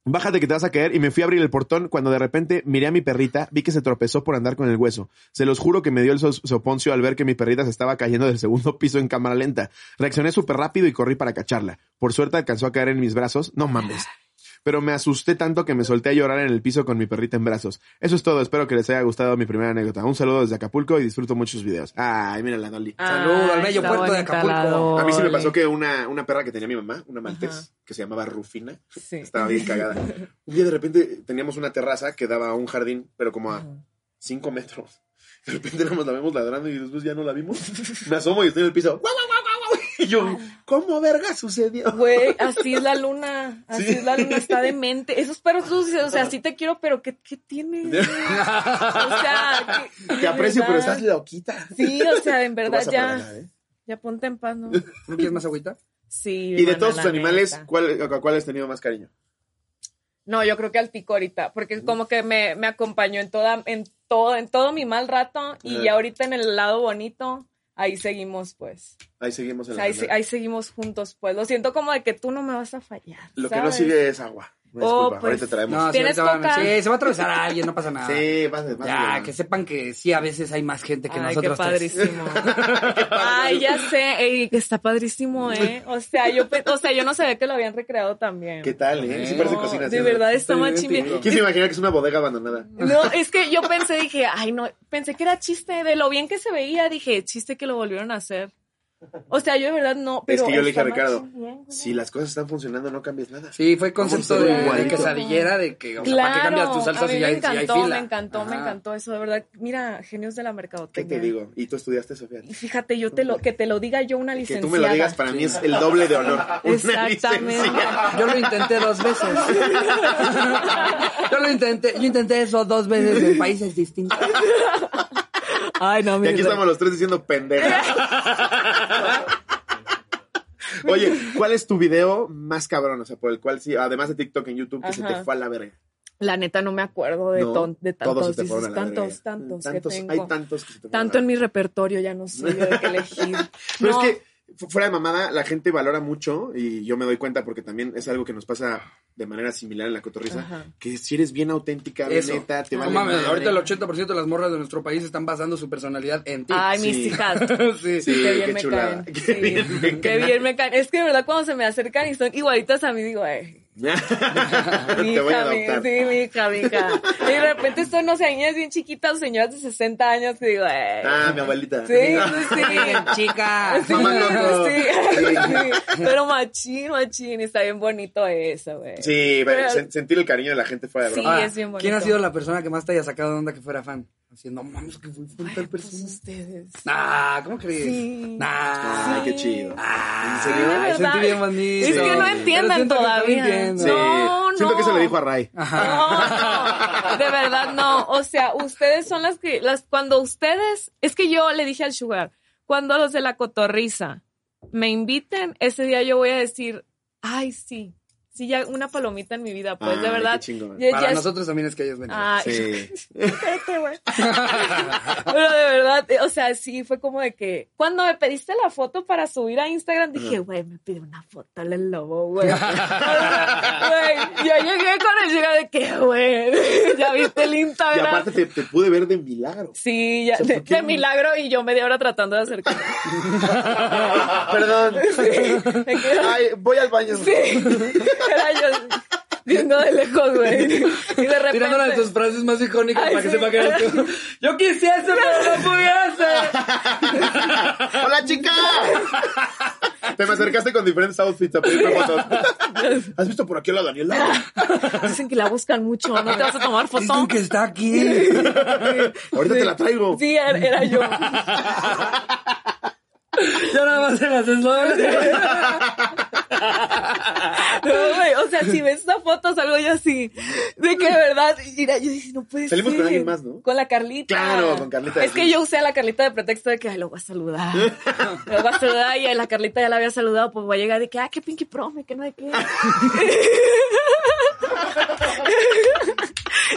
Speaker 2: Bájate que te vas a caer y me fui a abrir el portón cuando de repente miré a mi perrita, vi que se tropezó por andar con el hueso. Se los juro que me dio el so- soponcio al ver que mi perrita se estaba cayendo del segundo piso en cámara lenta. Reaccioné súper rápido y corrí para cacharla. Por suerte alcanzó a caer en mis brazos. No mames. Pero me asusté tanto que me solté a llorar en el piso con mi perrita en brazos. Eso es todo, espero que les haya gustado mi primera anécdota. Un saludo desde Acapulco y disfruto mucho sus videos. Ay, mira la Dolly.
Speaker 1: Saludos al
Speaker 3: Ay,
Speaker 1: bello
Speaker 3: está
Speaker 1: puerto de
Speaker 3: bonita
Speaker 1: Acapulco.
Speaker 3: la Dolly.
Speaker 2: A mí sí me pasó que una, una perra que tenía mi mamá, una maltés, que se llamaba Rufina,
Speaker 3: Sí.
Speaker 2: estaba bien cagada. Un día de repente teníamos una terraza que daba a un jardín, pero como a cinco metros. De repente nada más la vemos ladrando y después ya no la vimos. Me asomo y estoy en el piso. ¡Guau, guau, guau, guau, guau! Y yo, ¿cómo verga sucedió?
Speaker 3: Güey, así es la luna. Así es la luna, está demente. Esos perros, tú dices, o sea, sí te quiero, pero ¿qué, qué tiene? O sea, que-
Speaker 2: Te aprecio,
Speaker 3: de
Speaker 2: pero
Speaker 3: verdad.
Speaker 2: estás loquita.
Speaker 3: Sí, o sea, en
Speaker 2: Tú
Speaker 3: verdad
Speaker 2: vas a perdonar,
Speaker 3: ya.
Speaker 2: ¿eh?
Speaker 3: Ya ponte en paz, ¿no?
Speaker 1: ¿No quieres más agüita?
Speaker 3: Sí.
Speaker 2: Y de
Speaker 3: hermana,
Speaker 2: todos
Speaker 3: la
Speaker 2: tus animales,
Speaker 3: neta.
Speaker 2: ¿cuál, a cuál has tenido más cariño?
Speaker 3: No, yo creo que al pico ahorita, porque como que me, me acompañó en toda, en todo, en todo mi mal rato, y
Speaker 2: Ah.
Speaker 3: ya ahorita en el lado bonito, ahí seguimos, pues.
Speaker 2: Ahí seguimos
Speaker 3: O
Speaker 2: en
Speaker 3: sea,
Speaker 2: la
Speaker 3: ahí,
Speaker 2: primera.
Speaker 3: se- ahí seguimos juntos, pues. Lo siento como de que tú no me vas a fallar.
Speaker 2: Lo que
Speaker 3: ¿sabes?
Speaker 2: no sigue es agua. Una
Speaker 3: Oh,
Speaker 2: disculpa,
Speaker 3: pues.
Speaker 2: ahorita traemos.
Speaker 1: No, sí,
Speaker 3: ¿Tienes
Speaker 1: ahorita van a-
Speaker 3: coca?
Speaker 1: sí, se va a atravesar a alguien, no pasa nada.
Speaker 2: sí, vas, vas.
Speaker 1: Ya, que sepan que sí, a veces hay más gente que
Speaker 3: Ay, qué
Speaker 1: nosotros tres.
Speaker 3: padrísimo. Ay, ya sé, ey, que está padrísimo, ¿eh? O sea, yo, pe- o sea, yo no sabía que lo habían recreado también.
Speaker 2: ¿Qué tal, eh? Sí
Speaker 1: No,
Speaker 2: parece
Speaker 3: No,
Speaker 2: cocina.
Speaker 3: de
Speaker 2: sí,
Speaker 3: verdad está
Speaker 1: Sí,
Speaker 3: más
Speaker 1: sí,
Speaker 3: chimbi.
Speaker 1: sí.
Speaker 2: ¿Quién se imagina que es una bodega abandonada?
Speaker 3: No, es que yo pensé, dije, ay, no, pensé que era chiste, de lo bien que se veía, dije, chiste que lo volvieron a hacer. O sea, yo de verdad no, pero.
Speaker 2: es que yo le dije a
Speaker 3: está más
Speaker 2: Ricardo,
Speaker 3: chingón, güey.
Speaker 2: si las cosas están funcionando, no cambies nada.
Speaker 1: Sí, fue concepto
Speaker 2: Vamos a
Speaker 1: de,
Speaker 2: hacer un
Speaker 1: de
Speaker 2: guadito.
Speaker 1: quesadillera, de que, o sea, ¿para qué
Speaker 3: Claro,
Speaker 1: cambias tus
Speaker 3: a
Speaker 1: salsas si
Speaker 3: mí
Speaker 1: ya
Speaker 3: me
Speaker 1: hay, si ya hay
Speaker 3: encantó,
Speaker 1: fila?
Speaker 3: me encantó, me
Speaker 1: Ajá.
Speaker 3: encantó eso, de verdad. Mira, genios de la
Speaker 2: ¿Qué
Speaker 3: mercadotecnia.
Speaker 2: te digo? Y tú estudiaste, Sofía.
Speaker 3: Y fíjate, yo te lo, que te lo diga yo una
Speaker 2: Que
Speaker 3: licenciada.
Speaker 2: tú me lo digas, para mí es el doble de honor. Una
Speaker 3: Exactamente.
Speaker 2: licencia.
Speaker 1: Yo lo intenté dos veces. Yo lo intenté, yo intenté eso dos veces en países distintos.
Speaker 3: Ay, no,
Speaker 2: Y
Speaker 3: mira.
Speaker 2: aquí estamos los tres diciendo pendeja. Oye, ¿cuál es tu video más cabrón? O sea, por el cual sí, además de TikTok en YouTube, que se
Speaker 3: Ajá.
Speaker 2: te fue a la verga.
Speaker 3: La neta no me acuerdo de,
Speaker 2: No,
Speaker 3: ton- de
Speaker 2: todos se
Speaker 3: tantos,
Speaker 2: te fueron a la
Speaker 3: dices,
Speaker 2: verga.
Speaker 3: tantos, tantos, que tengo.
Speaker 2: Hay tantos que se te fueron
Speaker 3: Tanto
Speaker 2: a la
Speaker 3: en
Speaker 2: verga.
Speaker 3: mi repertorio, ya no sé yo de qué elegir.
Speaker 2: Pero
Speaker 3: No,
Speaker 2: es que, fu- fuera de mamada, la gente valora mucho, y yo me doy cuenta porque también es algo que nos pasa de manera similar en la cotorriza,
Speaker 3: Ajá.
Speaker 2: que si eres bien auténtica, bien
Speaker 1: Eso.
Speaker 2: neta, te
Speaker 1: No
Speaker 2: vale
Speaker 1: mames,
Speaker 2: madre.
Speaker 1: ahorita el 80% de las morras de nuestro país están basando su personalidad en ti.
Speaker 3: Ay, mis
Speaker 2: Sí.
Speaker 3: hijas.
Speaker 1: sí.
Speaker 2: Sí,
Speaker 3: qué bien
Speaker 2: qué
Speaker 3: me
Speaker 2: chulada.
Speaker 3: caen.
Speaker 2: Qué
Speaker 3: Sí,
Speaker 2: bien me
Speaker 3: qué
Speaker 2: caen.
Speaker 3: bien me caen. Es que de verdad cuando se me acercan y son igualitas a mí, digo, eh, mi
Speaker 2: te voy a
Speaker 3: hija, mi,
Speaker 2: adoptar.
Speaker 3: sí, mi hija, mi hija. Y de repente son, no sé, niñas bien chiquitas, señoras de 60 años, que digo, eh.
Speaker 2: Ah, mi abuelita.
Speaker 3: Sí, sí, sí.
Speaker 1: chica.
Speaker 3: Sí,
Speaker 2: Mamá loco.
Speaker 3: sí, sí. Pero machín, machín, está bien bonito eso, güey.
Speaker 2: Sí, pero
Speaker 3: Pero-
Speaker 2: sen- sentir el cariño de la gente fuera de broma.
Speaker 3: Sí, es bien bonito.
Speaker 1: ¿Quién ha sido la persona que más te haya sacado de onda que fuera fan? Haciendo, no mames, que fui fan tal
Speaker 3: Pues
Speaker 1: persona.
Speaker 3: ustedes.
Speaker 1: Nah, ¿cómo crees?
Speaker 3: Sí.
Speaker 1: Nah.
Speaker 2: Ay,
Speaker 3: Sí.
Speaker 2: qué chido.
Speaker 1: Ah,
Speaker 2: ¿En serio?
Speaker 3: de
Speaker 1: Ay, sentí
Speaker 3: verdad.
Speaker 1: bien bonito.
Speaker 3: Es que
Speaker 2: Pero
Speaker 3: no
Speaker 1: siento
Speaker 3: entienden
Speaker 1: que estoy
Speaker 3: todavía.
Speaker 1: mintiendo.
Speaker 2: Sí.
Speaker 3: No, no.
Speaker 2: Siento que se le dijo a Ray.
Speaker 3: No, no, de verdad no. O sea, ustedes son las que, las, cuando ustedes, es que yo le dije al Sugar, cuando los de la cotorriza me inviten, ese día yo voy a decir, ay, sí, sí, ya una palomita en mi vida, pues, de
Speaker 2: Ay,
Speaker 3: verdad.
Speaker 2: Ah, qué chingón.
Speaker 3: ya- Ah,
Speaker 1: Para
Speaker 3: ya-
Speaker 1: nosotros también es que ellos venían.
Speaker 3: Ay,
Speaker 2: Sí.
Speaker 3: Cállate, güey. Pero de verdad, eh, o sea, sí, fue como de que cuando me pediste la foto para subir a Instagram, dije, güey, me pide una foto al lobo, güey. O sea, güey, yo llegué con el llega de que, güey, ya viste el
Speaker 2: Y
Speaker 3: Instagram.
Speaker 2: aparte te, te pude ver de milagro.
Speaker 3: Sí,
Speaker 2: O
Speaker 3: ya,
Speaker 2: sea,
Speaker 3: de,
Speaker 2: ¿por qué
Speaker 3: de
Speaker 2: no?
Speaker 3: milagro y yo media hora tratando de acercarme.
Speaker 2: Perdón.
Speaker 3: Me quedé-
Speaker 2: Ay, voy al baño.
Speaker 3: Sí, era yo viendo de lejos, güey. Y de repente...
Speaker 1: Tirando una de tus frases más icónicas
Speaker 3: Ay,
Speaker 1: para que
Speaker 3: sí.
Speaker 1: sepa que eres tú. Yo quisiese, pero no pudiese.
Speaker 2: ¡Hola, chica! Te me acercaste con diferentes outfits a pedirme fotos. ¿Has visto por aquí a la Daniela?
Speaker 3: Dicen que la buscan mucho, no te vas a tomar foto.
Speaker 1: Dicen que está aquí.
Speaker 2: Ahorita te la traigo.
Speaker 3: Sí, era, era yo.
Speaker 1: Yo nada más en ascensor.
Speaker 3: No, güey, o sea, si ves esa foto, salgo yo así. De que de verdad, mira, yo dije, no puede
Speaker 2: Salimos
Speaker 3: ser.
Speaker 2: con alguien más, ¿no?
Speaker 3: Con la Carlita.
Speaker 2: Claro, con Carlita.
Speaker 3: Es que yo usé a la Carlita de pretexto de que ay, lo voy a saludar. Lo voy a saludar y a la Carlita ya la había saludado, pues voy a llegar de que, ah, qué pinky prome, que no de qué.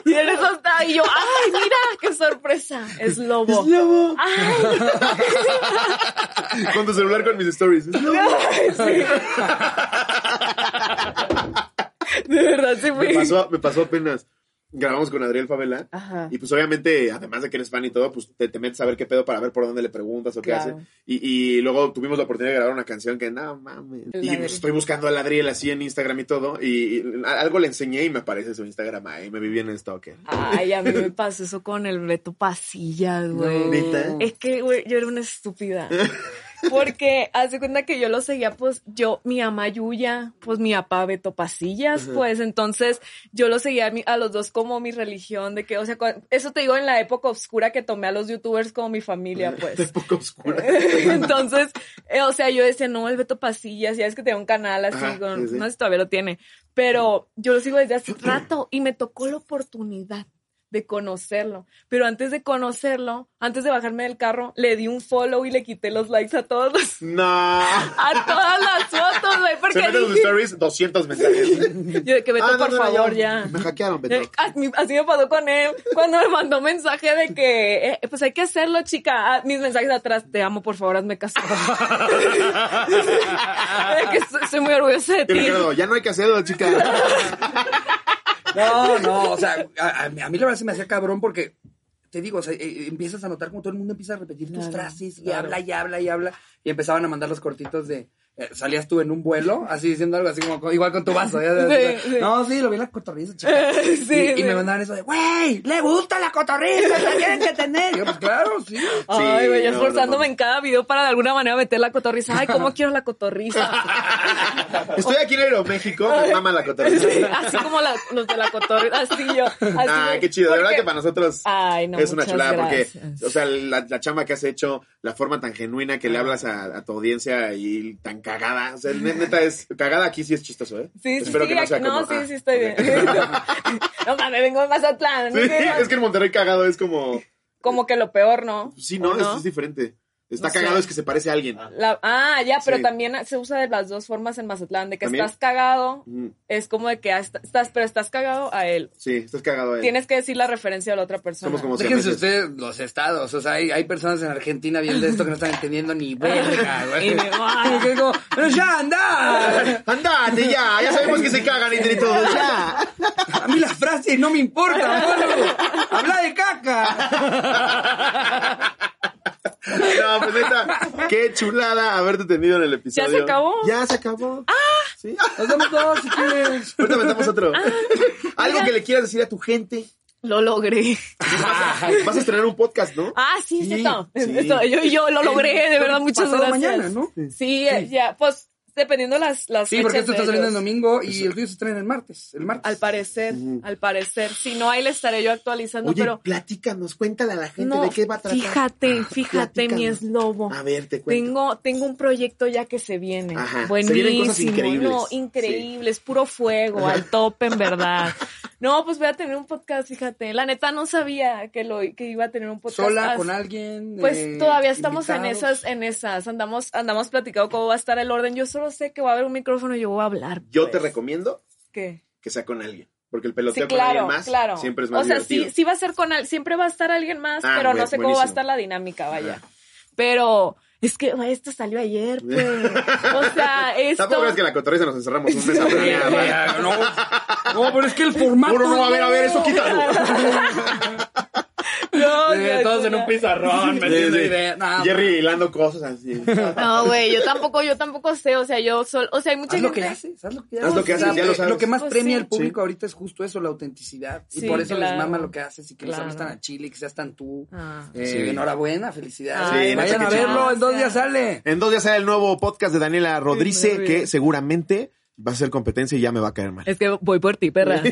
Speaker 3: y en eso estaba, y yo, ay, mira, qué sorpresa, es lobo.
Speaker 2: ¡Es lobo!
Speaker 3: Ay,
Speaker 2: Con tu celular con mis stories. ¡Es lobo!
Speaker 3: de verdad, sí
Speaker 2: Me
Speaker 3: fue.
Speaker 2: pasó, me pasó apenas. Grabamos con Adriel Favela.
Speaker 3: Ajá.
Speaker 2: Y pues obviamente, además de que eres fan y todo, pues te, te metes a ver qué pedo para ver por dónde le preguntas o qué
Speaker 3: Claro.
Speaker 2: hace. Y, y luego tuvimos la oportunidad de grabar una canción que, no mames.
Speaker 3: El
Speaker 2: Y
Speaker 3: Adriel.
Speaker 2: pues, estoy buscando a Adriel así en Instagram y todo. Y, y a- algo le enseñé y me aparece su Instagram. Ahí me vi bien en Stalker.
Speaker 3: Ay, a mí me pasó eso con el Beto Pasillas, güey.
Speaker 2: ¿Neta?
Speaker 3: Es que, güey, yo era una estúpida. Porque hace cuenta que yo lo seguía, pues yo, mi ama Yuya, pues mi papá Beto Pasillas, pues entonces yo lo seguía a, mi- a los dos como mi religión, de que, o sea, cua- eso te digo en la época oscura que tomé a los youtubers como mi familia,
Speaker 2: Es
Speaker 3: pues.
Speaker 2: poco oscura.
Speaker 3: Entonces, eh, o sea, yo decía, no, el Beto Pasillas, ya es que tenía un canal así,
Speaker 2: Ajá,
Speaker 3: con-
Speaker 2: sí, sí.
Speaker 3: no sé si todavía lo tiene, pero yo lo sigo desde hace rato y me tocó la oportunidad de conocerlo, pero antes de conocerlo, antes de bajarme del carro, le di un follow y le quité los likes a todos los-
Speaker 2: No.
Speaker 3: a todas las fotos, güey,
Speaker 4: Se
Speaker 3: porque
Speaker 4: meten sus
Speaker 3: dije,
Speaker 4: stories 200 mensajes.
Speaker 3: yo de que Beto,
Speaker 2: Ah, no,
Speaker 3: por
Speaker 2: no, no,
Speaker 3: favor,
Speaker 2: ya.
Speaker 3: ya.
Speaker 2: Me hackearon,
Speaker 3: Eh,
Speaker 2: Beto.
Speaker 3: a mí- Así me pasó con él cuando me mandó mensaje de que, eh, pues hay que hacerlo, chica. Ah, mis mensajes atrás, te amo, por favor, hazme caso. De que soy, soy muy orgullosa de
Speaker 2: Y
Speaker 3: ti.
Speaker 2: Ricardo, ya no hay que hacerlo, chica.
Speaker 1: No, no, o sea, a, a mí a mí la verdad se me hacía cabrón porque, te digo, o sea, eh, empiezas a notar como todo el mundo empieza a repetir tus
Speaker 3: Claro,
Speaker 1: frases y
Speaker 3: claro.
Speaker 1: habla y habla y habla. Y empezaban a mandar los cortitos de. eh, salías tú en un vuelo, así diciendo algo así como co- igual con tu vaso. ya sabes,
Speaker 3: Sí, sí.
Speaker 1: No, sí, lo vi en la cotorriza, chica.
Speaker 3: Sí,
Speaker 1: y, y
Speaker 3: sí.
Speaker 1: me mandaban eso de, güey, le gusta la cotorriza, la tienen que tener. Y yo, pues claro, sí.
Speaker 3: Ay, güey,
Speaker 2: Sí,
Speaker 3: ya
Speaker 2: no,
Speaker 3: esforzándome
Speaker 2: no, no.
Speaker 3: en cada video para de alguna manera meter la cotorriza. Ay, cómo quiero la cotorriza.
Speaker 2: Estoy aquí en Aeroméxico, me mama la cotorriza.
Speaker 3: Sí, así como la- los de la cotorriza. Así yo. Así
Speaker 2: Ah,
Speaker 3: de-
Speaker 2: qué chido. De verdad
Speaker 3: porque-
Speaker 2: que para nosotros
Speaker 3: Ay, no,
Speaker 2: es una
Speaker 3: muchas
Speaker 2: chulada
Speaker 3: gracias.
Speaker 2: porque, o sea, la, la chamba que has hecho, la forma tan genuina que le hablas a, a tu audiencia y tan cagada. O sea, ne- neta es cagada aquí sí es chistoso, ¿eh?
Speaker 3: Sí, sí,
Speaker 2: Espero
Speaker 3: sí,
Speaker 2: que no
Speaker 3: aquí-
Speaker 2: sea
Speaker 3: no,
Speaker 2: como.
Speaker 3: sí,
Speaker 2: ah,
Speaker 3: sí, estoy bien.
Speaker 2: ok.
Speaker 3: no mames, vengo de Mazatlán.
Speaker 2: Sí, es que en Monterrey cagado es como.
Speaker 3: Como que lo peor, ¿no?
Speaker 2: Sí, no,
Speaker 3: ¿O
Speaker 2: Es, es diferente. Está
Speaker 3: No sé.
Speaker 2: cagado es que se parece a alguien.
Speaker 3: La- ah, ya, pero
Speaker 2: Sí.
Speaker 3: también se usa de las dos formas en Mazatlán, de que
Speaker 2: ¿También?
Speaker 3: estás cagado,
Speaker 2: Mm,
Speaker 3: es como de que hasta- estás, pero estás cagado a él.
Speaker 2: Sí, estás cagado eh. a él.
Speaker 3: Tienes que decir la referencia a la otra persona.
Speaker 2: Somos como
Speaker 1: Déjense
Speaker 2: siameses.
Speaker 1: ustedes los estados, o sea, hay, hay personas en Argentina viendo esto que no están entendiendo ni verga, güey.
Speaker 3: Y me voy.
Speaker 1: Que digo, "Pero ya anda.
Speaker 2: Andate ya, ya sabemos que se cagan entre todos, ya.
Speaker 1: A mí las frases no me importan, boludo. Habla de caca.
Speaker 2: No, pues neta, qué chulada haberte tenido en el episodio.
Speaker 3: se acabó? Ah.
Speaker 2: Ya se acabó. Sí.
Speaker 1: Nos vemos todos si quieres.
Speaker 2: Ahorita metamos otro. Algo que le quieras decir a tu gente.
Speaker 3: Lo logré.
Speaker 2: Vas a estrenar un podcast, ¿no?
Speaker 3: Ah, sí, es
Speaker 2: Sí,
Speaker 3: cierto. Es
Speaker 2: sí.
Speaker 3: cierto. Yo, yo lo logré, de verdad, muchas
Speaker 1: Pasado
Speaker 3: gracias.
Speaker 1: mañana, ¿no?
Speaker 3: Sí, eh, ya, pues, dependiendo las, las
Speaker 1: Sí, porque
Speaker 3: fechas
Speaker 1: esto
Speaker 3: de
Speaker 1: está saliendo el
Speaker 3: ellos.
Speaker 1: domingo y el tuyo se estrena el martes. El martes.
Speaker 3: Al parecer, al parecer. Si no, ahí le estaré yo actualizando,
Speaker 2: Oye,
Speaker 3: pero...
Speaker 2: platícanos, cuéntale a la gente
Speaker 3: No,
Speaker 2: de qué va a tratar. Ah,
Speaker 3: fíjate, fíjate, mi
Speaker 2: Platícanos.
Speaker 3: es lobo.
Speaker 2: A ver, te cuento.
Speaker 3: Tengo, tengo un proyecto ya que se viene.
Speaker 2: Ajá, se
Speaker 3: Buenísimo.
Speaker 2: vienen cosas increíbles.
Speaker 3: No, increíbles, puro fuego, al tope, en verdad. No, pues voy a tener un podcast, fíjate. La neta no sabía que lo que iba a tener un podcast.
Speaker 1: Sola,
Speaker 3: As-
Speaker 1: con alguien.
Speaker 3: Pues
Speaker 1: eh,
Speaker 3: todavía estamos en
Speaker 1: invitados.
Speaker 3: esas, en esas. Andamos, andamos platicando cómo va a estar el orden. Yo solo sé que va a haber un micrófono y yo voy a hablar.
Speaker 2: Yo
Speaker 3: pues.
Speaker 2: te recomiendo
Speaker 3: ¿Qué?
Speaker 2: que sea con alguien. Porque el
Speaker 3: Sí,
Speaker 2: peloteo con
Speaker 3: claro,
Speaker 2: alguien más
Speaker 3: claro.
Speaker 2: siempre es más
Speaker 3: o sea,
Speaker 2: divertido.
Speaker 3: sí, sí va a ser con al- siempre va a estar alguien más,
Speaker 2: Ah,
Speaker 3: pero no
Speaker 2: pues,
Speaker 3: sé cómo va a
Speaker 2: buenísimo.
Speaker 3: estar la dinámica, vaya. Pero es que güey, esto salió ayer, pues. O sea, esto
Speaker 2: Tampoco crees que la cotorriza nos encerramos un mes a planear, ¿verdad?
Speaker 1: Ah, No, no, pero es que el formato.
Speaker 2: Puro, no, a ver, a ver, eso quítalo.
Speaker 3: No,
Speaker 1: Eh,
Speaker 3: Dios,
Speaker 1: todos en
Speaker 3: no.
Speaker 1: un pizarrón metiendo
Speaker 2: Sí, sí.
Speaker 1: ideas. No, pues,
Speaker 2: Jerry hilando cosas así.
Speaker 3: No, güey, yo tampoco, yo tampoco sé, o sea, yo solo, o sea, hay mucha
Speaker 1: Haz lo
Speaker 3: gente
Speaker 1: que haces, haz lo que
Speaker 2: Haz lo que haces, ya lo sabes.
Speaker 1: Lo que más
Speaker 3: Pues
Speaker 1: premia
Speaker 3: sí.
Speaker 1: al público ahorita es justo eso, la autenticidad. y
Speaker 3: Sí,
Speaker 1: por eso les
Speaker 3: claro.
Speaker 1: mama lo que haces y que los
Speaker 3: Claro.
Speaker 1: ames tan a Chile, que seas tan tú.
Speaker 3: Ah.
Speaker 1: Eh,
Speaker 2: Sí.
Speaker 1: Enhorabuena, felicidades.
Speaker 3: Ay,
Speaker 2: Sí,
Speaker 1: Vayan
Speaker 2: neta,
Speaker 1: a
Speaker 2: qué
Speaker 1: verlo,
Speaker 3: chido.
Speaker 1: en dos días sale.
Speaker 2: En dos días sale el nuevo podcast de Daniela Rodríguez,
Speaker 3: muy bien.
Speaker 2: que seguramente va a ser competencia y ya me va a caer mal.
Speaker 3: Es que voy por ti, perra. ¿Tú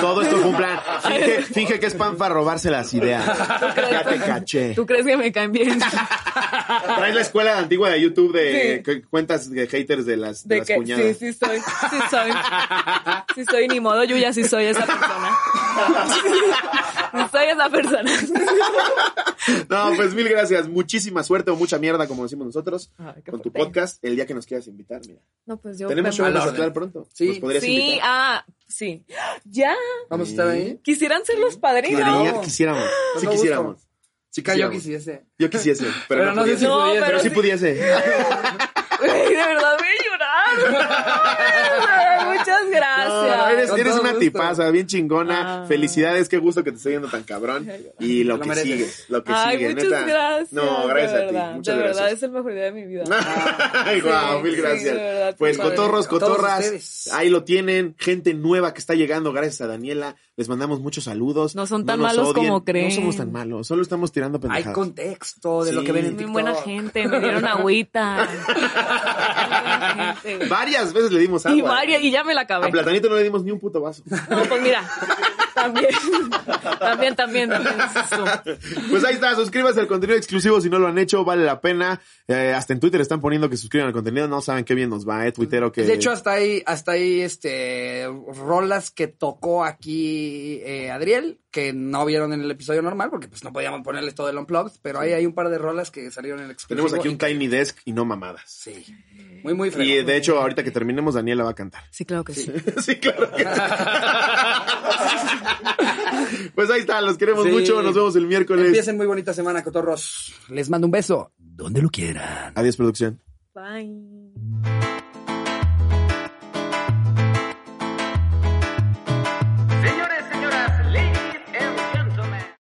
Speaker 2: Todo esto fue un plan. Finge, finge que es pan para robarse las ideas.
Speaker 3: crees-
Speaker 2: Ya te caché.
Speaker 3: ¿Tú crees que me caen bien?
Speaker 2: Traes la escuela antigua de YouTube de
Speaker 3: Sí.
Speaker 2: cu- cuentas de haters de las, de
Speaker 3: De
Speaker 2: las
Speaker 3: que
Speaker 2: cuñadas.
Speaker 3: sí, sí soy, sí soy. Sí soy, ni modo, yo ya sí soy esa persona. Sí soy esa persona.
Speaker 2: No, pues mil gracias. Muchísima suerte o mucha mierda, como decimos nosotros,
Speaker 3: Ay, qué
Speaker 2: con tu
Speaker 3: fuerte.
Speaker 2: podcast el día que nos quieras invitar. Mira.
Speaker 3: No, pues yo
Speaker 2: Tenemos show
Speaker 1: a
Speaker 2: en
Speaker 1: la
Speaker 2: Mazatlán
Speaker 1: orden.
Speaker 2: pronto.
Speaker 1: Sí.
Speaker 2: Nos podrías
Speaker 3: Sí,
Speaker 2: invitar.
Speaker 3: ah, sí. Ya,
Speaker 1: Vamos a estar ahí.
Speaker 3: quisieran ser los
Speaker 2: Quería-
Speaker 3: padrinos.
Speaker 2: quisiéramos.
Speaker 1: Con
Speaker 2: Sí
Speaker 1: todo
Speaker 2: quisiéramos.
Speaker 1: gusto.
Speaker 2: Sí
Speaker 1: Chica, yo
Speaker 2: quisiéramos.
Speaker 1: quisiese.
Speaker 2: Yo quisiese, pero,
Speaker 1: Pero
Speaker 2: no,
Speaker 1: no sé
Speaker 2: pudiese.
Speaker 1: si
Speaker 3: No,
Speaker 1: pudiese.
Speaker 2: pero
Speaker 3: pero
Speaker 2: sí
Speaker 3: sí-
Speaker 2: pudiese.
Speaker 3: Güey, de verdad voy a llorar. Muchas gracias.
Speaker 2: No, eres
Speaker 1: Con
Speaker 2: eres
Speaker 1: todo
Speaker 2: una
Speaker 1: gusto.
Speaker 2: tipaza, bien chingona.
Speaker 3: Ah.
Speaker 2: Felicidades, qué gusto que te esté yendo tan cabrón. Y lo,
Speaker 1: Lo
Speaker 2: que
Speaker 1: mereces.
Speaker 2: sigue, lo que
Speaker 3: Ay,
Speaker 2: sigue,
Speaker 3: muchas
Speaker 2: neta.
Speaker 3: gracias.
Speaker 2: No, gracias
Speaker 3: de
Speaker 2: a
Speaker 3: verdad,
Speaker 2: ti. Muchas
Speaker 3: de
Speaker 2: gracias.
Speaker 3: verdad, es el mejor día de mi vida.
Speaker 2: Ay,
Speaker 3: sí,
Speaker 2: guau, mil
Speaker 3: sí,
Speaker 2: gracias.
Speaker 3: de verdad,
Speaker 2: pues
Speaker 3: qué padre.
Speaker 2: cotorros,
Speaker 1: A todos
Speaker 2: cotorras,
Speaker 1: ustedes.
Speaker 2: ahí lo tienen, gente nueva que está llegando, gracias a Daniela, les mandamos muchos saludos.
Speaker 3: No son tan
Speaker 2: nos
Speaker 3: malos como creen.
Speaker 2: No somos tan malos, solo estamos tirando
Speaker 1: Hay
Speaker 2: pendejadas.
Speaker 1: contexto de lo
Speaker 2: Sí.
Speaker 1: que ven en
Speaker 3: Muy
Speaker 1: TikTok.
Speaker 3: buena gente, me dieron agüita. Muy buena gente.
Speaker 2: varias veces le dimos agua.
Speaker 3: y varias, y ya me la acabé.
Speaker 2: A Platanito no le dimos ni un puto vaso.
Speaker 3: No, pues mira, también, también, también, también.
Speaker 2: pues ahí está, suscríbase al contenido exclusivo si no lo han hecho, vale la pena. Eh, hasta en Twitter están poniendo que suscriban al contenido, no saben qué bien nos va, eh, Twitter o que...
Speaker 1: De hecho, hasta ahí, hasta ahí, este, rolas que tocó aquí eh, Adriel, que no vieron en el episodio normal, porque pues no podíamos ponerles todo el unplugged, pero ahí hay un par de rolas que salieron en el exclusivo.
Speaker 2: tenemos aquí un
Speaker 1: y-
Speaker 2: tiny desk y no mamadas.
Speaker 1: Sí. Muy, muy
Speaker 2: Y eh,
Speaker 1: fregón.
Speaker 2: de hecho, ahorita que terminemos, Daniela va a cantar.
Speaker 3: Sí, claro que sí.
Speaker 2: Sí, claro que sí. Pues ahí está, los queremos
Speaker 1: Sí.
Speaker 2: mucho. Nos vemos el miércoles.
Speaker 1: Empiecen muy bonita semana, cotorros. Les mando un beso. Donde lo quieran.
Speaker 2: Adiós, producción.
Speaker 3: Bye.